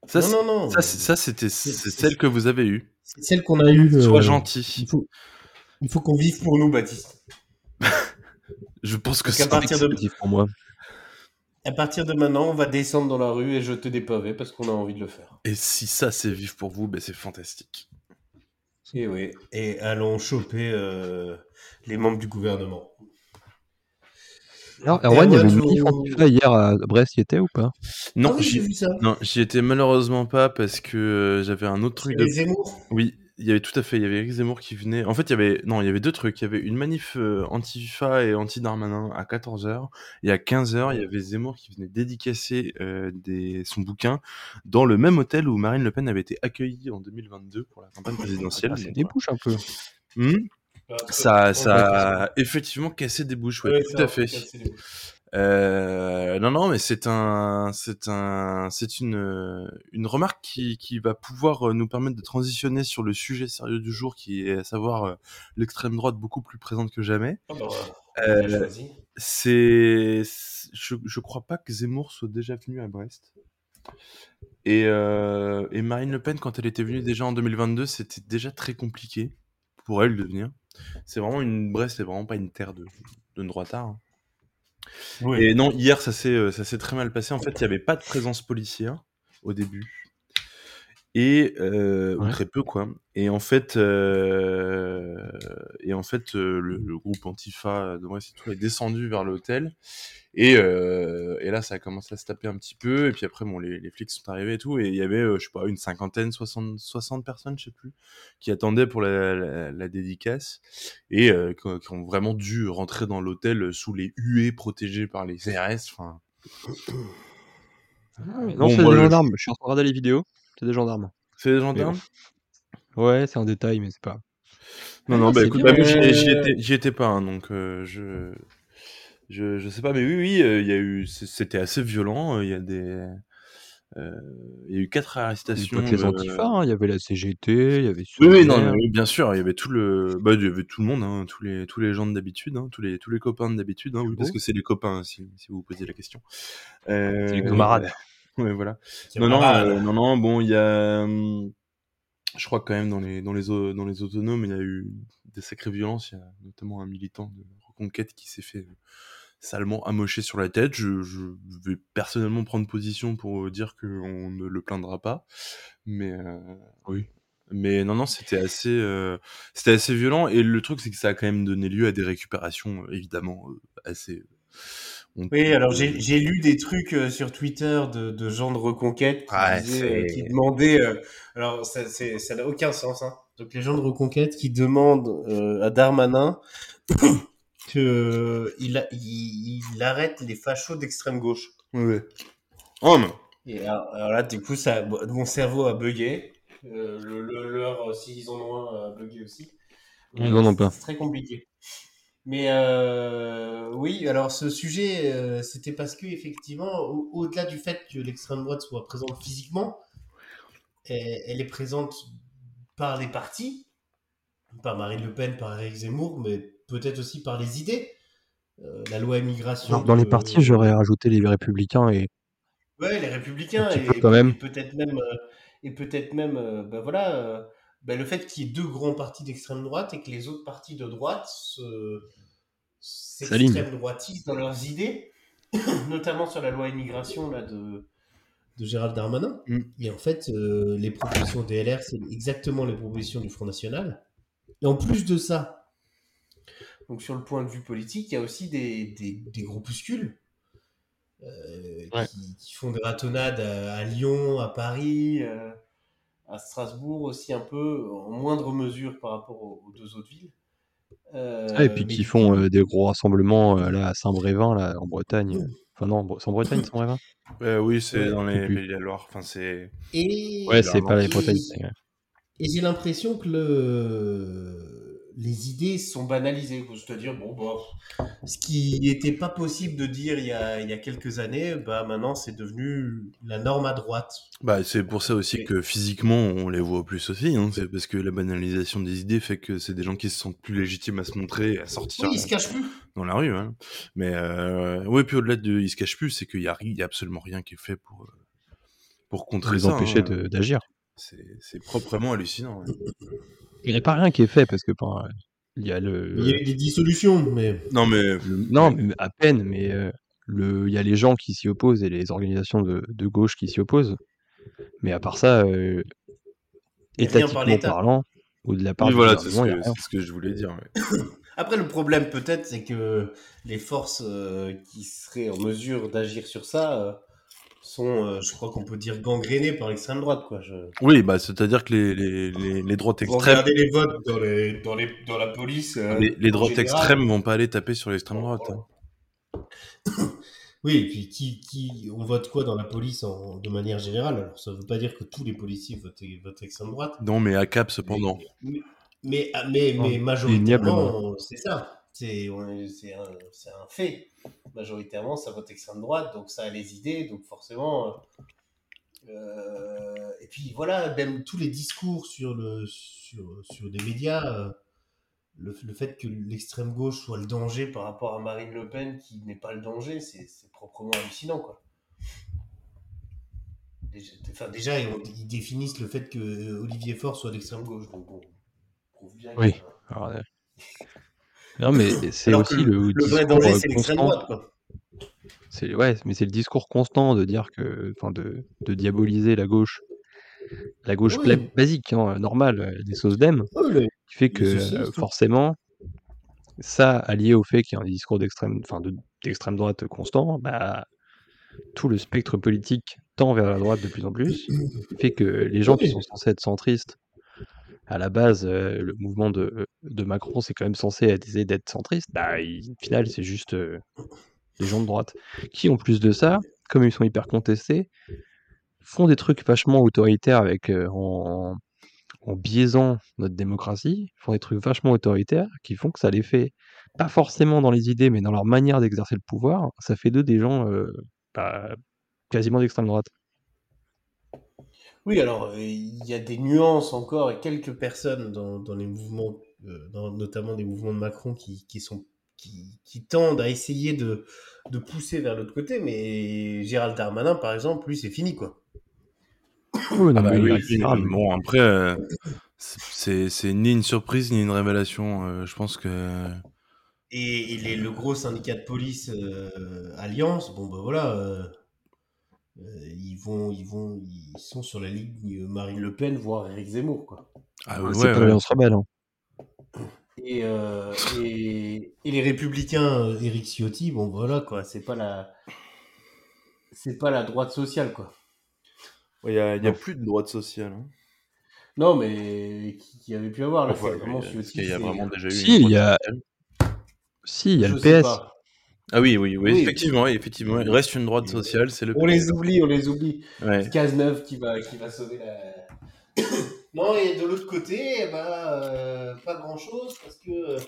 C: Ça,
A: non,
C: c'est-
A: non, non.
C: ça, c'est- ça, c'était
A: C'est-
C: c'est
A: c'est-
C: celle que vous avez eue.
A: C'est celle qu'on a eue.
C: Sois
A: euh,
C: gentil.
A: Il faut, il faut qu'on vive pour nous, Baptiste.
C: Je pense que
A: Parce qu'à
C: c'est
A: partir de,
B: Positif pour moi.
A: à partir de maintenant, on va descendre dans la rue et jeter des pavés parce qu'on a envie de le faire.
C: Et si ça c'est vif pour vous, ben c'est fantastique.
A: Et Eh oui. Et allons choper euh, les membres du gouvernement.
B: Alors,
A: Et
B: Erwan, il y
A: Erwan,
B: avait une
A: tu-
B: petite fantifla hier à Brest, il était ou pas
C: Non,
A: Ah oui, j'ai
C: j'y...
A: vu ça.
C: non, j'y étais malheureusement pas parce que euh, j'avais un autre truc de.
A: Les Zemmour.
C: Oui, il y avait tout à fait. Il y avait Eric Zemmour qui venait. En fait, il y avait non, il y avait deux trucs. Il y avait une manif euh, anti-FIFA et anti-Darmanin à 14 h et à 15 h il y avait Zemmour qui venait dédicacer euh, des... son bouquin dans le même hôtel où Marine Le Pen avait été accueillie en 2022 pour la campagne présidentielle.
B: Ah, Ça débouche un peu.
C: Hmm. Ça, ça a effectivement cassé des bouches, ouais,
A: Ouais,
C: tout
A: ça,
C: à fait.
A: c'est des-
C: Euh, non, non, mais c'est un, c'est un, c'est une, euh, une remarque qui, qui va pouvoir euh, nous permettre de transitionner sur le sujet sérieux du jour, qui est à savoir euh, l'extrême droite beaucoup plus présente que jamais.
A: Ah bah, on
C: Euh,
A: a choisi.
C: C'est, c'est- je, je crois pas que Zemmour soit déjà venu à Brest. Et, euh, et Marine Le Pen, quand elle était venue déjà en 2022, c'était déjà très compliqué pour elle de venir. C'est vraiment une Brest, c'est vraiment pas une terre de, de hein. droite art. Et non, hier, ça s'est, euh, ça s'est très mal passé. En fait, il n'y avait pas de présence policière au début. Et euh, ou
B: Ouais.
C: très peu quoi. Et en fait, euh, et en fait, euh, le, le groupe Antifa de Brest et tout est descendu vers l'hôtel. Et, euh, et là, ça a commencé à se taper un petit peu. Et puis après, bon, les, les flics sont arrivés et tout. Et il y avait, euh, je sais pas, une cinquantaine, soixante, soixante personnes, je sais plus, qui attendaient pour la, la- la dédicace et euh, qui ont- qui ont vraiment dû rentrer dans l'hôtel euh, sous les huées protégées par les CRS. Enfin,
B: Non,
C: Bon,
B: c'est
C: moi,
B: des
C: je-
B: gendarmes. Je suis en train de regarder les vidéos. C'est des gendarmes.
C: c'est des gendarmes.
B: Ouais, c'est un détail, mais c'est pas.
C: Non, non,
B: Ah,
C: bah
B: c'est
C: écoute,
B: bien.
C: bah, moi, j'y
A: Euh,
C: j'y étais, j'y étais pas, hein, donc euh, je, je, je sais pas, mais oui, oui, euh, il y a eu, c- c'était assez violent. euh, Il y a des, euh, il y a eu quatre
B: Il y
C: arrestations.
B: avait pas que les
C: euh,
B: antifas, hein, il y avait la CGT, il y avait.
C: Oui, oui, non,
B: Solidaire.
C: mais oui, bien sûr, il y avait tout le, bah, il y avait tout le monde, hein, tous les, tous les gens de d'habitude, hein, tous les, tous les copains de d'habitude, hein, oui, parce que c'est les copains si, si vous posiez la question. Euh,
B: les camarades.
C: euh, ouais, voilà.
A: C'est
C: Non,
A: pas
C: non,
A: mal.
C: euh, non, non, bon, il y a. hum, Je crois que quand même dans les, dans les, au- dans les autonomes, il y a eu des sacrées violences. Il y a notamment un militant de Reconquête qui s'est fait euh, salement amocher sur la tête. Je, je vais personnellement prendre position pour euh, dire qu'on ne le plaindra pas. Mais. oui. Mais non, non, c'était assez, euh, c'était assez violent. Et le truc, c'est que ça a quand même donné lieu à des récupérations, euh, évidemment, euh, assez. on-
A: Oui, alors j'ai j'ai lu des trucs euh, sur Twitter de, de gens de Reconquête qui,
C: Ouais,
A: disaient, euh,
C: c'est-
A: qui demandaient. euh, alors ça c'est- ça n'a aucun sens. Hein. Donc les gens de Reconquête qui demandent euh, à Darmanin qu'il il, il arrête les fachos d'extrême gauche.
C: Ouais. Oh, mais-
A: Et alors, alors là, du coup, ça, mon cerveau a bugué. Euh, le, le leur, euh, s'ils en ont un, a bugué aussi.
B: Ils en ont pas.
A: C'est très compliqué. Mais euh, oui, alors ce sujet, euh, c'était parce que effectivement, au- au-delà du fait que l'extrême droite soit présente physiquement, elle, elle est présente par les partis, par Marine Le Pen, par Eric Zemmour, mais peut-être aussi par les idées. Euh, la loi immigration.
B: Dans, dans les
A: de-
B: parties, j'aurais rajouté les Républicains et
A: Ouais, les républicains
B: Un petit
A: et,
B: peu quand même.
A: et peut-être même euh, et peut-être même euh, bah voilà euh, bah le fait qu'il y ait deux grands partis d'extrême droite et que les autres partis de droite se-
B: S'alignent.
A: s'extrême droitisent dans leurs idées, notamment sur la loi immigration là de de Gérald Darmanin.
C: Mm.
A: Et en fait, euh, les propositions des LR, c'est exactement les propositions du Front National. Et en plus de ça, donc sur le point de vue politique, il y a aussi des, des, des groupuscules euh,
B: Ouais.
A: qui, qui font des ratonnades à, à Lyon, à Paris, euh, à Strasbourg aussi un peu, en moindre mesure par rapport aux, aux deux autres villes. Euh,
B: Ah, et puis
A: mais
B: qui
A: du
B: font
A: coup,
B: euh, des gros rassemblements euh, là à Saint-Brévin là en Bretagne. Enfin non, en Bre- c'est en Bretagne, Saint-Brévin.
C: Euh, oui, c'est
A: Ouais,
C: dans
B: je sais
C: les
B: plus.
C: Pays de la Loire. Enfin, c'est.
A: Et,
B: Ouais, c'est
C: Clairement.
B: pas les
A: et-
B: Bretagnes. c'est-
A: et j'ai l'impression que le, les idées sont banalisées. C'est-à-dire, bon, bah, ce qui n'était pas possible de dire il y a, il y a quelques années, bah, maintenant c'est devenu la norme à droite.
C: Bah, c'est pour ça aussi que physiquement, on les voit plus aussi. hein. C'est parce que la banalisation des idées fait que c'est des gens qui se sentent plus légitimes à se montrer et à sortir
A: Oui, ils se cachent plus.
C: dans la rue. hein. Mais euh, ouais, puis au-delà de ils se cachent plus, c'est qu'il n'y a, ri- il y a absolument rien qui est fait pour, euh, pour
B: pour
C: contrer
B: les
C: ça,
B: empêcher
C: hein.
B: de- d'agir.
C: C'est c'est proprement hallucinant. hein.
B: Il n'y a pas rien qui est fait parce que ben, euh, il y a le.
A: Il y a eu des dissolutions, mais
C: Non, mais
B: Non, mais à peine, mais euh, le- il y a les gens qui s'y opposent et les organisations de, de gauche qui s'y opposent. Mais à part ça,
A: Y a
B: euh,
A: rien par
B: étatiquement
A: l'État.
B: parlant, ou de la part
C: Oui,
B: du
C: voilà, c'est ce,
B: gouvernement, il y a
C: que-
B: rien.
C: c'est ce que je voulais dire. ouais.
A: Après, le problème peut-être, c'est que les forces euh, qui seraient en mesure d'agir sur ça euh, sont, euh, je crois qu'on peut dire, gangrénées par l'extrême droite. Quoi. Je...
C: Oui, bah, c'est-à-dire que les, les, les, les droites
A: Vous
C: extrêmes,
A: regardez les votes dans, les, dans, les, dans la police. euh,
C: les, les
A: en
C: droites
A: général.
C: extrêmes vont pas aller taper sur l'extrême droite. hein.
A: Oui, et puis qui, qui, on vote quoi dans la police en- de manière générale Alors, ça ne veut pas dire que tous les policiers votent, votent extrême droite.
C: Non, mais à Cap, cependant.
A: Mais, ah, mais,
B: Non,
A: mais
B: niablement.
A: majoritairement, c'est ça. C'est on- c'est un, c'est un fait. Majoritairement, ça vote extrême droite, donc ça a les idées, donc forcément. euh, et puis voilà, même tous les discours sur, le, sur, sur les médias, euh, le, le fait que l'extrême gauche soit le danger par rapport à Marine Le Pen qui n'est pas le danger, c'est c'est proprement hallucinant. Quoi. Déjà, enfin, déjà, ils, ont- ils définissent le fait que euh, Olivier Faure soit d'extrême gauche. Donc, on prouve bien
B: Oui.
A: que-
B: Alors, euh, Non, mais c'est
A: Alors que
B: aussi le,
A: Le vrai
B: discours
A: danger,
B: euh,
A: c'est l'extrême
B: constant.
A: droite. Quoi.
B: C'est ouais, mais c'est le discours constant de dire que, enfin, de, de diaboliser la gauche, la gauche
A: Oui.
B: pla- basique, hein, normale, euh, des sauces d'aime, qui fait que
A: socialistes, hein.
B: euh,
A: oui.
B: forcément, ça allié au fait qu'il y a un discours d'extrême, enfin, de- d'extrême droite constant, bah, tout le spectre politique tend vers la droite de plus en plus, qui fait que les gens qui
A: Oui.
B: sont censés être centristes, à la base, euh, le mouvement de, de Macron, c'est quand même censé être- essayer d'être centriste. Bah, il- au final, c'est juste euh, des gens de droite qui, en plus de ça, comme ils sont hyper contestés, font des trucs vachement autoritaires avec, euh, en, en biaisant notre démocratie, font des trucs vachement autoritaires qui font que ça les fait, pas forcément dans les idées, mais dans leur manière d'exercer le pouvoir, ça fait d'eux des gens euh, bah, quasiment d'extrême droite.
A: Oui, alors euh, il y a des nuances encore et quelques personnes dans, dans les mouvements, euh, dans- notamment des mouvements de Macron, qui, qui sont, qui, qui tendent à essayer de, de pousser vers l'autre côté. Mais Gérald Darmanin, par exemple, lui, c'est fini. quoi.
B: Oui, non,
C: Ah bah
B: mais
C: oui,
B: il-
C: oui,
B: ah,
C: mais
B: mais-
C: bon, après, euh, c'est c'est ni une surprise ni une révélation. euh, je pense que.
A: Et, et les- le gros syndicat de police euh, Alliance, bon ben voilà, euh, euh, ils vont, ils vont, ils sont sur la ligne Marine Le Pen voire Éric Zemmour quoi.
C: Ah,
B: c'est pas l'alliance rebelle. hein.
A: Et, euh, et, et les républicains, euh, Éric Ciotti, bon voilà quoi, c'est pas la c'est pas la droite sociale quoi.
C: Il n'y a,
B: y a
C: plus de droite sociale. hein.
A: Non mais qui, qui avait pu avoir là, c'est vraiment Ciotti.
C: il y a
A: c'est-
C: vraiment déjà eu.
B: Si,
C: une
B: il y a-
C: droite sociale
B: Si, il y a
A: je
B: le
A: sais
B: PS.
A: pas.
C: Ah oui, oui, oui,
A: Oui.
C: effectivement, effectivement. Il reste une droite sociale, c'est le.
A: On les oublie, on les oublie.
C: Ouais.
A: C'est 15-9 qui va qui va sauver la. non et de l'autre côté, eh ben, euh, pas grand chose parce que euh,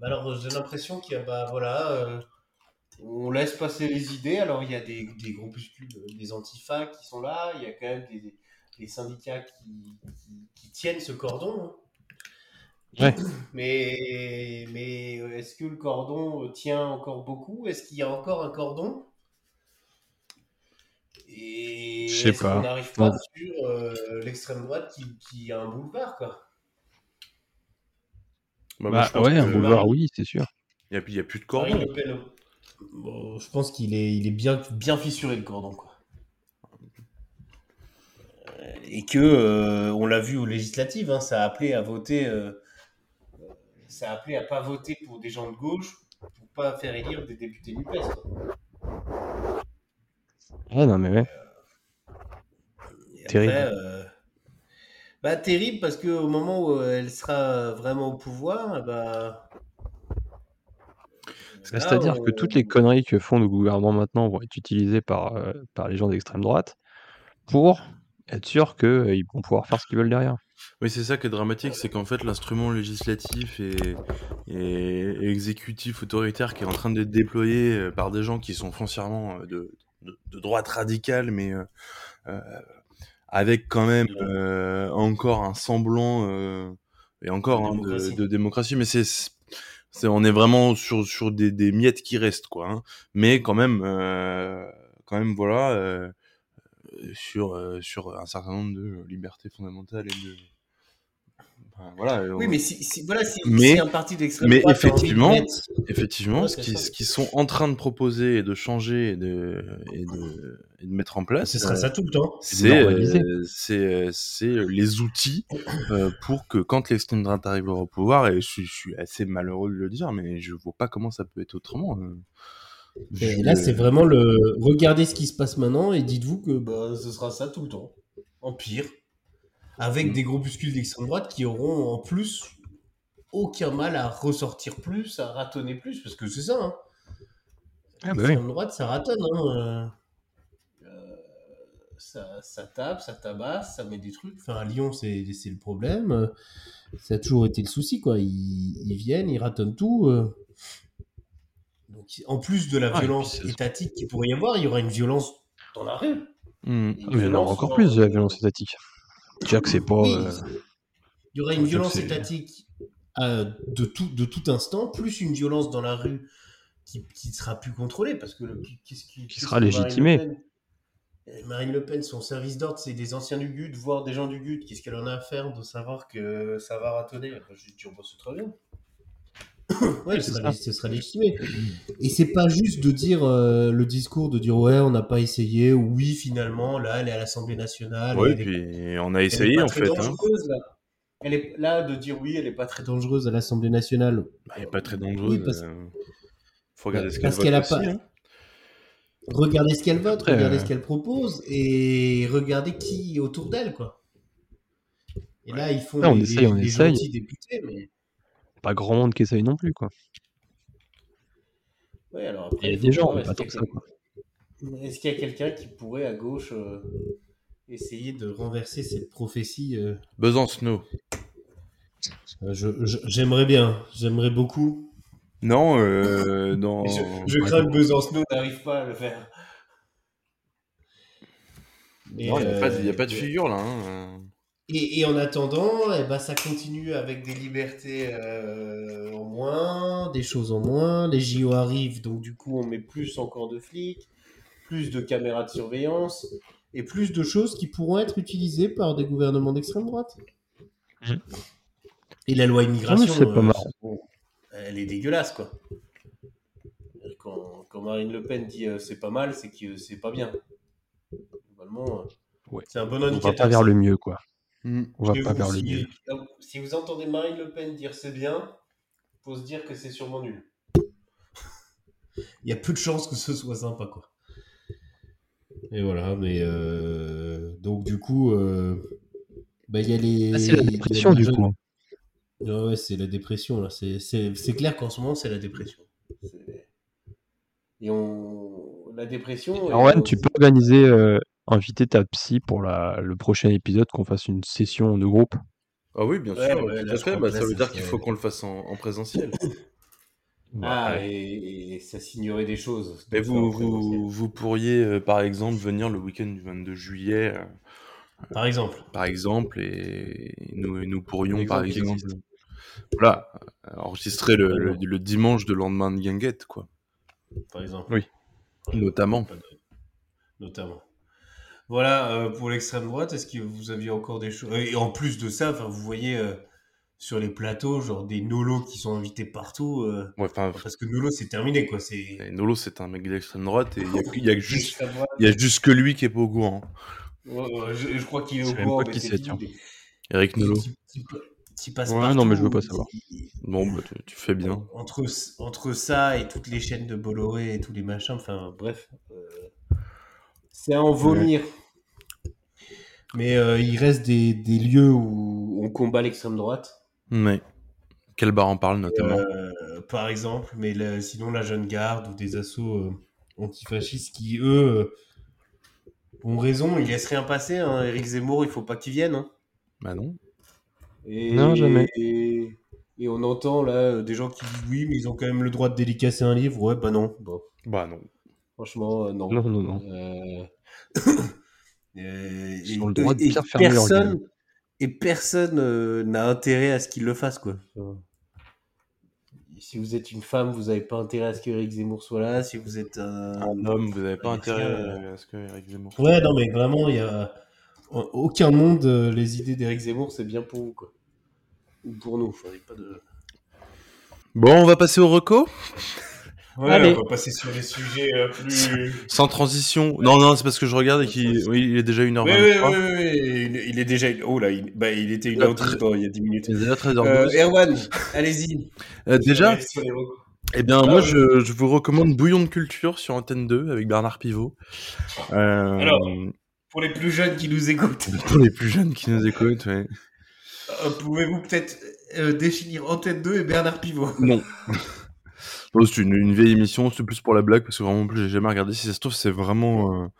A: bah alors j'ai l'impression qu'il y a bah voilà. euh, on laisse passer les idées. Alors, il y a des, des groupuscules, euh, des antifas qui sont là. Il y a quand même des, des syndicats qui, qui- qui tiennent ce cordon. hein.
B: Ouais.
A: Mais, mais euh, est-ce que le cordon euh, tient encore beaucoup Est-ce qu'il y a encore un cordon Et
B: Je sais
A: est-ce
B: pas.
A: qu'on n'arrive pas
B: Non.
A: sur euh, l'extrême droite qui, qui a un boulevard quoi
C: Bah, moi,
B: Bah,
C: je pense
B: ouais,
C: que-
B: un boulevard,
A: Marie-
B: oui, c'est sûr.
C: Il n'y a, plus- Ah, il y a plus de
A: Marine
C: cordon.
A: Le Pen, euh, bon, je pense qu'il est, il est bien, bien fissuré le cordon. Quoi. Euh, Et que, euh, on l'a vu aux législatives, hein, ça a appelé à voter, euh, euh, ça a appelé à pas voter pour des gens de gauche pour pas faire élire des députés NUPES. E quoi.
B: Ouais, non, mais ouais.
A: Et
B: Terrible.
A: Après, euh, bah, terrible parce que au moment où euh, elle sera vraiment au pouvoir, bah,
B: Bah,
A: là,
B: C'est-à-dire que
A: on-
B: toutes les conneries que font nos gouvernements maintenant vont être utilisées par, euh, par les gens d'extrême droite pour être sûr qu'ils vont euh, pouvoir faire ce qu'ils veulent derrière.
C: Oui, c'est ça qui est dramatique, c'est qu'en fait l'instrument législatif et, et exécutif autoritaire qui est en train d'être déployé euh, par des gens qui sont foncièrement euh, de, de- de droite radicale, mais euh, euh, avec quand même euh, encore un semblant euh, et encore hein, de,
A: Démocratie.
C: de démocratie, mais c'est c'est- on est vraiment sur, sur des, des miettes qui restent quoi. hein. Mais quand même, euh, quand même voilà. euh, sur, euh, sur un certain nombre de libertés fondamentales et de. Enfin, voilà, euh,
A: Oui, mais si, si- voilà, si,
C: Mais-
A: si un parti d'extrême
C: mais
A: droite a envie de
C: effectivement,
A: mettre-
C: effectivement,
A: Ouais,
C: ce
A: c'est
C: qu'ils
A: ça.
C: ce qu'ils sont en train de proposer et de changer et de, et de, et de mettre en place,
H: Ah, Ce sera
C: euh,
H: ça tout le temps.
C: c'est
B: normaliser.
C: euh, c'est euh, c'est les outils euh, pour que quand l'extrême droite arrivera au pouvoir, et je, suis- je suis assez malheureux de le dire, mais je vois pas comment ça peut être autrement. euh.
H: Et
C: Je-
H: là, c'est vraiment le. Regardez ce qui se passe maintenant et dites-vous
A: dites-vous que bah, ce sera ça tout le temps, en pire, avec
C: Mm.
A: des groupuscules d'extrême droite qui auront en plus aucun mal à ressortir plus, à ratonner plus, parce que c'est ça. Hein.
B: Ah
A: L'extrême droite, ça ratonne. hein, euh. Euh, ça, ça tape, ça tabasse, ça met des trucs. Enfin, à Lyon, c'est c'est le problème. euh, Ça a toujours été le souci, quoi. Ils, ils viennent, ils ratonnent tout. euh. Donc, en plus de la
B: Ah, et
A: violence
B: puis c'est-
A: étatique qu'il pourrait y avoir, il y aura une violence dans la rue. Et
C: Hmm.
A: une
B: Ah, Mais il y en aura
A: violence
B: encore
A: dans-
B: plus de la violence étatique. Déjà que c'est pas.
A: Oui,
B: euh,
A: Il y aura
B: je
A: une
B: sais
A: violence
B: que c'est-
A: étatique euh, de, tout, de tout instant, plus une violence dans la rue qui ne sera plus contrôlée, parce que le- qu'est-ce qui, qu'est-ce
B: sera
A: que Marine
B: légitimée.
A: Le Pen- Euh, Marine Le Pen, son service d'ordre, c'est des anciens du GUD, voire des gens du GUD. Qu'est-ce qu'elle en a à faire de savoir que ça va ratonner Enfin, Je dis, on bosse très bien. ouais, ce
B: C'est
A: sera,
B: ça.
A: lég- ce sera légitimé. Et c'est pas juste de dire euh, le discours de dire ouais, on n'a pas essayé, ou oui, finalement, là, elle est à l'Assemblée nationale.
C: Ouais,
A: elle est
C: puis on a
A: elle est
C: essayé
A: pas
C: en
A: très
C: fait. hein.
A: dangereuse, là. Elle est là de dire oui, elle n'est pas très dangereuse à l'Assemblée nationale.
C: Elle est pas très
A: Oui,
C: dangereuse.
A: parce-
C: euh, Faut regarder ce qu'elle
A: Parce
C: vote
A: qu'elle a
C: aussi,
A: pas-
C: hein.
A: Regardez ce qu'elle vote,
B: Après,
A: regardez
B: euh,
A: ce qu'elle propose et regardez qui est autour d'elle, quoi. Et là, ils font
B: Là, on
A: les,
B: essaye, on
A: les
B: essaye.
A: gentils députés, mais
B: Pas grand monde qui essaye non plus, quoi.
A: ouais, alors après,
B: Il y a
A: faut
B: des gens,
A: voir,
B: mais
A: est-ce
B: pas tant
A: qu'il y
B: que
A: a
B: ça,
A: quelqu'un-
B: quoi.
A: Est-ce qu'il y a quelqu'un qui pourrait à gauche euh, essayer de renverser cette prophétie euh,
C: Besancenot.
A: euh, je- je- J'aimerais bien, j'aimerais beaucoup.
C: Non, euh, dans.
A: Je, je crains que Besancenot n'arrive pas à le faire. Mais,
C: Non, il n'y a, pas de-
A: euh,
C: il y a pas de
A: mais-
C: figure là. hein.
A: Et, et en attendant, eh ben, ça continue avec des libertés euh, en moins, des choses en moins. Les JO arrivent, donc du coup, on met plus encore de flics, plus de caméras de surveillance et plus de choses qui pourront être utilisées par des gouvernements d'extrême droite.
B: Mhm.
A: Et la loi immigration,
B: Non, Oh, mais c'est pas marrant.
A: bon, elle est dégueulasse, quoi. Quand, quand Marine Le Pen dit euh, c'est pas mal, c'est que euh, c'est pas bien. Globalement, euh,
B: Ouais.
A: c'est un bon
B: On
A: indicateur.
B: va pas vers le mieux, quoi.
C: Hmm.
B: On va
A: Et
B: pas
A: vous,
B: vers le
A: si,
B: mieux.
A: si vous entendez Marine Le Pen dire c'est bien, faut se dire que c'est sûrement nul. Il y a peu de chances que ce soit sympa, quoi. Et voilà, mais euh, donc du coup, euh, bah, il y a les.
B: Ah, c'est la
A: il y a
B: dépression,
A: les
B: du
A: jeunes-
B: coup.
A: Ouais, ouais, c'est la dépression, là. C'est- C'est c'est clair qu'en ce moment, c'est la dépression. C'est- Et on. La dépression. et
B: Erwan,
A: on-
B: tu peux organiser, euh, inviter ta psy pour la, le prochain épisode, qu'on fasse une session de groupe.
C: Ah oui, bien
A: Ouais,
C: sûr.
A: ouais,
C: tout
A: là,
C: à
A: je
C: fait.
A: crois
C: Bah,
A: que là,
C: ça veut
A: ça
C: dire qu'il
A: serait-
C: faut qu'on le fasse en, en présentiel.
A: Ah,
B: Ouais.
A: et, et ça signerait des choses.
C: Mais
A: Donc, ça, en
C: vous,
A: présentiel.
C: vous, vous pourriez, euh, par exemple, venir le week-end du 22 juillet, euh,
A: Par exemple.
C: par exemple, et nous, et nous pourrions,
B: Exemple
C: par
B: qui
C: exemple,
B: existe.
C: voilà, euh, enregistrer le, le- le dimanche de lendemain de guinguette, quoi.
A: Par exemple.
B: Oui.
C: Notamment.
A: notamment. Voilà, euh, pour l'extrême droite, est-ce que vous aviez encore des choses Et en plus de ça, enfin, vous voyez euh, sur les plateaux, genre des nolos qui sont invités partout. euh,
C: Ouais, Enfin,
A: parce que nolo, c'est terminé, quoi. C'est.
C: et Nolo, c'est un mec de l'extrême droite et il y a- il y, a juste-
A: L'extrême droite,
C: il y a juste que lui qui est pas au courant.
A: ouais, ouais, je, je crois qu'il est
B: Je
A: au
B: sais même
A: courant,
B: pas
A: mais
B: qui
A: c'est
B: c'est,
A: dit,
B: tiens.
A: mais-
C: Eric Nolo.
A: qui- qui- qui passe
B: Ouais, non, mais je veux
A: partout,
B: pas savoir.
A: qui-
C: Bon, bah, tu- tu fais bien.
A: Entre, entre ça et toutes les chaînes de Bolloré et tous les machins, enfin bref, euh, c'est à en vomir. Mais euh, il reste des, des lieux où on combat l'extrême droite,
C: Mais quel bar en parle notamment
A: euh, par exemple, mais la- sinon la Jeune Garde ou des assauts euh, antifascistes qui, eux, euh, ont raison, ils laissent rien passer. hein. Éric Zemmour, il faut pas qu'il vienne. hein.
C: Bah non.
A: Et,
B: Non, jamais.
A: Et, et on entend là euh, des gens qui disent oui, mais ils ont quand même le droit de dédicacer un livre. Ouais, bah non. Bon,
C: Bah non.
A: franchement, euh, non.
B: Non, non, non.
A: Euh, euh,
B: Ils
A: et-
B: ont le droit de
A: et
B: bien fermer leur
A: personne, et personne euh, n'a intérêt à ce qu'il le fasse, quoi. Enfin, Si vous êtes une femme, vous n'avez pas intérêt à ce qu'Éric Zemmour soit là. Si vous êtes un,
C: Un homme, vous n'avez pas
A: Ouais,
C: intérêt
A: euh,
C: à à ce que Eric Zemmour.
A: Ouais, non, mais vraiment, il y a. en aucun monde, euh, les idées d'Éric Zemmour, c'est bien pour vous, quoi. Ou pour nous. Enfin, y a pas de...
C: Bon, on va passer au reco
A: Ouais,
B: Allez.
A: on va passer sur des sujets euh, plus.
C: Sans transition. Non, non, c'est parce que je regarde et qu'il oui, il est déjà 1h23.
A: Oui, oui, oui, oui, oui, Il, il est déjà. Oh là, il, bah, il était une heure dix, bon, il y a 10 minutes.
C: Il est déjà 13h12.
A: Euh, Erwan, allez-y.
C: Euh, déjà,
A: Allez, sur les mots.
C: eh bien,
A: Ah
C: moi,
A: ouais.
C: je, je vous recommande Bouillon de culture sur Antenne 2 avec Bernard Pivot. Euh,
A: Alors. Pour les plus jeunes qui nous écoutent,
C: pour les plus jeunes qui nous écoutent, ouais.
A: euh, pouvez-vous peut-être euh, définir Antenne 2 et Bernard Pivot
C: Non. Non, c'est une, une vieille émission, c'est plus pour la blague parce que vraiment plus j'ai jamais regardé. Si ça se trouve, c'est vraiment. euh, vraiment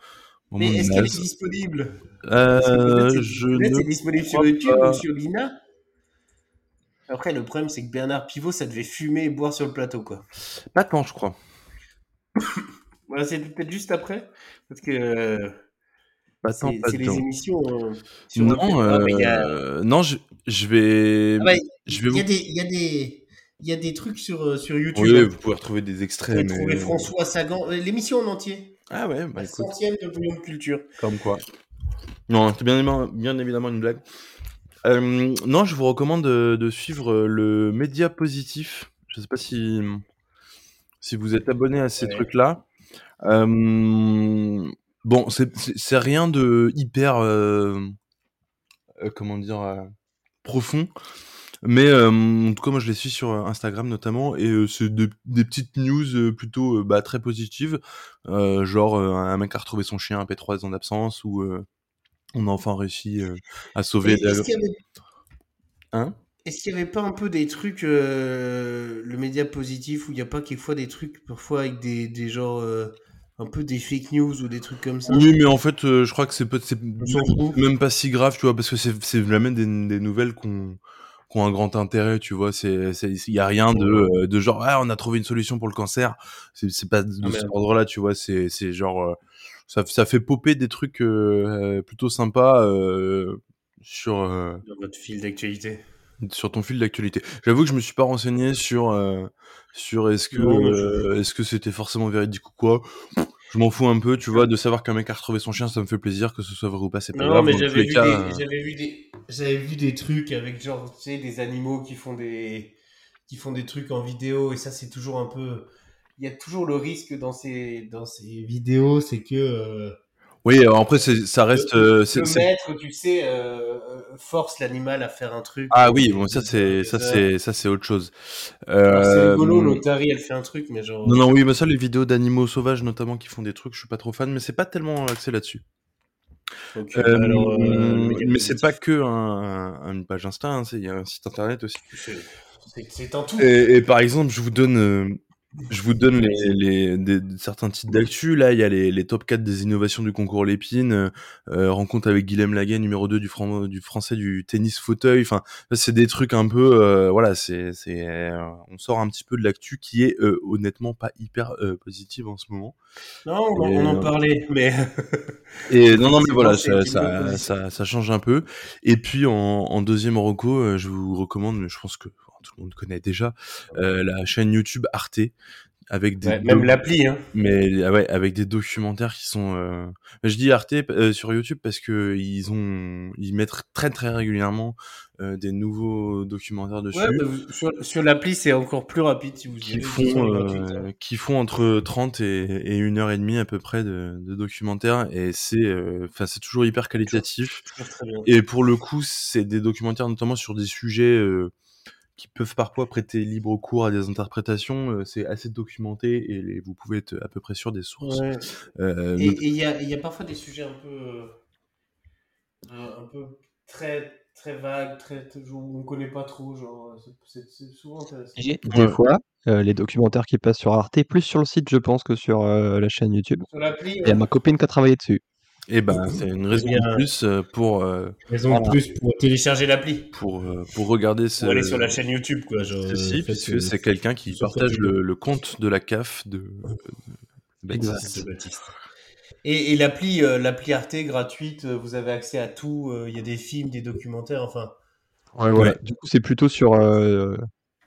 A: Mais est-ce qu'elle
C: naze.
A: est disponible Parce que
C: Euh,
A: peut-être c'est-
C: je
A: peut-être
C: ne
A: c'est disponible sur
C: crois
A: YouTube
C: pas.
A: ou sur Lina. Après, le problème, c'est que Bernard Pivot, ça devait fumer et boire sur le plateau, quoi.
C: pas tant, je crois.
A: Voilà, c'est peut-être juste après, parce que euh,
C: Pas tant,
A: c'est
C: pas
A: c'est les
C: tant.
A: émissions. euh, sur
C: Bah, Non,
A: Internet. Ah, mais il y a-
C: euh, non, je, je vais,
A: Ah bah,
C: je vais
A: il y a
C: vous.
A: des, il y a des, il y a des trucs sur euh, sur YouTube.
C: Oui,
A: hein.
C: vous pouvez retrouver des
A: Vous
C: extraits.
A: pouvez trouver
C: mais-
A: François Sagan, euh, l'émission en entier,
C: Ah ouais, bah
A: la
C: écoute,
A: centième de Bouillon de Culture.
C: comme quoi. Non, c'était bien, évidemment- bien évidemment une blague. Euh, non, je vous recommande de, de suivre euh, le média positif. Je sais pas si si vous êtes abonné à ces
A: Ouais.
C: trucs-là. Euh, bon, c'est- c'est c'est rien de hyper, euh, euh, comment dire, euh, profond. Mais euh, en tout cas, moi, je les suis sur euh, Instagram notamment, et euh, c'est de- des petites news euh, plutôt euh, bah, très positives, euh, genre euh, un mec a retrouvé son chien après trois ans d'absence, ou euh, on a enfin réussi euh, à
A: Et
C: sauver.
A: Est-ce qu'il y avait,
C: Hein
A: est-ce qu'il y avait pas un peu des trucs, euh, le média positif, où il y a pas quelquefois des trucs, parfois avec des des genres euh, un peu des fake news ou des trucs comme ça.
C: Oui, mais en fait, euh, je crois que c'est peut- c'est
A: s'en fout.
C: même pas si grave, tu vois, parce que c'est c'est jamais des, des nouvelles qu'on qui ont un grand intérêt, tu vois. C'est c'est- il y a rien de euh, de genre ah on a trouvé une solution pour le cancer. C'est c'est pas de
A: Ah, mais-
C: cet ordre-là, tu vois. C'est c'est genre euh, ça ça fait popper des trucs euh, euh, plutôt sympas euh, sur euh,
A: Dans votre fil d'actualité.
C: sur ton fil d'actualité. J'avoue que je me suis pas renseigné sur euh, sur est-ce que
A: Non, mais
C: euh, est-ce que c'était forcément véridique ou quoi. Je m'en fous un peu, tu vois, de savoir qu'un mec a retrouvé son chien, ça me fait plaisir que ce soit vrai ou pas, c'est pas
A: Non,
C: grave.
A: mais
C: dans tous
A: j'avais
C: les
A: vu,
C: cas,
A: des-
C: euh,
A: j'avais vu des, j'avais vu des trucs avec genre, tu sais, des animaux qui font des, qui font des trucs en vidéo et ça c'est toujours un peu, il y a toujours le risque dans ces, dans ces vidéos, c'est que euh,
C: Oui, alors après c'est- ça reste euh, c'est-
A: le
C: c'est-
A: maître, tu sais, euh, euh, force l'animal à faire un truc.
C: ah oui, bon
A: euh,
C: ça c'est ça
A: Alors,
C: c'est ça c'est autre chose.
A: Ah, C'est
C: Euh,
A: rigolo, l'Otari elle fait un truc, mais genre.
C: Non non oui, mais ça les vidéos d'animaux sauvages notamment qui font des trucs, je suis pas trop fan, mais c'est pas tellement axé là-dessus.
A: Ok,
C: Euh,
A: bah alors, euh, le méga
C: mais c'est
A: positif,
C: pas que un- un- une page Insta, hein, c'est- il y a un site internet aussi.
A: c'est- C'est c'est un tout.
C: Et, et par exemple, je vous donne, euh, je vous donne les, les- des- certains titres d'actu. Là, il y a les, les top 4 des innovations du concours Lépine, euh, euh, rencontre avec Guillaume Laguet, numéro 2 du, Fran- du français du tennis fauteuil. Enfin, ça, c'est des trucs un peu, euh, voilà, c'est, c'est, euh, on sort un petit peu de l'actu qui est euh, honnêtement pas hyper euh, positive en ce moment.
A: Non, on, en- on
C: Et-
A: en parlait, mais.
C: Et non, non, mais
A: C'est
C: voilà,
A: bon, c'est
C: ça,
A: une bonne
C: ça,
A: position.
C: ça, ça change un peu. Et puis en, en deuxième Rocco, euh, je vous recommande, mais je pense que enfin, tout le monde connaît déjà, euh, la chaîne YouTube Arte avec des
A: Ouais, même
C: doc-
A: l'appli, hein.
C: mais ah ouais, avec des documentaires qui sont euh, je dis Arte euh, sur YouTube parce que ils ont ils mettent très très régulièrement euh, des nouveaux documentaires dessus
A: Ouais, mais vous- sur, sur l'appli, c'est encore plus rapide si vous
C: qui
A: y allez, ils sont
C: font,
A: gratuits,
C: euh,
A: hein.
C: qui font entre 30 et, et 1 heure et demie à peu près de, de documentaires et c'est euh, enfin c'est toujours hyper qualitatif
A: Toujours très bien.
C: et pour le coup c'est des documentaires notamment sur des sujets euh, qui peuvent parfois prêter libre cours à des interprétations Euh, c'est assez documenté et les- vous pouvez être à peu près sûr des sources
A: Ouais.
C: Euh,
A: Et et il y, a- il y a parfois des sujets un peu, euh, un un peu très, très vagues, très, très- où on connaît pas trop, genre, euh, c'est- c'est c'est souvent intéressant.
B: Des fois, euh, les documentaires qui passent sur Arte, plus sur le site, je pense, que sur euh, la chaîne YouTube.
A: Sur l'appli,
B: Il y a ma copine qui a travaillé dessus.
C: Et ben, c'est une raison
A: bien.
C: de plus euh, pour, euh,
A: Raison de plus pour télécharger l'appli.
C: pour, euh, pour regarder ce,
A: Pour aller sur la chaîne YouTube, quoi. Genre,
C: ceci,
A: euh,
C: puisque
A: faites, euh,
C: c'est quelqu'un qui
A: sur
C: partage
A: Facebook.
C: le, le compte de la CAF de. de
A: de
C: Baptiste.
A: Baptiste. Et, et l'appli, euh, l'appli Arte gratuite, euh, vous avez accès à tout. euh, Il y a des films, des documentaires, enfin.
B: Ouais, voilà.
C: Ouais.
B: Du coup, c'est plutôt sur euh,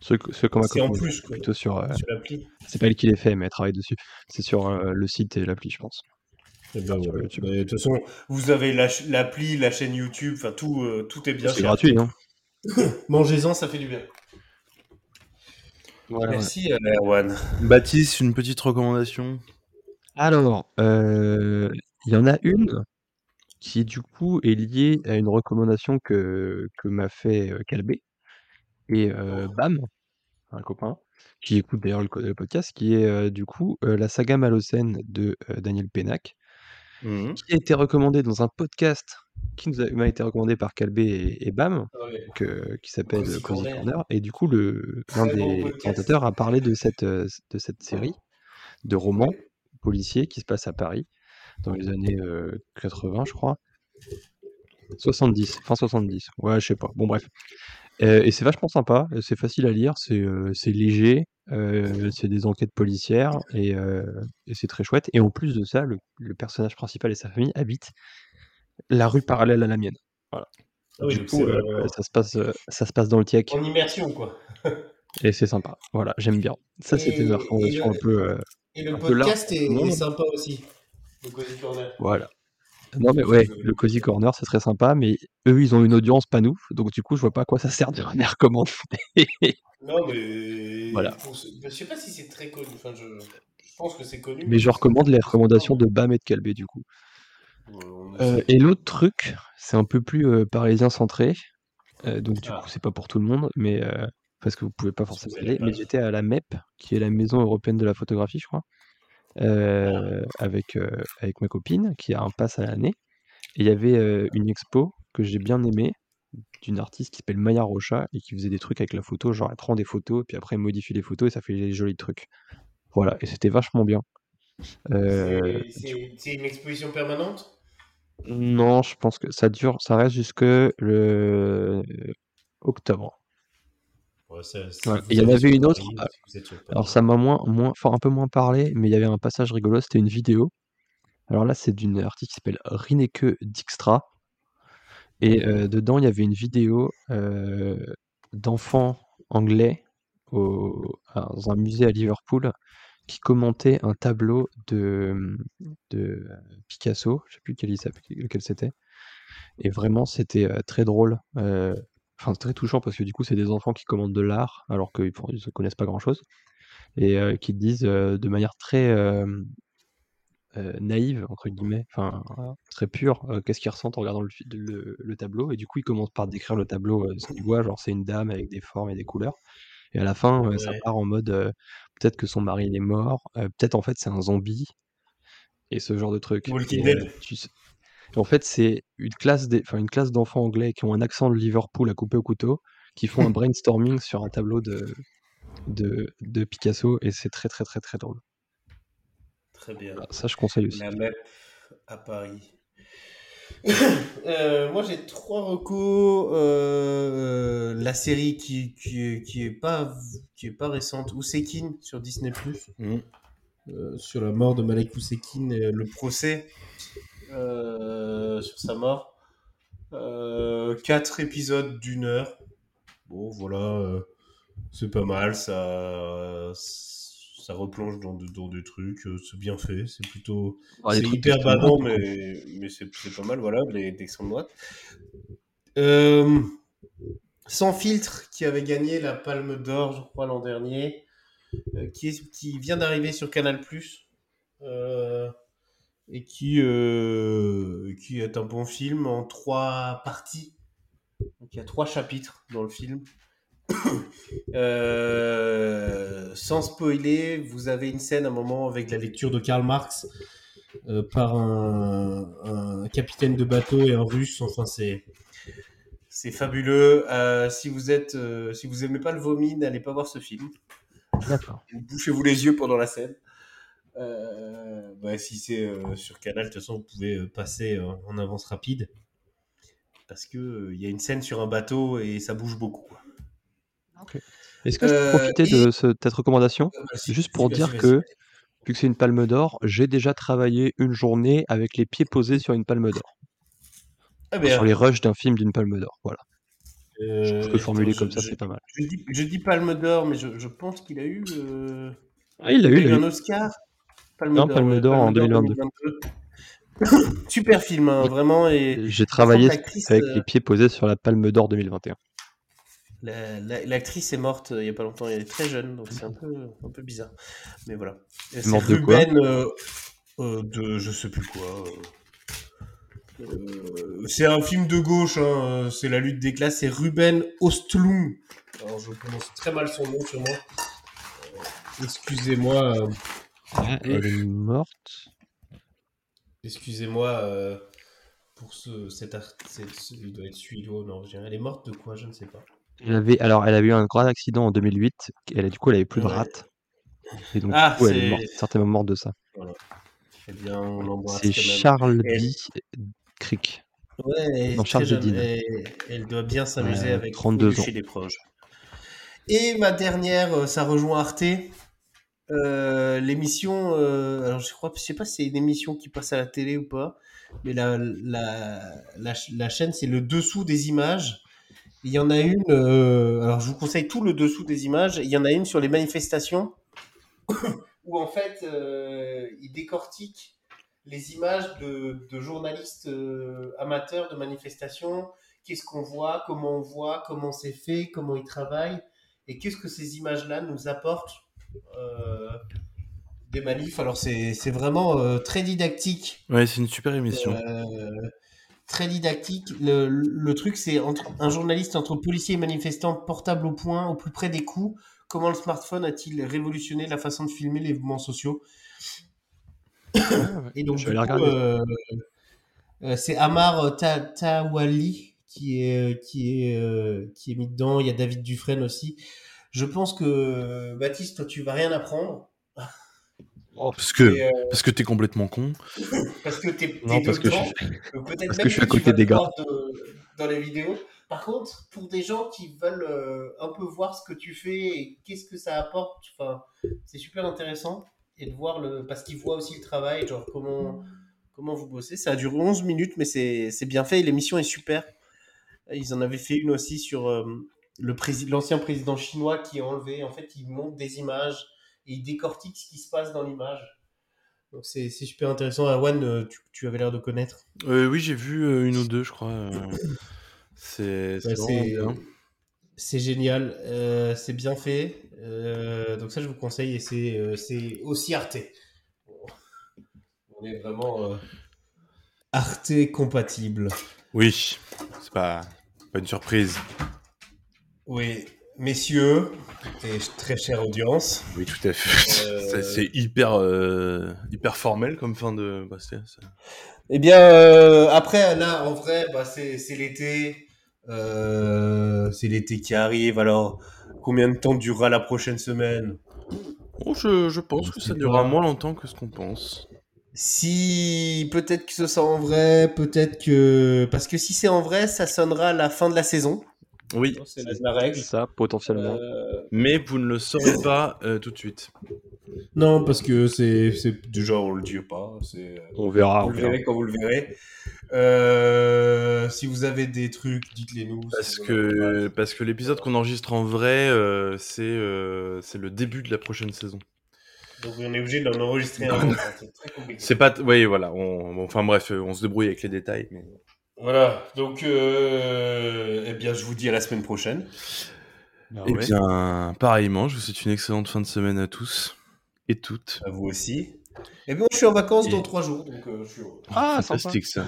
B: ce, ce qu'on m'a
A: C'est en
B: commandé.
A: plus, quoi.
B: Plutôt sur, euh,
A: Sur l'appli.
B: c'est pas elle qui les fait, mais elle travaille dessus. C'est sur euh, le site et l'appli, je pense.
A: Eh ben,
B: Sur
A: ouais.
B: YouTube.
A: Mais de toute façon, vous avez la ch- l'appli, la chaîne YouTube, enfin tout, euh, tout est bien.
B: C'est
A: cher.
B: gratuit, hein.
A: Mangez-en, ça fait du bien. Merci euh, Erwan.
C: Baptiste, une petite recommandation
B: Alors, Ah euh, il y en a une qui du coup est liée à une recommandation que, que m'a fait euh, Calbé et euh, Bam, un copain, qui écoute d'ailleurs le, co- le podcast, qui est euh, du coup euh, la saga Malocène de euh, Daniel Pénac,
A: Mhm.
B: qui a été recommandée dans un podcast qui nous a, m'a été recommandé par Calbé et, et Bam, que- qui s'appelle
A: Cozy
B: Cozy
A: Corner.
B: Corner. Et du coup, le, l'un
A: Très bon
B: des
A: podcast.
B: présentateurs a parlé de cette, euh, de cette série de romans policiers qui se passe à Paris dans les années euh, 80, je crois. 70, fin 70, ouais, je sais pas. Bon, bref. Euh, et c'est vachement sympa, euh, c'est facile à lire, c'est euh, c'est léger, euh, c'est des enquêtes policières et, euh, et c'est très chouette. Et en plus de ça, le, le personnage principal et sa famille habitent la rue parallèle à la mienne.
A: Ah oui,
B: du
A: donc
B: coup,
A: c'est,
B: euh,
A: euh,
B: ça, se passe, euh, ça se passe dans le TIEC
A: en immersion quoi.
B: et c'est sympa. Voilà, j'aime bien. Ça, c'était
A: Et-
B: ma
A: et le-
B: recommandation un peu. euh,
A: Et le
B: Un peu large,
A: podcast est,
B: tout le monde.
A: est sympa aussi. Le Cozy Corner.
B: Voilà. Non mais ouais, le Cozy Corner, c'est très sympa, mais eux, ils ont une audience, pas nous. Donc du coup, je vois pas à quoi ça sert de les recommander.
A: Non mais
B: Voilà.
A: pour ce- Je sais pas si c'est très connu. Enfin, je... je pense que c'est connu.
B: Mais je recommande les recommandations de Bam et de Calbé, du coup. Euh, et l'autre truc, c'est un peu plus euh, parisien centré. Euh, donc du
A: Ah.
B: coup, c'est pas pour tout le monde, mais euh, parce que vous pouvez pas
A: Parce que vous
B: forcément y
A: allez
B: aller.
A: pas.
B: Mais j'étais à la MEP, qui est la Maison européenne de la photographie, je crois, euh, avec euh, avec ma copine qui a un pass à l'année. Et il y avait euh, une expo que j'ai bien aimée d'une artiste qui s'appelle Maya Rocha et qui faisait des trucs avec la photo, genre elle prend des photos, puis après elle modifie les photos et ça fait des jolis trucs. Voilà, et c'était vachement bien. Euh,
A: C'est- C'est c'est une exposition permanente.
B: non, je pense que ça dure, ça reste jusque le octobre.
A: Ouais, ça- si
B: Voilà.
A: vous
B: Et il y en
A: avez
B: avait
A: sur
B: une autre,
A: Paris,
B: ah,
A: si vous êtes sur Paris.
B: Alors ça m'a moins, moins, enfin, un peu moins parlé, mais il y avait un passage rigolo, c'était une vidéo. Alors là, c'est d'une artiste qui s'appelle Rineke Dijkstra. Et euh, dedans, il y avait une vidéo euh, d'enfants anglais au- à- dans un musée à Liverpool qui commentait un tableau de, de euh, Picasso, je sais plus quel il s'appelle- lequel c'était. Et vraiment, c'était euh, très drôle. euh, Enfin, très touchant parce que du coup, c'est des enfants qui commandent de l'art alors qu'ils ne connaissent pas grand chose et euh, qui te disent euh, de manière très euh, euh, naïve, entre guillemets, enfin euh, très pure, euh, qu'est-ce qu'ils ressentent en regardant le, fi- le- le tableau. Et du coup, ils commencent par décrire le tableau, euh, ce qu'ils voient, genre c'est une dame avec des formes et des couleurs. Et à la fin, euh, ça
A: Ouais.
B: part en mode euh, peut-être que son mari il est mort, euh, peut-être en fait c'est un zombie, et ce genre de truc.
A: Walking
B: Et,
A: Dead.
B: euh, tu sais- et en fait, c'est une classe des- enfin, une classe d'enfants anglais qui ont un accent de Liverpool à couper au couteau, qui font un brainstorming sur un tableau de, de, de Picasso et c'est très très très très drôle.
A: Très bien.
B: Voilà, ça je conseille aussi.
A: La map à Paris. Euh, moi j'ai trois recos. euh, la série qui, qui, est- qui est pas qui est pas récente, Ousekin sur Disney
C: Mhm.
A: Euh, sur la mort de Malek Ousekin, et le procès euh, sur sa mort. Euh, quatre épisodes d'une heure. Bon voilà, euh, c'est pas mal. Ça ça replonge dans de- dans des trucs. euh, C'est bien fait. C'est plutôt
C: Ah,
B: Alors, les
A: c'est
B: trucs
A: hyper
C: hein.
B: qui sont
A: badant,
B: bons,
A: mais, mais c'est c'est pas mal, voilà, les d'extrême droite. Euh, sans filtre, qui avait gagné la Palme d'Or, je crois, l'an dernier, euh, qui, est- qui vient d'arriver sur Canal+, euh, et qui, euh, qui est un bon film en trois parties. Donc, il y a trois chapitres dans le film. Euh, sans spoiler, vous avez une scène à un moment avec la lecture de Karl Marx euh, par un, un capitaine de bateau et un russe. Enfin, c'est c'est fabuleux. Euh, si vous êtes, euh, si vous aimez pas le vomi, n'allez pas voir ce film.
B: D'accord.
A: Bouchez-vous les yeux pendant la scène. Euh, bah, si c'est euh, sur Canal, de toute façon, vous pouvez euh, passer euh, en avance rapide. Parce que euh, il y a une scène sur un bateau et ça bouge beaucoup. quoi.
B: Est-ce que je peux
A: Euh,
B: profiter
A: et-
B: de ce- cette recommandation
A: Euh, vas-y,
B: Juste pour
A: vas-y,
B: dire
A: vas-y,
B: que,
A: vas-y.
B: vu que c'est une palme d'or, j'ai déjà travaillé une journée avec les pieds posés sur une palme d'or.
A: Ah,
B: Sur
A: merde.
B: les rushs d'un film d'une palme d'or. Voilà.
A: Euh,
B: je peux formuler
A: attends,
B: comme
A: je-
B: ça,
A: je-
B: c'est pas mal.
A: Je dis, je dis Palme d'or, mais je, je pense qu'il a eu, euh,
B: Ah, il l'a
A: il a
B: eu, il
A: eu
B: l'a eu.
A: un Oscar. Palme
B: Non, Palme
A: ouais,
B: d'Or en 2022.
A: 2022. Super film, hein, vraiment. Et
B: J'ai travaillé
A: Par contre, l'actrice,
B: avec
A: euh,
B: les pieds posés sur la palme d'or 2021.
A: la- la- l'actrice est morte euh, il y a pas longtemps. Elle est très jeune, donc c'est un peu, un peu bizarre. Mais voilà. Et c'est
B: Morte de quoi
A: Ruben, euh, euh, de je sais plus quoi. euh. Euh, c'est un film de gauche, hein, euh, c'est la lutte des classes. C'est Ruben Ostlum. Alors je prononce très mal son nom, sûrement. Euh, Excusez-moi. euh,
B: Elle est morte.
A: Excusez-moi euh, pour ce, cet art, c'est- ce- il doit être suido, non, je dirais, elle est morte de quoi, je ne sais pas.
B: Elle avait, alors, elle a eu un grand accident en 2008. Elle a, du coup, elle avait plus de
A: Ouais.
B: rate. Et donc,
A: Ah,
B: du coup, elle est
A: c'est-
B: morte, certainement morte de ça.
A: Eh bien, on l'embrasse quand
B: C'est
A: même.
B: Charles
A: Elle-
B: B. Crick.
A: Ouais, elle, est
B: Non,
A: très
B: Charles
A: jeune,
B: Jeudine.
A: elle- elle doit bien s'amuser
B: Euh,
A: avec
B: 32
A: Coluche
B: ans.
A: et les proches. Et ma dernière, euh, ça rejoint Arte. Euh, l'émission, euh, alors je crois, je sais pas si c'est une émission qui passe à la télé ou pas, mais la, la, la, ch- la chaîne, c'est le dessous des images. Il y en a une, euh, alors je vous conseille tout le dessous des images. Il y en a une sur les manifestations où en fait, euh, ils décortiquent les images de, de journalistes euh, amateurs de manifestations. Qu'est-ce qu'on voit, comment on voit, comment c'est fait, comment ils travaillent, et qu'est-ce que ces images-là nous apportent euh, des manifs. Alors c'est c'est vraiment euh, très didactique.
C: Ouais, c'est une super émission.
A: Euh, très didactique. Le, le truc, c'est entre un journaliste entre policiers et manifestants, portable au point, au plus près des coups. Comment le smartphone a-t-il révolutionné la façon de filmer les mouvements sociaux Ah, Et donc,
B: Je
A: du
B: vais la
A: coup,
B: regarder.
A: euh, euh, c'est Amar Ta- Tawali qui est, qui, est, euh, qui est mis dedans. Il y a David Dufresne aussi. Je pense que, euh, Baptiste, toi, tu vas rien apprendre.
B: Oh,
C: Parce que,
A: Et, euh,
C: parce que t'es complètement con.
A: parce que t'es t'es
B: Non, parce que je
A: dedans.
B: suis-
A: Donc Peut-être
B: Parce
A: même
B: que je suis à
A: tu
B: côté
A: vas le
B: des gars.
A: voir de- dans les vidéos. Par contre, pour des gens qui veulent euh, un peu voir ce que tu fais et qu'est-ce que ça apporte, enfin, c'est super intéressant. Et de voir le. Parce qu'ils voient aussi le travail, genre comment, comment vous bossez. Ça a duré 11 minutes, mais c'est c'est bien fait. et L'émission est super. Ils en avaient fait une aussi sur euh, le prési- l'ancien président chinois qui est enlevé. En fait, ils montrent des images et ils décortiquent ce qui se passe dans l'image. Donc c'est c'est super intéressant. Awan, euh, tu- tu avais l'air de connaître.
C: Euh, oui, j'ai vu euh, une ou deux, je crois. euh, C'est
A: Ouais,
C: Bah, c'est euh, vraiment
A: c'est-
C: bien.
A: C'est génial, euh, c'est bien fait. euh, donc ça, je vous conseille et c'est euh, c'est aussi Arte. On est vraiment euh, Arte compatible.
C: Oui, c'est pas, pas une surprise.
A: Oui, messieurs et très chère audience.
C: Oui, tout à fait.
A: Euh,
C: C'est- C'est hyper, euh, hyper formel comme fin de. bah, c'est- c'est-
A: Eh bien, euh, après, là, en vrai, bah, c'est c'est l'été. Euh, c'est l'été qui arrive. Alors, combien de temps durera la prochaine semaine
C: Oh, je, je pense que ça
A: C'est
C: durera
A: pas-
C: moins longtemps que ce qu'on pense.
A: Si peut-être que ce sera en vrai, peut-être que parce que si c'est en vrai, ça sonnera la fin de la saison.
C: Oui,
A: C'est la, la règle.
B: Ça, potentiellement.
A: Euh,
C: mais vous ne le saurez pas euh, tout de suite.
A: Non, parce que c'est c'est- déjà on le dit pas. C'est ah,
B: On verra.
A: vous
B: on
A: le
B: verra.
A: verrez quand vous le verrez. Euh, Si vous avez des trucs, dites-les nous.
C: Parce
A: Si vous
C: que, parce que l'épisode qu'on enregistre en vrai, euh, c'est euh, c'est le début de la prochaine saison.
A: Donc on est obligé d'en enregistrer
C: Non,
A: un.
C: non.
A: C'est très compliqué.
C: C'est pas. Oui, voilà. On, bon, enfin bref, euh, on se débrouille avec les détails. mais-
A: Voilà. Donc euh, eh bien, je vous dis à la semaine prochaine.
B: Ah
C: Eh bien, pareillement, je vous souhaite une excellente fin de semaine à tous et toutes.
A: À vous aussi. Et bien, je suis en vacances
C: Et-
A: dans trois jours, donc euh, je suis heureux.
B: Ah, sympa.
C: Fantastique ça.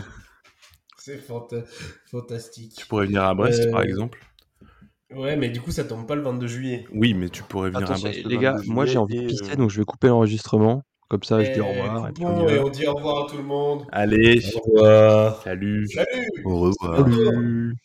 A: C'est fanta- fantastique.
C: Tu pourrais venir à Brest,
A: Euh,
C: par exemple.
A: Ouais, mais du coup, ça tombe pas le 22 juillet.
C: Oui, mais tu pourrais venir
B: Attention,
C: à Brest. le
B: les gars,
C: 22
B: moi j'ai
C: juillet
B: envie de
C: et,
B: pisser,
C: euh,
B: donc je vais couper l'enregistrement. Comme ça, Ah, je dis au
A: Eh,
B: revoir. Et puis on
A: coupons,
B: y
A: et
B: va.
A: on dit au revoir à tout le monde.
C: Allez,
A: revoir.
C: salut,
A: Salut
C: au revoir.
B: Salut.